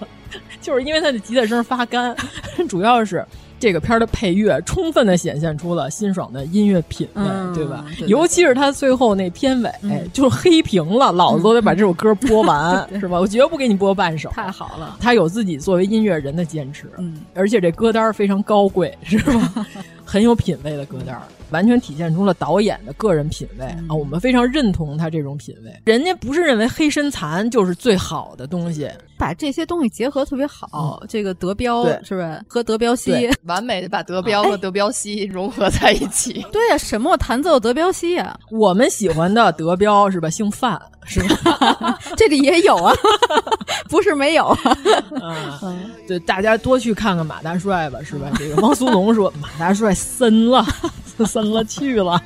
就是因为他的吉他声发干， [LAUGHS] 主要是。这个片儿的配乐充分的显现出了辛爽的音乐品味，
嗯
对吧？
对对嗯
尤其是他最后那片尾，哎就是黑屏了，老子都得把这首歌播
[LAUGHS]
完，是吧？我绝不给你播半首。
太好了，
他有自己作为音乐人的坚持，
嗯，
而且这歌单儿非常高贵， [LAUGHS] 是吧？很有品位的歌单儿，完全体现出了导演的个人品位、啊！我们非常认同他这种品位，人家不是认为黑身残就是最好的东西，
把这些东西结合特别好，这个德彪
对
是不是和德彪西
对？
完美的把德彪和德彪西融合在一起。
对呀、沈墨弹奏德彪西呀、 [LAUGHS]
我们喜欢的德彪是吧？姓范是吧？
这里也有啊，不是没有啊。
嗯，对，大家多去看看马大帅吧，是吧？这个汪苏泷说马大帅森了，森了去了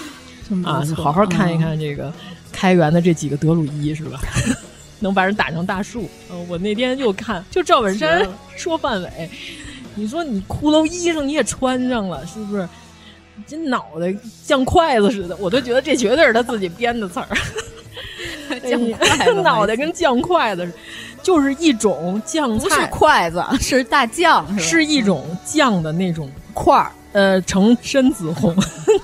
[LAUGHS] 真不
啊！
错嗯
好好看一看这个开源的这几个德鲁伊是吧？ [LAUGHS] 能把人打成大树。嗯，我那天就看，就赵本山说范伟，你说你骷髅衣裳你也穿上了，是不是？你这脑袋像筷子似的，我都觉得这绝对是他自己编的词儿。
酱筷子
[LAUGHS] 脑袋跟酱筷子似的，就是一种酱
不是
菜，
筷子， [LAUGHS] 是大酱，吧
是一种酱的那种块儿，呃，呈深紫红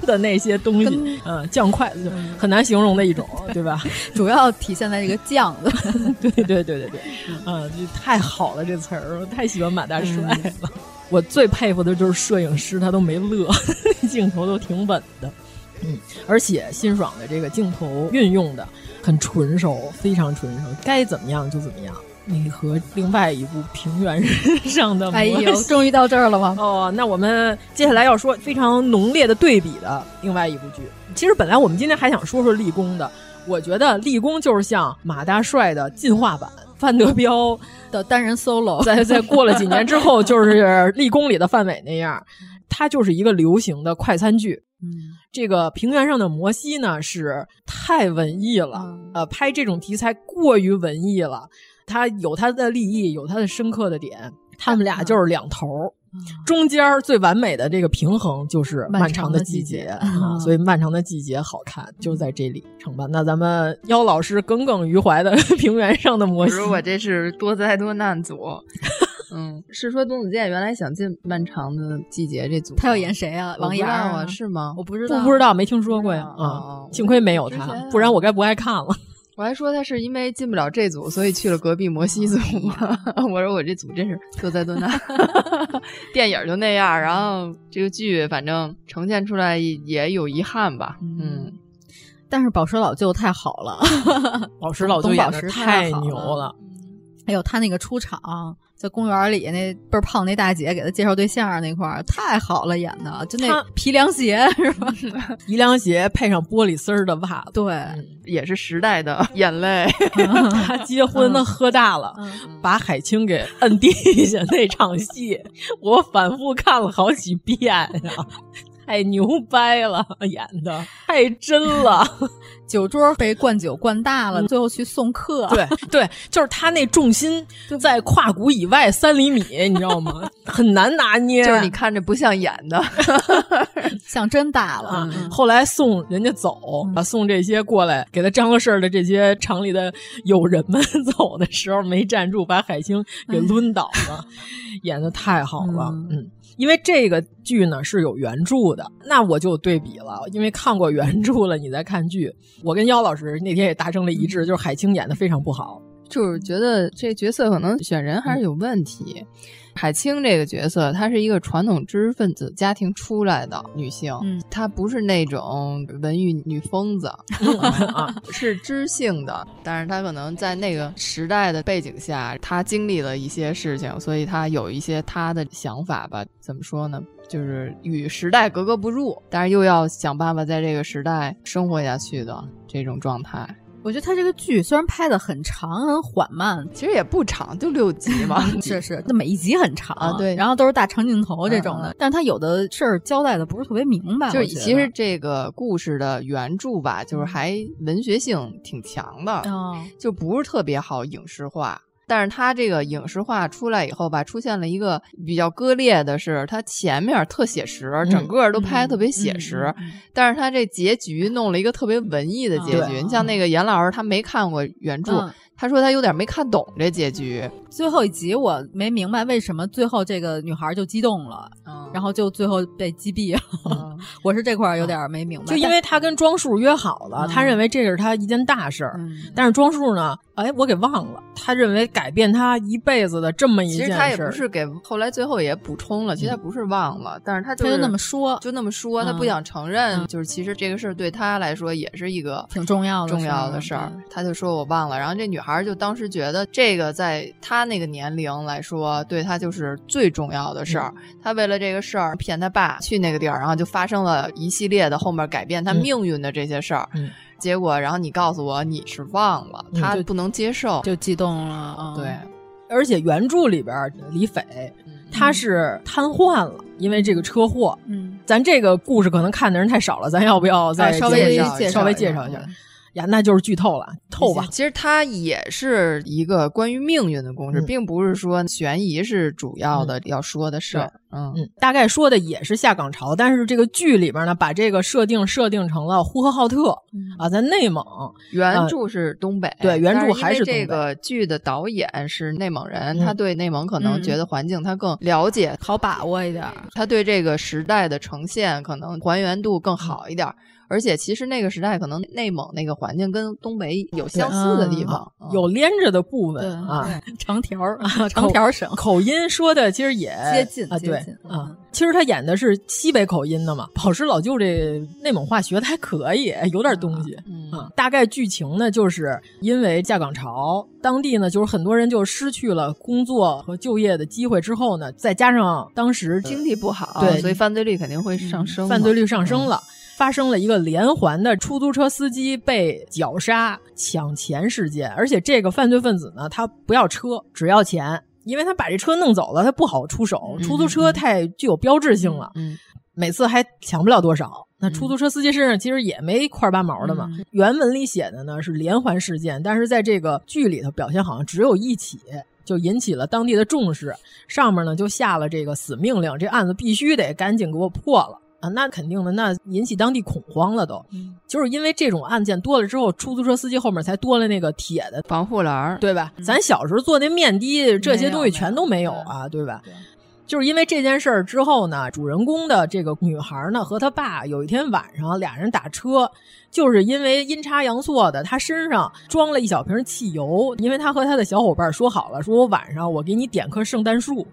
的那些东西，嗯，酱筷子就是很难形容的一种，对吧？ [LAUGHS]
主要体现在这个酱子。
对对对对对，嗯，这太好了，这词儿，我太喜欢马大帅了。我最佩服的就是摄影师，他都没乐， [LAUGHS] 镜头都挺稳的。嗯，而且辛爽的这个镜头运用的很纯熟，非常纯熟，该怎么样就怎么样。你和另外一部《平原上的摩
哎呦，
西
终于到这儿了吗？
哦，那我们接下来要说非常浓烈的对比的另外一部剧。其实本来我们今天还想说说立功的，我觉得立功就是像马大帅的进化版。范德彪
的单人 solo，
在在过了几年之后，就是立功里的范伟那样，它就是一个流行的快餐剧。
嗯，
这个平原上的摩西呢是太文艺了，
嗯
呃，拍这种题材过于文艺了，它有它的立意，有它的深刻的点，他们俩就是两头儿。中间儿最完美的这个平衡就是
漫
漫
长
长
的
的
季
季
节
节
啊
啊，所以漫长的季节好看就在这里，成吧？那咱们妖老师耿耿于怀的 [LAUGHS] 平原上的摩
我
西，
说我这是多灾多难组。嗯，是说董子健原来想进《漫长的季节》这组吗，
他要演谁啊？
我
王
不
阳
知道
啊？
啊是吗
我不知
不
道，
不知道没听说过呀啊，幸亏没有
之前
他
啊，
不然我该不爱看了。
我还说他是因为进不了这组，所以去了隔壁摩西组嘛。 [LAUGHS] 我说我这组真是多灾多难， [LAUGHS] 电影就那样，然后这个剧反正呈现出来也有遗憾吧。嗯，
但是宝石老舅太好了，
宝石老舅
董
演
宝
的
石
太
好
牛了，
哎呦，他那个出场在公园里那倍儿胖那大姐给他介绍对象那块儿太好了，演的就那
他
皮凉鞋 [LAUGHS] 是
[LAUGHS]
吧？
皮凉鞋配上玻璃丝儿的袜子，
对，
也是时代的眼泪。 [LAUGHS]
[LAUGHS] 他结婚他喝大了，把海清给摁地下那场 [LAUGHS] 戏，我反复看了好几遍呀、 [LAUGHS] 太牛掰了，演的太真了。
酒桌被灌酒灌大了，最后去送客，
[LAUGHS] 嗯对对，就是他那重心在胯骨以外三厘米，你知道吗？很难拿 [LAUGHS] 捏。
啊
就是你看着不像演的，
像真大了。
啊，后来送人家走，
嗯
啊，送这些过来给他张罗事儿的这些厂里的友人们走的时候没站住，把海清给抡倒
[LAUGHS]
了，演的太好了，嗯。因为这个剧呢是有原著的，那我就有对比了。因为看过
嗯 [LAUGHS]
原著了，你再看剧，我跟妖老师那天也达成了一致，就是海清演的非常不好， [LAUGHS]
就是觉得这角色可能选人还是有问题。海清这个角色，她是一个传统知识分子家庭出来的女性，她不是那种文艺女疯子，啊
啊
是知性的。但是她可能在那个时代的背景下，她经历了一些事情，所以她有一些她的想法吧。怎么说呢？就是与时代格格不入，但是又要想办法在这个时代生活下去的这种状态。
我觉得他这个剧虽然拍的很长很缓慢，
其实也不长，就六集嘛。
[LAUGHS] 是是，那每一集很长，
啊对
然后都是大长镜头这种的，但是他有的事儿交代的不是特别明白。
就是
我觉得嗯
其实这个故事的原著吧，就是还文学性挺强的，
哦
就不是特别好影视化。但是它这个影视化出来以后吧，出现了一个比较割裂的是，它前面特写实，整个都
嗯
拍得特别写实，但是它这结局弄了一个特别文艺的结
啊
局。
对
你像那个严老师，他没看过原著，
嗯
他说他有点没看懂这结局。
最后一集我没明白为什么最后这个女孩就激动了，然后就最后被击毙了。我是这块儿有点儿没明白，
就因为他跟庄树约好了，
嗯
他认为这是他一件大事儿，但是庄树呢，哎，我给忘了，他认为改变他一辈子的这么
[LAUGHS]
一
其
件
实
事儿，
他也不是给后来最后也补充了，其实他不是忘了，但是他就
嗯他
是
就那么说，
就那么说，他不
嗯
想承认，就是其实这个事儿对他来说也是一个
挺重要的
重
事
要
儿
的事儿。他就说我忘了，然后这女孩儿就当时觉得这个在她那个年龄来说，对她就是最重要的事儿。
嗯
她为了这个事儿骗她爸去那个地儿，然后就发生了一系列的后面改变她
嗯
命运的这些事儿。
嗯
结果，然后你告诉我你是忘了，
嗯
她
就
不能接受，
就激动了。嗯
对，
而且原著里边儿李斐
嗯
他是瘫痪了，因为这个车祸。
嗯，
咱这个故事可能看的人太少了，咱要不要再
啊稍
介
微
绍
介绍
稍微
一
介
下嗯
绍一下？呀，那就是剧透了，透吧。
其实它也是一个关于命运的
嗯
故事，并不是说悬疑是主要的要说的事儿。嗯
嗯，大概说的也是下岗潮，但是这个剧里边呢，把这个设定设定成了呼和浩特、
嗯
啊，在内蒙。
原著是东北，
呃对原著
但因
还
为
是东
这
北
个剧的导演是内蒙人，
嗯
他对内蒙可能觉得环境他更了解，
好把握一点，
他对这个时代的呈现可能还原度更好一点。而且其实那个时代可能内蒙那个环境跟东北有相似的地方，
嗯有连着的部分啊，
长条儿
长条省口音说的其实也
接近
啊，
接
对
近嗯
啊。其实他演的是西北口音的嘛，宝石老舅这内蒙话学的还可以，有点东
嗯
西
嗯
啊。大概剧情呢，就是因为下岗潮，当地呢就是很多人就失去了工作和就业的机会之后呢，再加上当时
经济不好，
对，嗯
所以犯罪率肯定会上升嘛，嗯
犯罪率上升了。发生了一个连环的出租车司机被绞杀抢钱事件，而且这个犯罪分子呢，他不要车，只要钱，因为他把这车弄走了，他不好出手，出租车太具有标志性了，
嗯，
每次还抢不了多少。那出租车司机身上其实也没一块八毛的嘛。原文里写的呢是连环事件，但是在这个剧里头表现好像只有一起，就引起了当地的重视。上面呢就下了这个死命令，这案子必须得赶紧给我破了啊！那肯定的，那引起当地恐慌了都。就是因为这种案件多了之后，出租车司机后面才多了那个铁的
防护栏，
对吧？咱小时候做那面的这些东西全都嗯没有啊，对吧？就是因为这件事儿之后呢，主人公的这个女孩呢和她爸有一天晚上俩人打车，就是因为阴差阳错的，她身上装了一小瓶汽油，因为她和她的小伙伴说好了，说我晚上我给你点棵圣诞树，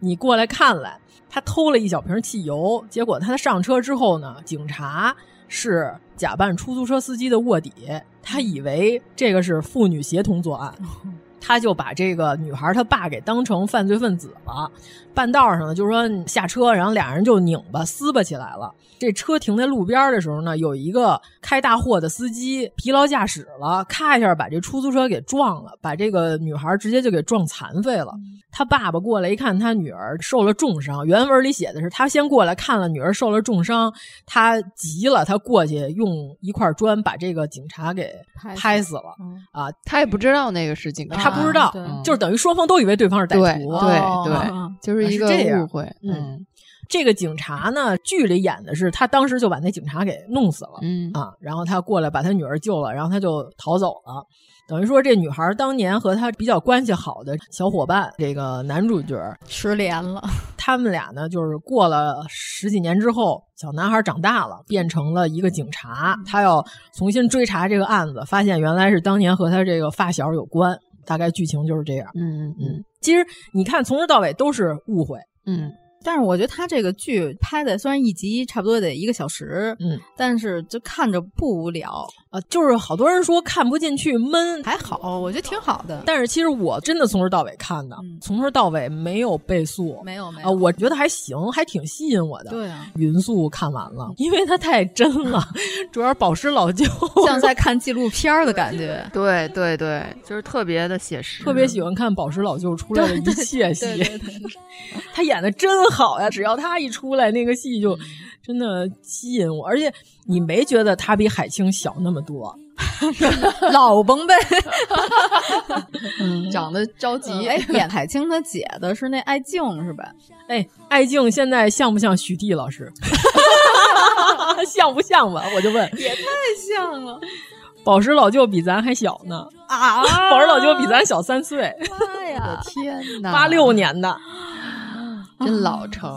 你过来看来。她偷了一小瓶汽油，结果她上车之后呢，警察是假扮出租车司机的卧底，她以为这个是妇女协同作案。他就把这个女孩她爸给当成犯罪分子了。半道上呢，就说你下车，然后俩人就拧巴撕巴起来了。这车停在路边的时候呢，有一个开大货的司机疲劳驾驶了，咔一下把这出租车给撞了，把这个女孩直接就给撞残废了。
嗯
他爸爸过来一看，他女儿受了重伤。原文里写的是，他先过来看了女儿受了重伤，他急了，他过去用一块砖把这个警察给
拍死
拍死了。啊，
他也不知道那个是警察，
他不知
啊
道，嗯
嗯
就是等于双方都以为对方是歹
对
徒，
对
[LAUGHS]
对
哦
就是一个
这样
误会
嗯，这个警察呢，剧里演的是他当时就把那警察给弄死了，
嗯
啊，然后他过来把他女儿救了，然后他就逃走了。等于说，这女孩当年和他比较关系好的小伙伴，这个男主角
失联了。
他们俩呢，就是过了十几年之后，小男孩长大了，变成了一个警察，他要重新追查这个案子，发现原来是当年和他这个发小有关。大概剧情就是这样。
嗯嗯，
其实你看从头到尾都是误会。
嗯，但是我觉得他这个剧拍的虽然一集差不多得一个小时，
嗯，
但是就看着不无聊
啊。就是好多人说看不进去闷，
还好，我觉得挺好的。
但是其实我真的从头到尾看的，嗯、从头到尾没有倍速，
没有没
哦
有
啊，我觉得还行，还挺吸引我的。
对啊，
匀速看完了，因为它太真了，主要是保湿
[LAUGHS]
老旧，
像在看纪录片的感觉。
对对对，就是特别的写实，
特别喜欢看保湿老旧出来的一切戏。
对对对
[LAUGHS] 他演的真好呀！只要他一出来，那个戏
嗯
就真的吸引我，而且你没觉得他比海清小那么多。
老崩呗
嗯，长得着急。
哎，演海清她姐的是那艾静是吧？
[LAUGHS] 哎，艾静现在像不像徐娣老师？ [LAUGHS] 像不像吧？我就问。
也太像了。
宝石老舅比咱还小呢
啊！
宝石老舅比咱小三岁。
妈呀！
天
啊
哪！
八六年的。 [LAUGHS]
真老成，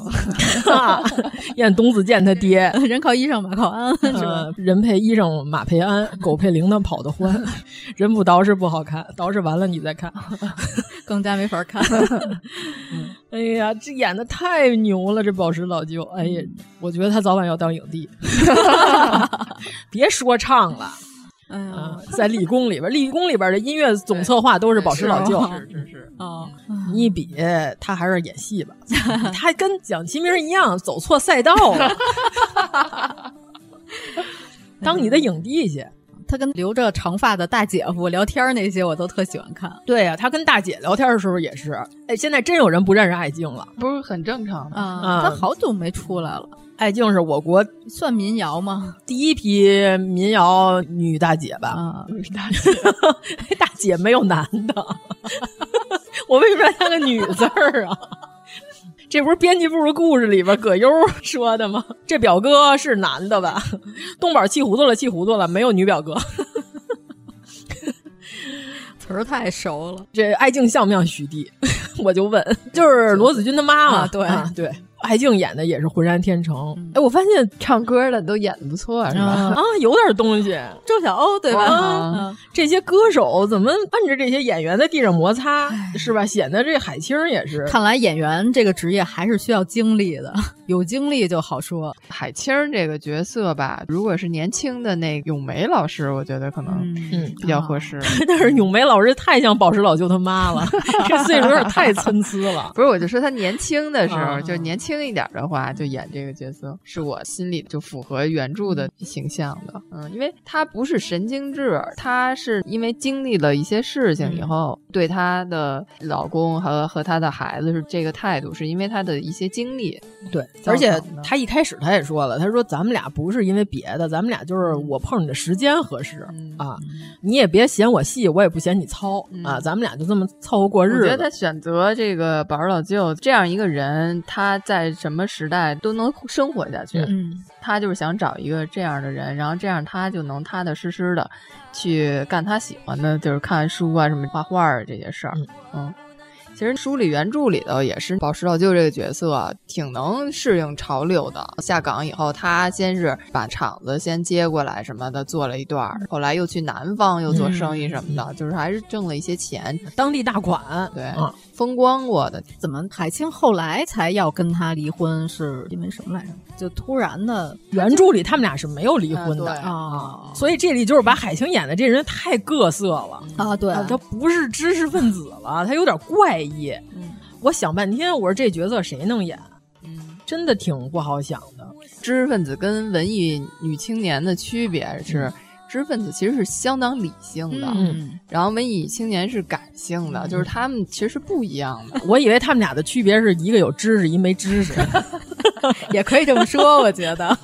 啊
[LAUGHS] 演董子健他爹，
[LAUGHS] 人靠衣裳马靠
[LAUGHS]
鞍是吧、
呃？人配衣裳马配鞍，狗配铃铛跑
[LAUGHS]
得欢。人不捯饬不好看，捯饬完了你再看， [LAUGHS]
更加没法看。 [LAUGHS]
嗯、哎呀，这演的太牛了，这宝石老舅，哎
嗯
呀，我觉得他早晚要当影
[LAUGHS]
帝。别说唱了。嗯
哎呀、呃，
在理工里边，理工里边的音乐总策划都是宝石老舅，
是是是
啊。你一比，他还是演戏吧， [LAUGHS] 他跟蒋奇明一样走错赛道了。当你的影帝去，
他跟留着长发的大姐夫聊天那些，我都特喜欢看。
对呀、啊，他跟大姐聊天的时候也是，哎，现在真有人不认识艾静了，
不是很正常
啊、嗯。他好久没出来了。
艾静是我国
算民谣吗？
第一批民谣女大姐吧，
啊、
女大
[LAUGHS]
姐，
大姐没有男的， [LAUGHS] 我为什么要加个女字儿啊？ [LAUGHS] 这不是编辑部的故事里边葛优说的吗？这表哥是男的吧？东宝气糊涂了，气糊涂了，没有女表哥。
[LAUGHS] 词儿太熟了，
这艾静像不像徐娣？ [LAUGHS] 我就问，就是罗子君的妈妈，
对、嗯
啊、对。啊对艾静演的也是浑然天成，哎，我发现
唱歌的都演的不错，
[LAUGHS]
是吧？
啊，有点东西，
周晓鸥对吧、
啊？这些歌手怎么摁着这些演员在地上摩擦，是吧？显得这海清也是。
看来演员这个职业还是需要经历的， [LAUGHS] 有经历就好说。
海清这个角色吧，如果是年轻的那咏梅老师，我觉得可能比较合
[LAUGHS]
适。嗯
嗯啊、 [LAUGHS] 但是咏梅老师太像宝石老舅他妈了， [LAUGHS] 这岁数有点太参差了。
不是，我就说他年轻的时候，啊、就是年轻。轻一点的话，就演这个角色，是我心里就符合原著的形象的。嗯，因为他不是神经质，他是因为经历了一些事情以后，嗯、对她的老公和和她的孩子是这个态度，是因为她的一些经历。
[LAUGHS] 对，而且他一开始他也说了，他说咱们俩不是因为别的，咱们俩就是我碰你的时间合适、嗯、啊，你也别嫌我细，我也不嫌你糙、嗯、啊，咱们俩就这么凑合过日子。
我觉得他选择这个宝儿老舅这样一个人，他在。在什么时代都能生活下去，
嗯，
他就是想找一个这样的人，然后这样他就能踏踏实实的去干他喜欢的，就是看书啊、什么画画啊这些事儿，嗯。嗯其实书里原著里头也是宝石老舅这个角色、啊、挺能适应潮流的。下岗以后，他先是把厂子先接过来什么的，做了一段，后来又去南方又做生意什么的，
嗯、
就是还是挣了一些钱，
当地大款，
对，
啊、
风光过的。
怎么海清后来才要跟他离婚？是因为什么来着？就突然的，
原著里他们俩是没有离婚的
啊、
哦，所以这里就是把海清演的这人太各色了
啊，对
啊，他不是知识分子了，他有点怪异。
嗯，
我想半天，我说这角色谁能演？嗯，真的挺不好想的。
知识分子跟文艺女青年的区别是，知识分子其实是相当理性的，
嗯，
然后文艺青年是感性的，嗯、就是他们其实是不一样的。
我以为他们俩的区别是一个有知识，一没知识，
[LAUGHS] 也可以这么说。我觉得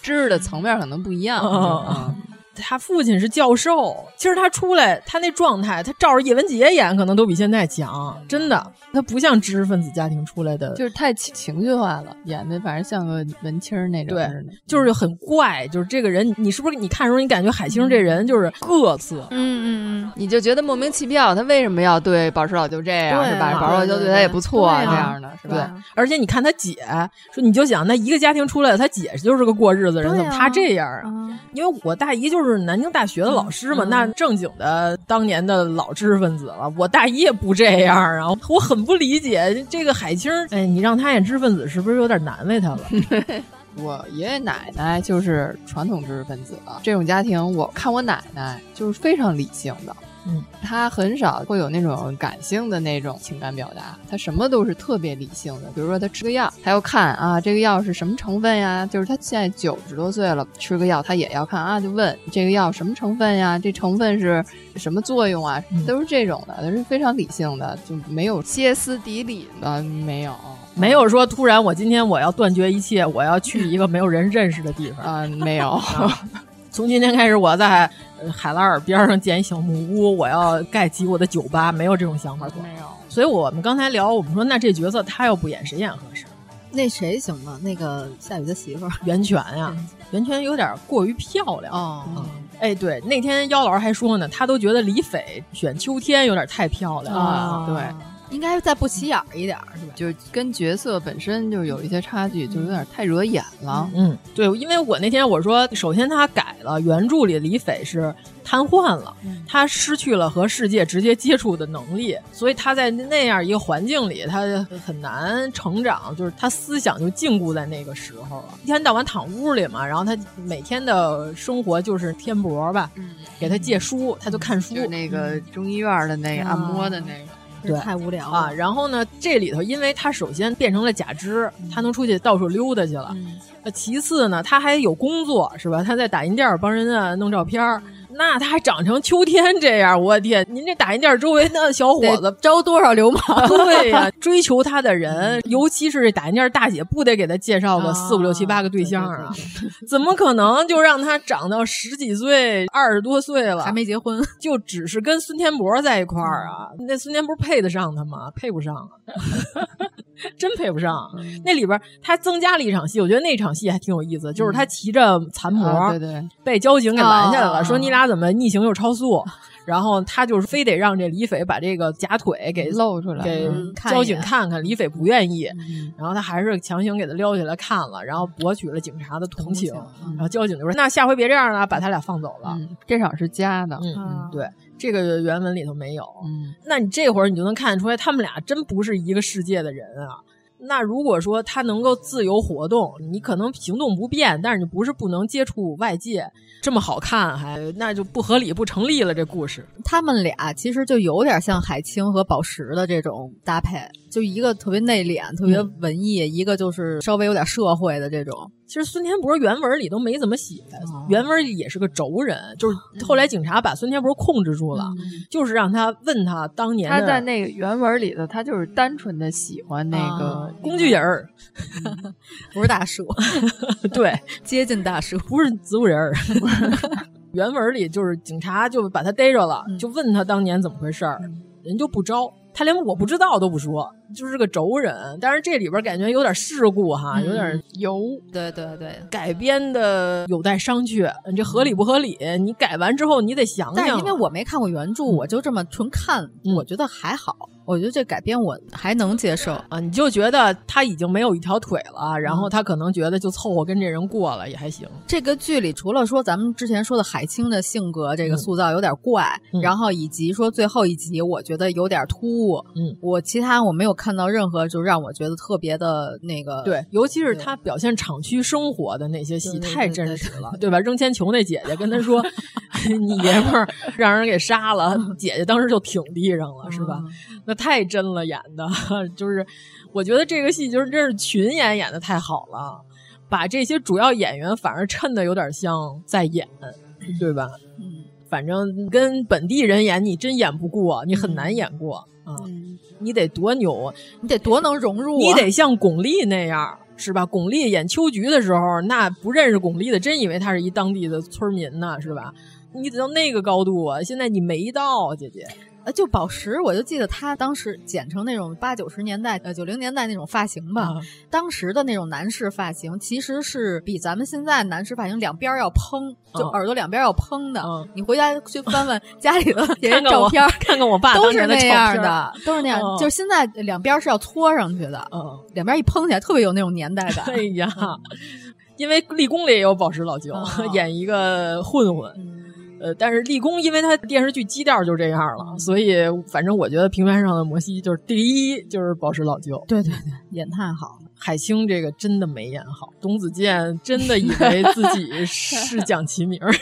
知识的层面可能不一样。嗯嗯
[LAUGHS] 他父亲是教授，其实他出来，他那状态，他照着叶文洁演，可能都比现在强。真的，他不像知识分子家庭出来的，
就是太情绪化了，演的反正像个文青那种。
对，就是很怪，就是这个人，你是不是你看的时候，你感觉海清这人就是各色，
嗯嗯嗯，
你就觉得莫名其妙，他为什么要对宝石老舅这样、
啊、
是吧？宝石老舅对他也不错、
啊、
这样的是吧？
对，而且你看他姐，啊
嗯
说你就想，那一个家庭出来的，他姐就是个过日子人，怎么他这样啊？因为我大姨就是。就是南京大学的老师嘛，那正经的当年的老知识分子了。我大一也不这样啊，我很不理解这个海清，哎，你让他演知识分子是不是有点难为他了？ [LAUGHS]
我爷爷奶奶就是传统知识分子啊了，这种家庭，我看我奶奶就是非常理性的，
嗯，
她很少会有那种感性的那种情感表达，她什么都是特别理性的。比如说她吃个药，她要看啊这个药是什么成分呀，就是她现在九十多岁了，吃个药她也要看啊，就问这个药什么成分啊呀，这成分是什么作用啊，都是这种的，都是非常理性的，就没有歇斯底里的，没有。
没有说突然，我今天我要断绝一切，我要去一个没有人认识的地方
啊、没有。
[LAUGHS] 从今天开始，我要在呃海拉尔边上建一小木屋，我要盖起我的酒吧，没有这种想法。
没有。
所以我们刚才聊，我们说那这角色他要不演谁演合适？
那谁行吗？那个夏雨的媳妇儿
袁泉呀，
嗯
袁泉有点过于漂亮啊
哦。 [LAUGHS] 嗯
哎，对，那天妖老师还说呢，他都觉得李斐选秋天有点太漂亮了。
啊
对，
应该再不起眼儿一点儿，是吧？
就是跟角色本身就有一些差距，就有点太惹眼了。
嗯，对，因为我那天我说，首先他改了原著里李斐是瘫痪了，
嗯
他失去了和世界直接接触的能力，所以他在那样一个环境里，他很难成长，就是他思想就禁锢在那个时候了，一天到晚躺屋里嘛，然后他每天的生活就是天博吧，给他借书，他就看书，
嗯就那个中医院的那个按摩的那个。
对，
太无聊了
啊！然后呢，这里头因为他首先变成了假肢，他能出去到处溜达去了。呃其次呢，他还有工作是吧？他在打印店儿帮人家弄照片儿。那他还长成秋天这样，我天！您这打印店儿周围那小伙子
招多少流氓？
对呀、追求他的人，尤其是这打印店儿大姐，不得给他介绍个哦四五六七八个对象啊？怎么可能就让他长到十几岁、二十多岁了
还没结婚？
[LAUGHS] 就只是跟孙天博在一块儿啊？那孙天博配得上他吗？配不上啊， [LAUGHS] 真配不上。啊那里边他增加了一场戏，我觉得那场戏还挺有意思，就是他骑着残模，
啊对对
被交警给拦下来了，
哦
说你俩怎么逆行又超速？然后他就是非得让这李斐把这个假腿给
露出来
给
嗯看一
交
眼
警看看。李斐不愿意，
嗯
然后他还是强行给他撩起来看了，然后博取了警察的同情。
嗯
然后交警就说：“那下回别这样了，把他俩放走了。
啊这场是加的，嗯
嗯嗯，对，这个原文里头没有。
嗯
那你这会儿你就能看得出来，他们俩真不是一个世界的人啊。那如果说他能够自由活动，你可能行动不便，但是你不是不能接触外界，这么好看还那就不合理不成立了。这故事
他们俩其实就有点像海清和宝石的这种搭配，就一个特别内敛、特别
嗯
文艺，一个就是稍微有点社会的这种。
其实孙天博原文里都没怎么写，
哦
原文里也是个轴人，就是后来警察把孙天博控制住了，就是让他问他当年
嗯他
的
在那个原文里头，他就是单纯的喜欢那个
呃工具人儿，
不是大 [LAUGHS] 叔，
对，
接近大叔，
不是植物人儿。 [LAUGHS] 原文里就是警察就把他逮着了，
嗯
就问他当年怎么回事儿，人就不招，他连我不知道都不说，就是个轴人。但是这里边感觉有点世故哈，
嗯
有点
油，
对对对。
改编的有待商榷，你这合理不合理？你改完之后你得想
嗯但是
想，
因为我没看过原著，我就这么纯看，我觉得还好，我觉得这改编我还能接受。
啊，你就觉得他已经没有一条腿了，然
嗯
后他可能觉得就凑合跟这人过了也还行。
这个剧里除了说咱们之前说的海清的性格
嗯
这个塑造有点怪，然后以及说最后一集我觉得有点突兀，
嗯，
我其他我没有看到任何就让我觉得特别的那个
对，尤其是他表现厂区生活的那些戏太真实了，对吧？扔铅球那姐姐跟他说：“ [LAUGHS] 你爷们儿让人给杀 [LAUGHS] 了。”姐姐当时就挺地上了，是吧？那太真了，演的 [LAUGHS] 就是，我觉得这个戏就是真是群演演的太好了，把这些主要演员反而衬的有点像在演，对吧？反正跟本地人演，你真演不过，你很难演过、啊！你得多牛，
你得多能融入啊
你得像巩俐那样，是吧？巩俐演秋菊的时候，那不认识巩俐的，真以为她是一当地的村民呢，是吧？你得到那个高度啊！现在你没到，啊姐
[LAUGHS]
姐。
呃，就宝石，我就记得他当时剪成那种八九十年代、呃九零年代那种发型吧，
啊
当时的那种男士发型其实是比咱们现在男士发型两边儿要蓬，就
嗯
耳朵两边儿要蓬的。你回家去翻 [LAUGHS] 翻家里的别
啊 [LAUGHS] 看
人
看
照
我
片儿，
看看我爸
都
当
是
年的
那
照
样
片
的，都是那样。
哦
嗯
就是现在两边儿是要搓上去的，
嗯
两边儿一蓬起来，特别有那种年代感。
哎呀，因为立功里也有宝石老舅、
哦
演一个混混。
嗯
呃，但是立功，因为他电视剧基调就这样
嗯
了，所以反正我觉得平原上的摩西就是第一就是宝石老舅，
对对对，演太好了。
海清这个真的没演好，董子健真
[LAUGHS]
的以为自己是蒋奇明儿，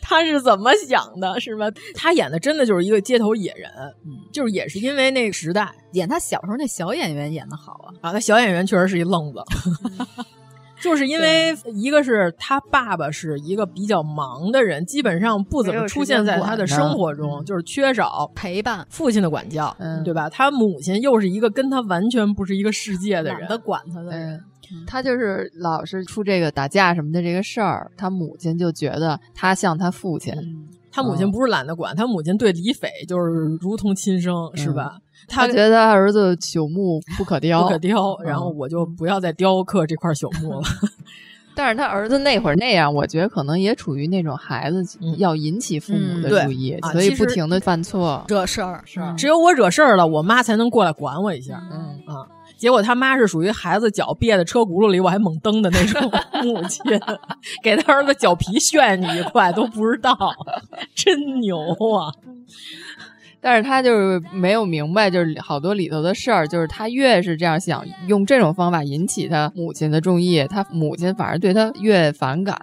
他是怎么想的，是吧？他演的真的就是一个街头野人，嗯就是也是因为那个时代，
演他小时候那小演员演的好啊，
啊，他小演员确实是一
[LAUGHS]
愣子。就是因为一个是他爸爸是一个比较忙的人，基本上不怎么出现在他的生活中，就是缺少
陪伴、
父亲的管教，
嗯
对吧？他母亲又是一个跟他完全不是一个世界的人嗯
懒，得管他的人。
嗯他就是老是出这个打架什么的这个事儿，他母亲就觉得他像他父亲，
他母
嗯
亲不是懒得管，他母亲对李斐就是如同亲生，
嗯
是吧？
他觉得他儿子朽木不可雕，
不可嗯雕，然后我就不要再雕刻这块朽木了。
但是他儿子那会儿那样，我觉得可能也处于那种孩子要引起父母
嗯对
的注意，
啊
所以
其实
不停的犯错。
惹事
[LAUGHS]
儿，
只有我惹事儿了，我妈才能过来管我一下。嗯啊，结果他妈是属于孩子脚别在车轱辘里，我还猛蹬的那 [LAUGHS] 种母亲，给他儿子脚皮炫你一块都不知道， [LAUGHS] 真牛啊！
但是他就是没有明白，就是好多里头的事儿，就是他越是这样想，用这种方法引起他母亲的注意，他母亲反而对他越反感。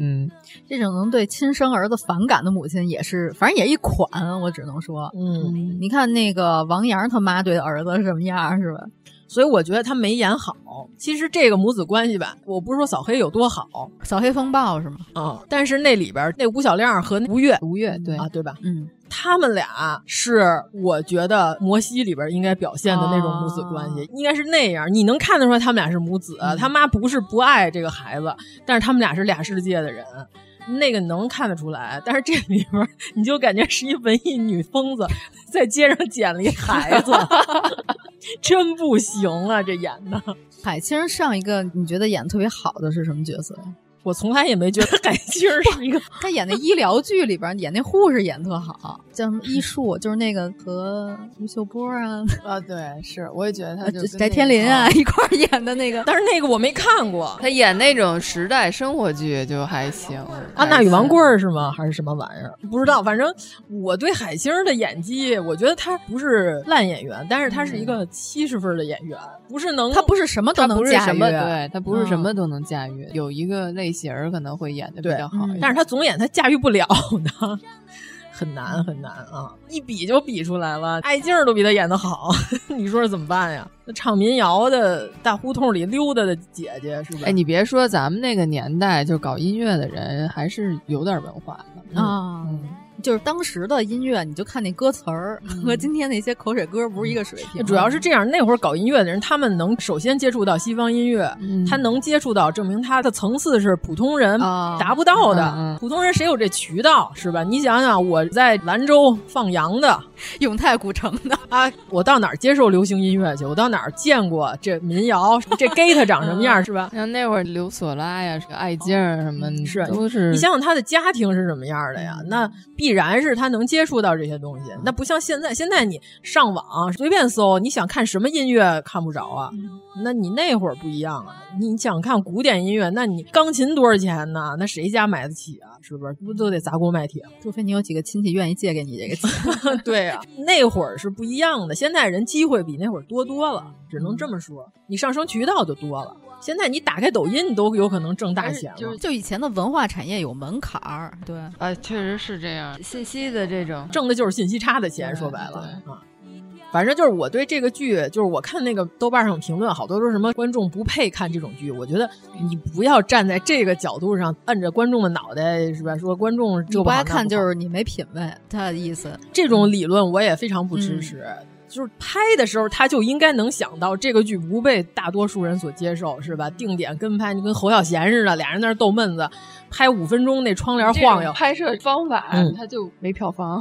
嗯，
这种能对亲生儿子反感的母亲也是，反正也一款，我只能说，
嗯，
你看那个王阳他妈对儿子是什么样，是吧？
所以我觉得他没演好。其实这个母子关系吧，我不是说扫黑有多好，
扫黑风暴是吗？
啊、但是那里边那吴小亮和吴越，
吴越对
啊，对吧？
嗯，
他们俩是我觉得摩西里边应该表现的那种母子关
哦
系，应该是那样。你能看得出来他们俩是母子，
嗯
他妈不是不爱这个孩子，但是他们俩是俩世界的人。那个能看得出来，但是这里边儿你就感觉是一文艺女疯子在街上捡了一孩子， [LAUGHS] 真不行啊！这演的，
海清上一个你觉得演得特别好的是什么角色？
我从来也没觉得海清是一个。
他演那医疗剧里边演那护士演得特好，叫什么医术，就是那个和吴秀
[LAUGHS]
波啊、
啊，对，是，我也觉得他就跟那
翟天临啊
个哦
一块儿演的那个。
但是那个我没看过，
他演那种时代生活剧就还行。
安娜与啊王棍儿是吗？还是什么玩意儿？不知道，反正我对海清儿的演技，我觉得她不是烂演员，但是她是一个七十分的演员，不是能
她不是什么都能
不是什
驾驭，啊
么，对他不是什么
嗯
都能驾驭，有一个类型儿可能会演的比较好一点，
但是她总演她驾驭不了的，很难很难啊！一比就比出来了，艾静儿都比她演的好， [LAUGHS] 你说这怎么办呀？那唱民谣的大胡同里溜达的姐姐是吧？
哎，你别说，咱们那个年代就搞音乐的人还是有点文化的
啊。就是当时的音乐，你就看那歌词儿、和今天那些口水歌嗯不是一个水平。
主要是这样，那会儿搞音乐的人，他们能首先接触到西方音乐，他能接触到，证明他的层次是普通人达不到的。普通人谁有这渠道是吧？你想想，我在兰州放羊的，
永泰古城的
啊，我到哪儿接受流行音乐去？我到哪儿见过这民谣？这 gate 长什么样、是吧？
像那会儿刘索拉呀、是艾静儿什么，
嗯是
都
嗯
是
你想想他的家庭是什么样的呀？那必然是他能接触到这些东
嗯
西。那不像现在，现在你上网随便搜，你想看什么音乐看不着啊？
嗯
那你那会儿不一样啊，你想看古典音乐，那你钢琴多少钱呢？那谁家买得起啊？是不是？不都得砸锅卖铁
[LAUGHS]
吗？
[LAUGHS] 除非你有几个亲戚愿意借给你这个钱。
对啊， [LAUGHS] 那会儿是不一样的，现在人机会比那会儿多多了，只
嗯
能这么说，你上升渠道就多了。现在你打开抖音，你都有可能挣大钱
[LAUGHS]
了。
就是就以前的文化产业有门槛儿，对，
啊，确实是这样。信息的这种
挣的就是信息差的钱，说白了啊。反正就是我对这个剧，就是我看那个豆瓣上评论，好多说什么观众不配看这种剧。我觉得你不要站在这个角度上，摁着观众的脑袋是吧？说观众
你
这
不
好
爱
那
看
不
就
好
是你没品位，他的意思。
这种理论，我也非常不
嗯
支持。就是拍的时候，他就应该能想到这个剧不被大多数人所接受，是吧？定点跟拍，你跟侯孝贤似的，俩人在那儿逗闷子，拍五分钟那窗帘晃悠，
拍摄方法
嗯
他就没票房。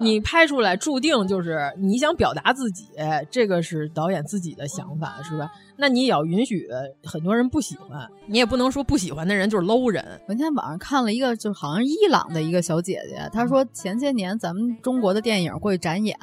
你拍出来注定就是你想表达自己，这个是导演自己的想法，是吧？那你也要允许很多人不喜欢，你也不能说不喜欢的人就是 low 人。
我那天网上看了一个，就是好像是伊朗的一个小姐姐，她说前些年咱们中国的电影会展演，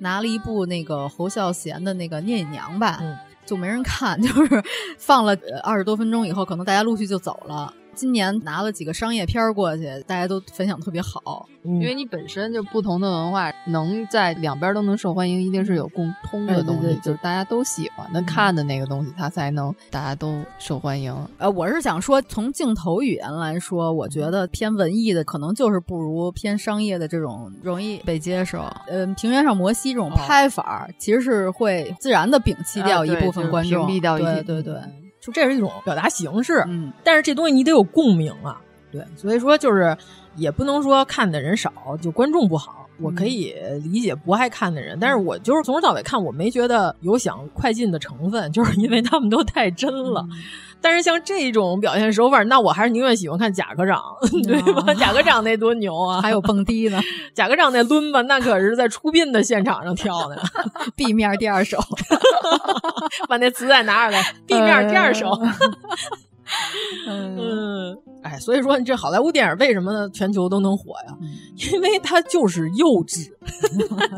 拿了一部那个侯孝贤的那个《聂隐娘》吧，就没人看， [LAUGHS] 就是放了二十多分钟以后，可能大家陆续就走了。今年拿了几个商业片儿过去，大家都反响特别好。
因
嗯
为你本身就不同的文化，能在两边都能受欢迎，一定是有共通的东西，
哎对对对
就是大家都喜欢的、看的那个东西，它才能大家都受欢迎。
呃，我是想说，从镜头语言来说，我觉得偏文艺的可能就是不如偏商业的这种容易被接受。嗯、平原上摩西这种拍法儿，其实是会自然的摒弃掉
啊
一
对
部分
就
观众，
屏蔽掉一嗯
对
些
对对，
就这是一种表达形式，嗯，但是这东西你得有共鸣啊，对，所以说就是也不能说看的人少就观众不好，我可以理解不爱看的人，但是我就是从头到尾看，我没觉得有想快进的成分， [LAUGHS] 就是因为他们都太真了。但是像这种表现手法，那我还是宁愿喜欢看贾科长， [LAUGHS] 对吧？贾科长那多牛 [LAUGHS] 啊！
还有蹦迪
[LAUGHS]
呢，
贾科长那抡吧，那可是在出殡的现场上跳的，
B 面第二首，
把那磁带拿出来，B 面第二首。 [LAUGHS]
嗯
嗯，哎，所以说这好莱坞电影为什么全球都能火呀？因为它就是幼 [LAUGHS] 稚，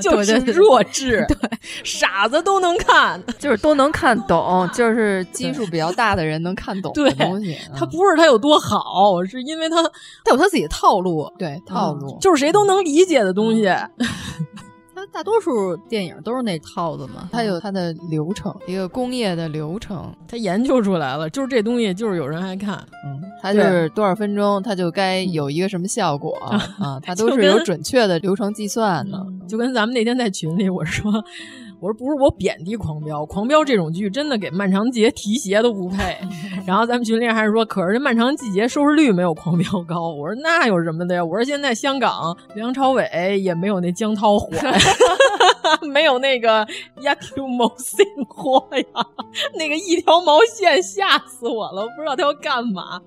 就是
对对对
弱智，对，嗯傻子都能看，
[LAUGHS] 就是都能看 [LAUGHS] 懂，就是基数比较大的人能看 [LAUGHS] 懂
对
的东西。嗯
它不是它有多好，是因为它它有它自己的套路，嗯
对套路
就是谁都能理解的东西。
它大多数电影都是那套子嘛，
它有它的流程，一个工业的流程，
他研究出来了，就是这东西，就是有人爱看，
嗯，它就是多少分钟，它就该有一个什么效 [LAUGHS] 果啊，它都
就是跟
有准确的流程计算的。
就跟咱们那天在群里我说，我说不是我贬低《狂飙》，《狂飙》这种剧真的给《漫长季节》提鞋都不配。然后咱们群里还是说，可是这《漫长季节》收视率没有《狂飙》高。我说那有什么的呀？我说现在香港梁朝伟也没有那江涛火 [LAUGHS] 呀，没有那个 Yaku m o s i n 火呀，那个一条毛线吓死我了，我不知道他要干嘛。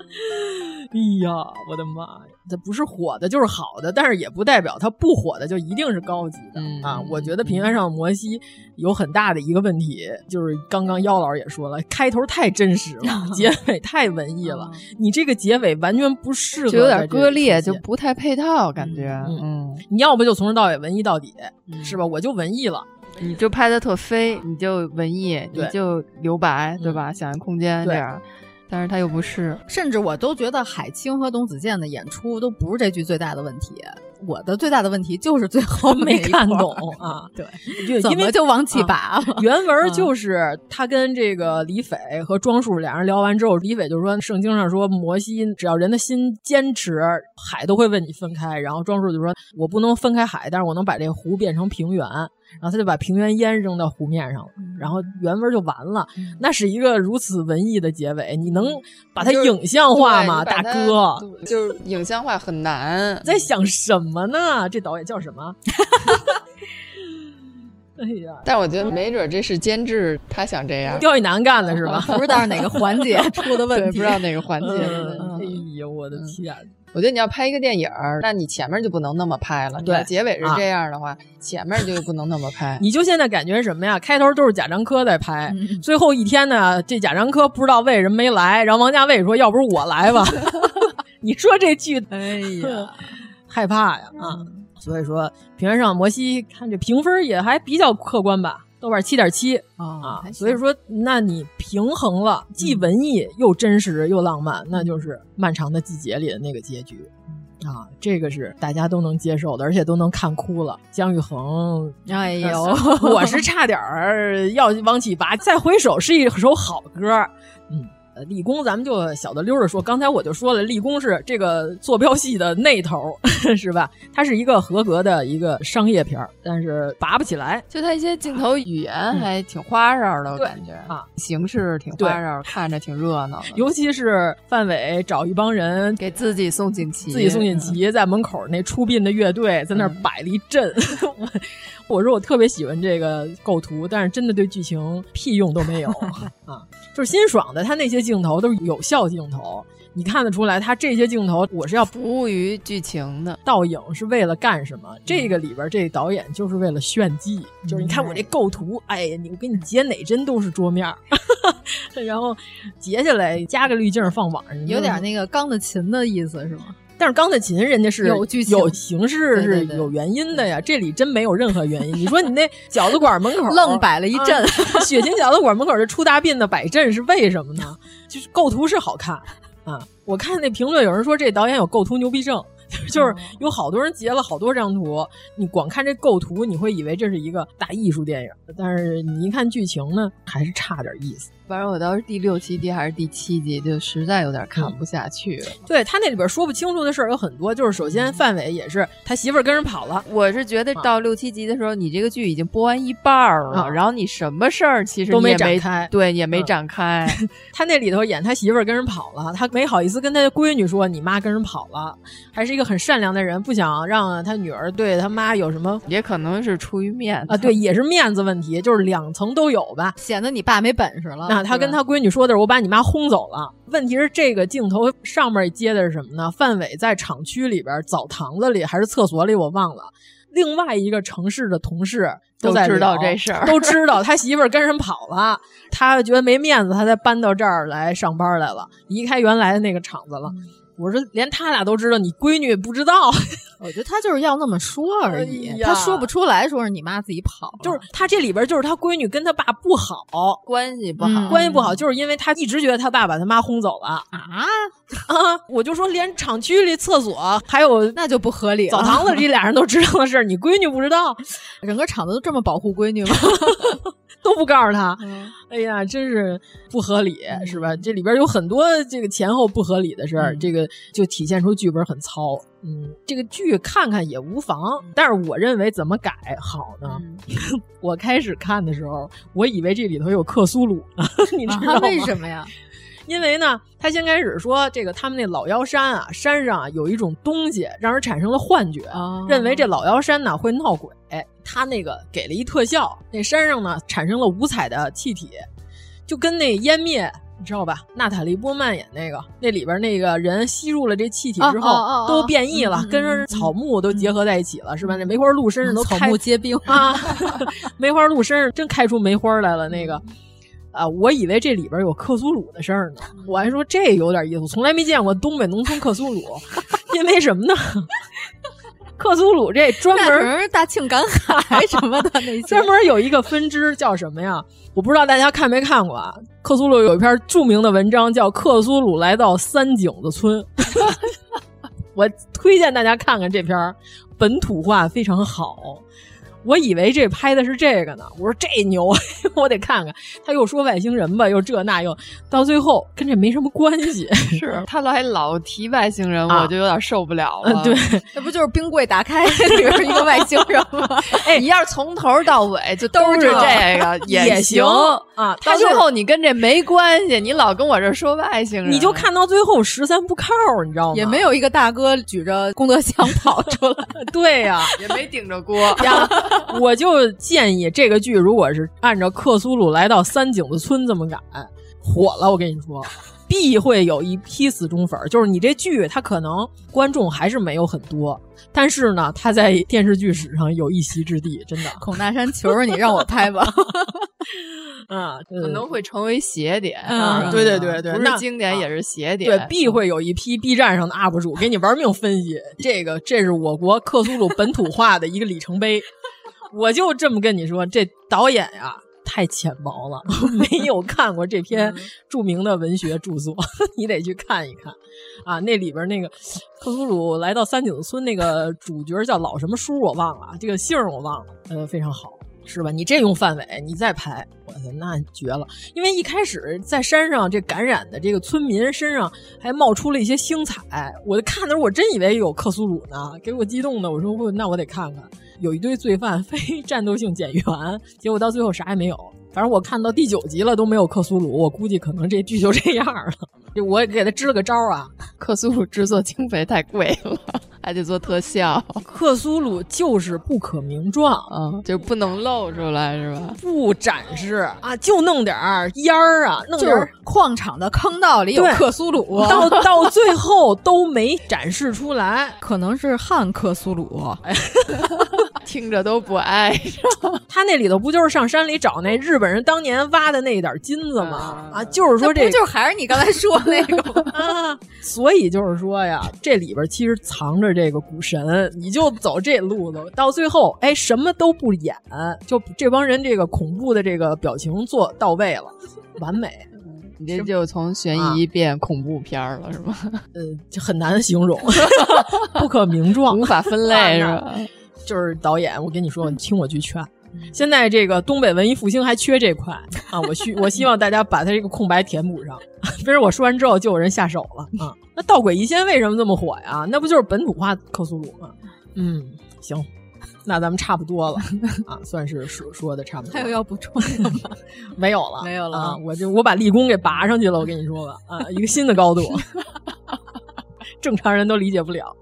哎呀，我的妈呀！它不是火的，就是好的，但是也不代表它不火的就一定是高级的、
嗯
啊。我觉得《平原上的摩西》有很大的一个问题，就是刚刚妖老师也说了，开头太真实
[LAUGHS]
了，结尾太文艺了，你这个结尾完全不适
嗯
合，
就有点割裂，就不太配套，感觉，
嗯，你要不就从头到尾文艺到底，
嗯
是吧？我就文艺了。
你就拍的特飞，你就文艺，你
对
就留白，嗯对吧？想象空间这
对
样，但是它又不是，
甚至我都觉得海清和董子健的演出都不是这剧最大的问题，我的最大的问题就是最后
[LAUGHS] 没
那一
看
块儿
懂啊， [LAUGHS] 对，就
怎
因为
么就往起拔 [LAUGHS] 了？
[LAUGHS]
原文
嗯
就是他跟这个李斐和庄树俩人聊完之后，李斐就说嗯圣经上说摩西只要人的心坚持，海都会为你分开。然后庄树就说我不能分开海，但是我能把这湖变成平原。然后他就把平原烟扔到湖面上了，
嗯
然后原文就完了。那是一个如此文艺的结尾，你能把它
就是
影像化吗，
对
大
你把它
哥？
就是影像化很难。
在想什么呢？这导演叫什么？ [LAUGHS] 哎呀，
但我觉得没准这是监制他想这样，
刁亦男干的是吧
不知道哪个环节出的问
题
不知道哪个环
[LAUGHS]
节的问题。
嗯哎呦，我的天！
我觉得你要拍一个电影儿，那你前面就不能那么拍了。
对。
你要结尾是这样的话，前面就不能那么拍
你就现在感觉是什么呀？开头都是贾樟柯在拍，最后一天呢，这贾樟柯不知道为什么没来，然后王家卫说：“要不是我来 [LAUGHS] 吧？”你说这剧，哎呀，害怕呀啊！所以说，《平原上的摩西》看这评分也还比较客观吧，豆瓣七点七啊。所以说，那你平衡了，既文艺又真实又浪漫，那就是《漫长的季节》里的那个结局。啊，这个是大家都能接受的，而且都能看哭了。姜育恒，
[LAUGHS] 哎呦 [LAUGHS]
[LAUGHS] 我是差点儿要往起拔。再回首是一首好歌，嗯，呃立功咱们就小的溜着说，刚才我就说了，立功是这个坐标系的那头儿， [LAUGHS] 是吧？它是一个合格的一个商业片儿，但是拔不起来。
就他一些镜头语言还挺花哨的，我感觉嗯啊，形式挺花哨，看着挺热闹的。
尤其是范伟找一帮人
给自己送锦旗，嗯
自己
嗯
送锦旗，在门口那出殡的乐队在那儿摆了一阵。我我说我特别喜欢这个构图，但是真的对剧情屁用都
[LAUGHS]
没有啊！就是辛爽的，他那些镜头都是有效镜头，你看得出来，他这些镜头我是要
服务于剧情的。
倒影是为了干什
嗯
么？这个里边这导演就是为了炫技，就是你看
嗯
我这构图，哎呀，你我给你截哪帧都是桌面儿， [LAUGHS] 然后截下来加个滤镜放网上，
有点
那。
那个钢的琴的意思是吗？
但是钢的琴人家是
有剧情
有形式
对
是
对对
有原因的呀，这里真没有任何原因。你说你那饺子馆
哦
门口
愣摆了一阵
嗯
啊 [LAUGHS] 血腥饺子馆门口这出大病的摆阵是为什
[LAUGHS]
么呢？就是构图是好看啊，我看那评论有人说这导演有构图牛逼症。 [LAUGHS]
哦
就是有好多人截了好多张图，你光看这构图，你会以为这是一个大艺术电影，但是你一看剧情呢，还是差点意思。
反正我到第六七集还是第七集，就实在有点看不下去了。
对他那里边说不清楚的事儿有很多，就是首先范伟也是他媳妇儿跟人跑了，
我是觉得到六七集的时候，你这个剧已经播完一半儿了，
啊
然后你什么事儿其实
都
你
没
也
展
没
开
对，也没
嗯
展开。
他那里头演他媳妇儿跟人跑了，他没好意思跟他闺女说你妈跟人跑了，还是一个很善良的人，不想让他女儿对他妈有什么，
也可能是出于面 [LAUGHS]
啊，对，也是面子问题，就是两层都有吧，
显得你爸没本事
啊
了。
那他跟他闺女说的是我把你妈轰走了。问题是这个镜头上面接的是什么呢？范伟在厂区里边澡堂子里还是厕所里，我忘了。另外一个城市的同事在
都知道
聊
这事儿
[LAUGHS] 都知道他媳妇儿跟人跑了，他觉得没面子，他才搬到这儿来上班来了，离开原来的那个厂子了。我说，连他俩都知道，你闺女不知道， [LAUGHS]
我觉得他就是要那么说而已，
哎呀
他说不出来，说是你妈自己跑，
就是他这里边就是他闺女跟他爸不好，
嗯关系不 [LAUGHS]
好
关系不好，就是因为他一直觉得他爸把他妈轰走了啊啊！我就说，连厂区里厕所还有
那就不合理了。
澡堂子里俩人都知道的事儿，你闺女不知道，
整个厂子都这么保护闺女吗？ [LAUGHS] 嗯
都不告诉他。哎呀，真是不合理，是吧？这里边有很多这个前后不合理的事
嗯
儿，这个就体现出剧本很糙。嗯，这个剧看看也无妨，
嗯
但是我认为怎么改好呢？ [LAUGHS] 我开始看的时候，我以为这里头有克苏鲁呢，你知道吗？
啊为什么呀？
[LAUGHS] 因为呢，他先开始说这个他们那老妖山啊，山上啊有一种东西，让人产生了幻觉，
哦
认为这老妖山呢会闹鬼。他那个给了一特效，那山上呢产生了五彩的气体，就跟那湮灭。你知道吧？娜塔莉波曼演那个，那里边那个人吸入了这气体之后，
哦哦哦哦嗯
都变异了，跟着草木都结合在一起了，是吧？那梅花鹿身上都
草
开
木皆兵
啊， [LAUGHS] 梅花鹿身上真开出梅花来了。那个啊，我以为这里边有克苏鲁的事儿呢，我还说这有点意思，我从来没见过东北农村克苏鲁， [LAUGHS] 因为什么呢？ [LAUGHS] 克苏鲁这专
那可能
门
是大庆赶海什么的那些
[LAUGHS] 专门有一个分支叫什么呀？我不知道大家看没看过啊？克苏鲁有一篇著名的文章叫《克苏鲁来到三井子村》， [LAUGHS] 我推荐大家看看这篇儿，本土化非常好。我以为这拍的是这个呢，我说这牛，啊 [LAUGHS] 我得看看。他又说外星人吧，又这那又，到最后跟这没什么关系。
是他来老提外星人，
啊
我就有点受不了了。
嗯对，
这不就是冰柜打开 [LAUGHS] 里边一个外星人
[LAUGHS]
吗？
哎，
你要是从头到尾就都是
都是
这个
也
行
行啊
到
他就
最
是
后你跟这没关系，你老跟我这说外星人，
你就看到最后十三不靠，你知道吗？
也没有一个大哥举着功德箱跑出来，
[LAUGHS] 对呀、
啊也没顶着锅。 [LAUGHS]
呀，我就建议这个剧如果是按照克苏鲁来到三井子村这么改，火了，我跟你
[LAUGHS]
说。必会有一批死忠粉儿，就是你这剧，它可能观众还是没有很多，但是呢，它在电视剧史上有一席之地，真的。
[LAUGHS]
孔大山求求你让我拍 [LAUGHS] 吧。
啊，可
可能会成为邪点，
嗯
是吧
对对对对
不
那
是经
啊
典也是邪点，
对，必会有一批 B 站上的 UP 主给你玩命分析。这个，这是我国克苏鲁本土化的一个里程碑。 [LAUGHS] 我就这么跟你说，这导演呀、太浅薄了， [LAUGHS] 没有看过这篇著名的文学著作， [LAUGHS] 你得去看一看啊。那里边那个克苏鲁来到三井村那个主角叫老什么叔，我忘了，这个姓儿我忘了，呃，非常好。是吧？你这用范伟，你再拍，我操，那绝了！因为一开始在山上这感染的这个村民身上还冒出了一些星彩，我就看的时候我真以为有克苏鲁呢，给我激动的，我说我那我得看看。有一堆罪犯 [LAUGHS] 非战斗性减员，结果到最后啥也没有。反正我看到第九集了都没有克苏鲁，我估计可能这剧 [LAUGHS] 就这样了。就我给他支了个招儿啊，
克苏鲁制作经费太贵了，还得做特效。
克苏鲁就是不可名状，
嗯，就是不能露出来，是吧？
不展示啊，就弄点儿烟儿啊，弄点儿
矿场的坑道里有克苏鲁，
到到最后都没展示出来，
可能是汉克苏鲁，
听着都不挨。
他那里头不就是上山里找
嗯
那日本人当年挖的那一点金子吗？啊，就是说这
不就是还是你刚才说那
[LAUGHS]
个吗？
啊，所以就是说呀，这里边其实藏着这个古神，你就走这路子，到最后哎什么都不演，就这帮人这个恐怖的这个表情做到位了，完美。
你这就从悬疑变恐怖片了，是吗？
呃、嗯，就很难形
[LAUGHS]
容，不可名
[LAUGHS]
状，
无法分类，是 [LAUGHS] 吧？
就是导演，我跟你说，你听我句劝。现在这个东北文艺复兴还缺这块啊，我希我希望大家把它这个空白填补上。 [LAUGHS] 别人我说完之后就有人下手了啊！那《盗鬼异仙》为什么这么火呀？那不就是本土化克苏鲁吗？嗯，行，那咱们差不多了啊，算是说说的差不多。
还有要补充的吗？
[LAUGHS] 没有了，
没有了
啊！我就我把立功给拔上去了，我跟你说吧啊，一个新
[LAUGHS]
的高度，正常人都理解不了，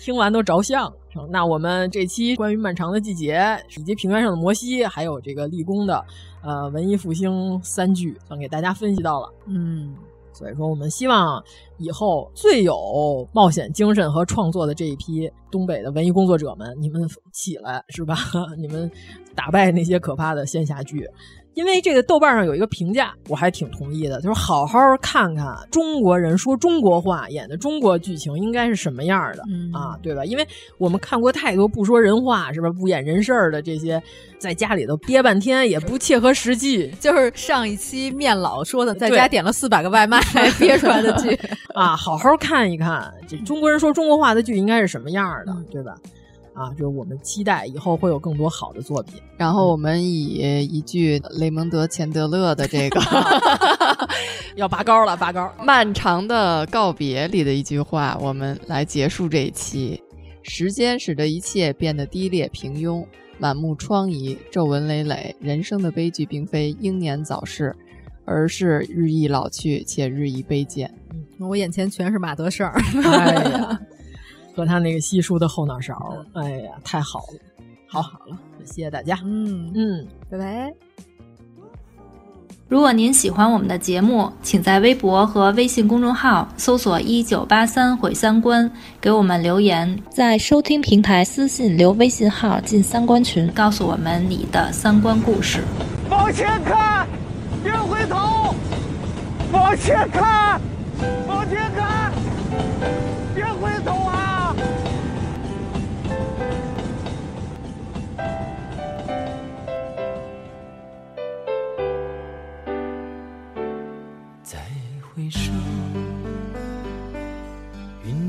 听完都着相。那我们这期关于漫长的季节以及平原上的摩西，还有这个立功的，呃，文艺复兴三巨，算给大家分析到了。
嗯，
所以说我们希望以后最有冒险精神和创作的这一批东北的文艺工作者们，你们起来是吧？ [LAUGHS] 你们打败那些可怕的仙侠剧。因为这个豆瓣上有一个评价，我还挺同意的，就是好好看看中国人说中国话演的中国剧情应该是什么样的、
嗯、
啊，对吧？因为我们看过太多不说人话，是吧？不演人事儿的这些，在家里头憋半天也不切合实际。
[LAUGHS] 就是上一期面老说的，在家点了四百个 [LAUGHS] 外卖憋出来的剧
[LAUGHS] 啊，好好看一看这中国人说中国话的剧应该是什么样的，对吧？啊，就是我们期待以后会有更多好的作品。
然后我们以一句雷蒙德·钱德勒的这个
要拔高了，拔高
《漫长的告别》里的一句话，我们来结束这一期。时间使得一切变得低劣平庸，满目疮痍，皱纹累累。人生的悲剧并非英年早逝，而是日益老去且日益卑贱。
嗯，我眼前全是马德胜。
哎呀。和他那个稀疏的后脑勺，哎呀，太好了，好好了，谢谢大家，
嗯
嗯，
拜拜。
如果您喜欢我们的节目，请在微博和微信公众号搜索“一九八三毁三观”，给我们留言，
在收听平台私信留微信号进三观群，
告诉我们你的三观故事。
往前看，别回头，往前看，往前看，别回头啊！
回首，云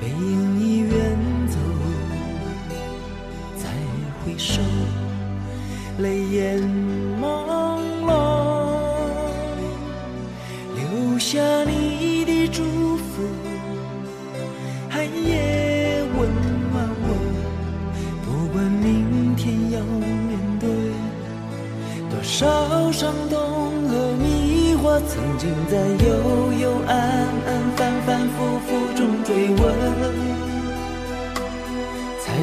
背影已远走，再回首，泪眼朦胧，留下你的祝福，寒夜温暖我。不管明天要面对多少伤痛和迷惑，曾经在幽幽暗暗、反反复复中。追问，才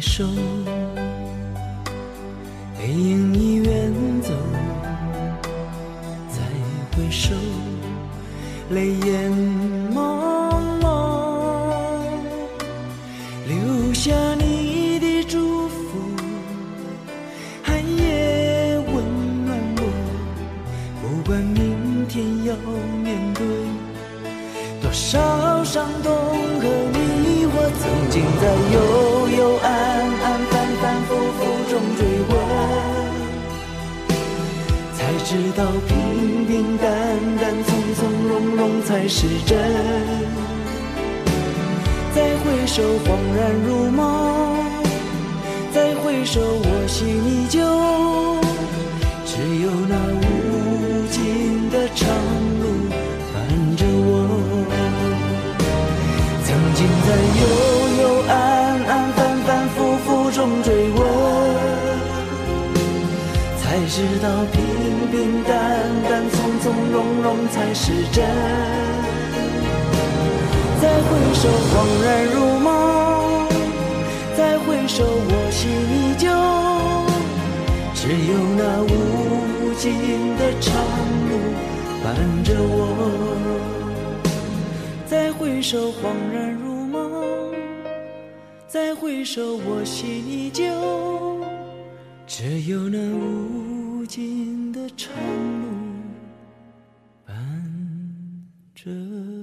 手，背影已远走，再回首，泪眼朦胧，留下你的祝福，寒夜温暖我，不管明天要面对多少伤痛和迷惑，曾经在幽幽暗暗、反反复复中追问。才知道平平淡淡、从从容容才是真。再回首，恍然如梦；再回首，我心依旧。只有那无尽的长路伴着我。曾经在幽幽暗暗、反反复复中追问。才知道平平淡淡、从从容容才是真。再回首，恍然如梦；再回首，我心依旧。只有那无尽的长路伴着我。再回首，恍然如梦；再回首，我心依旧。只有那无尽的长路伴着。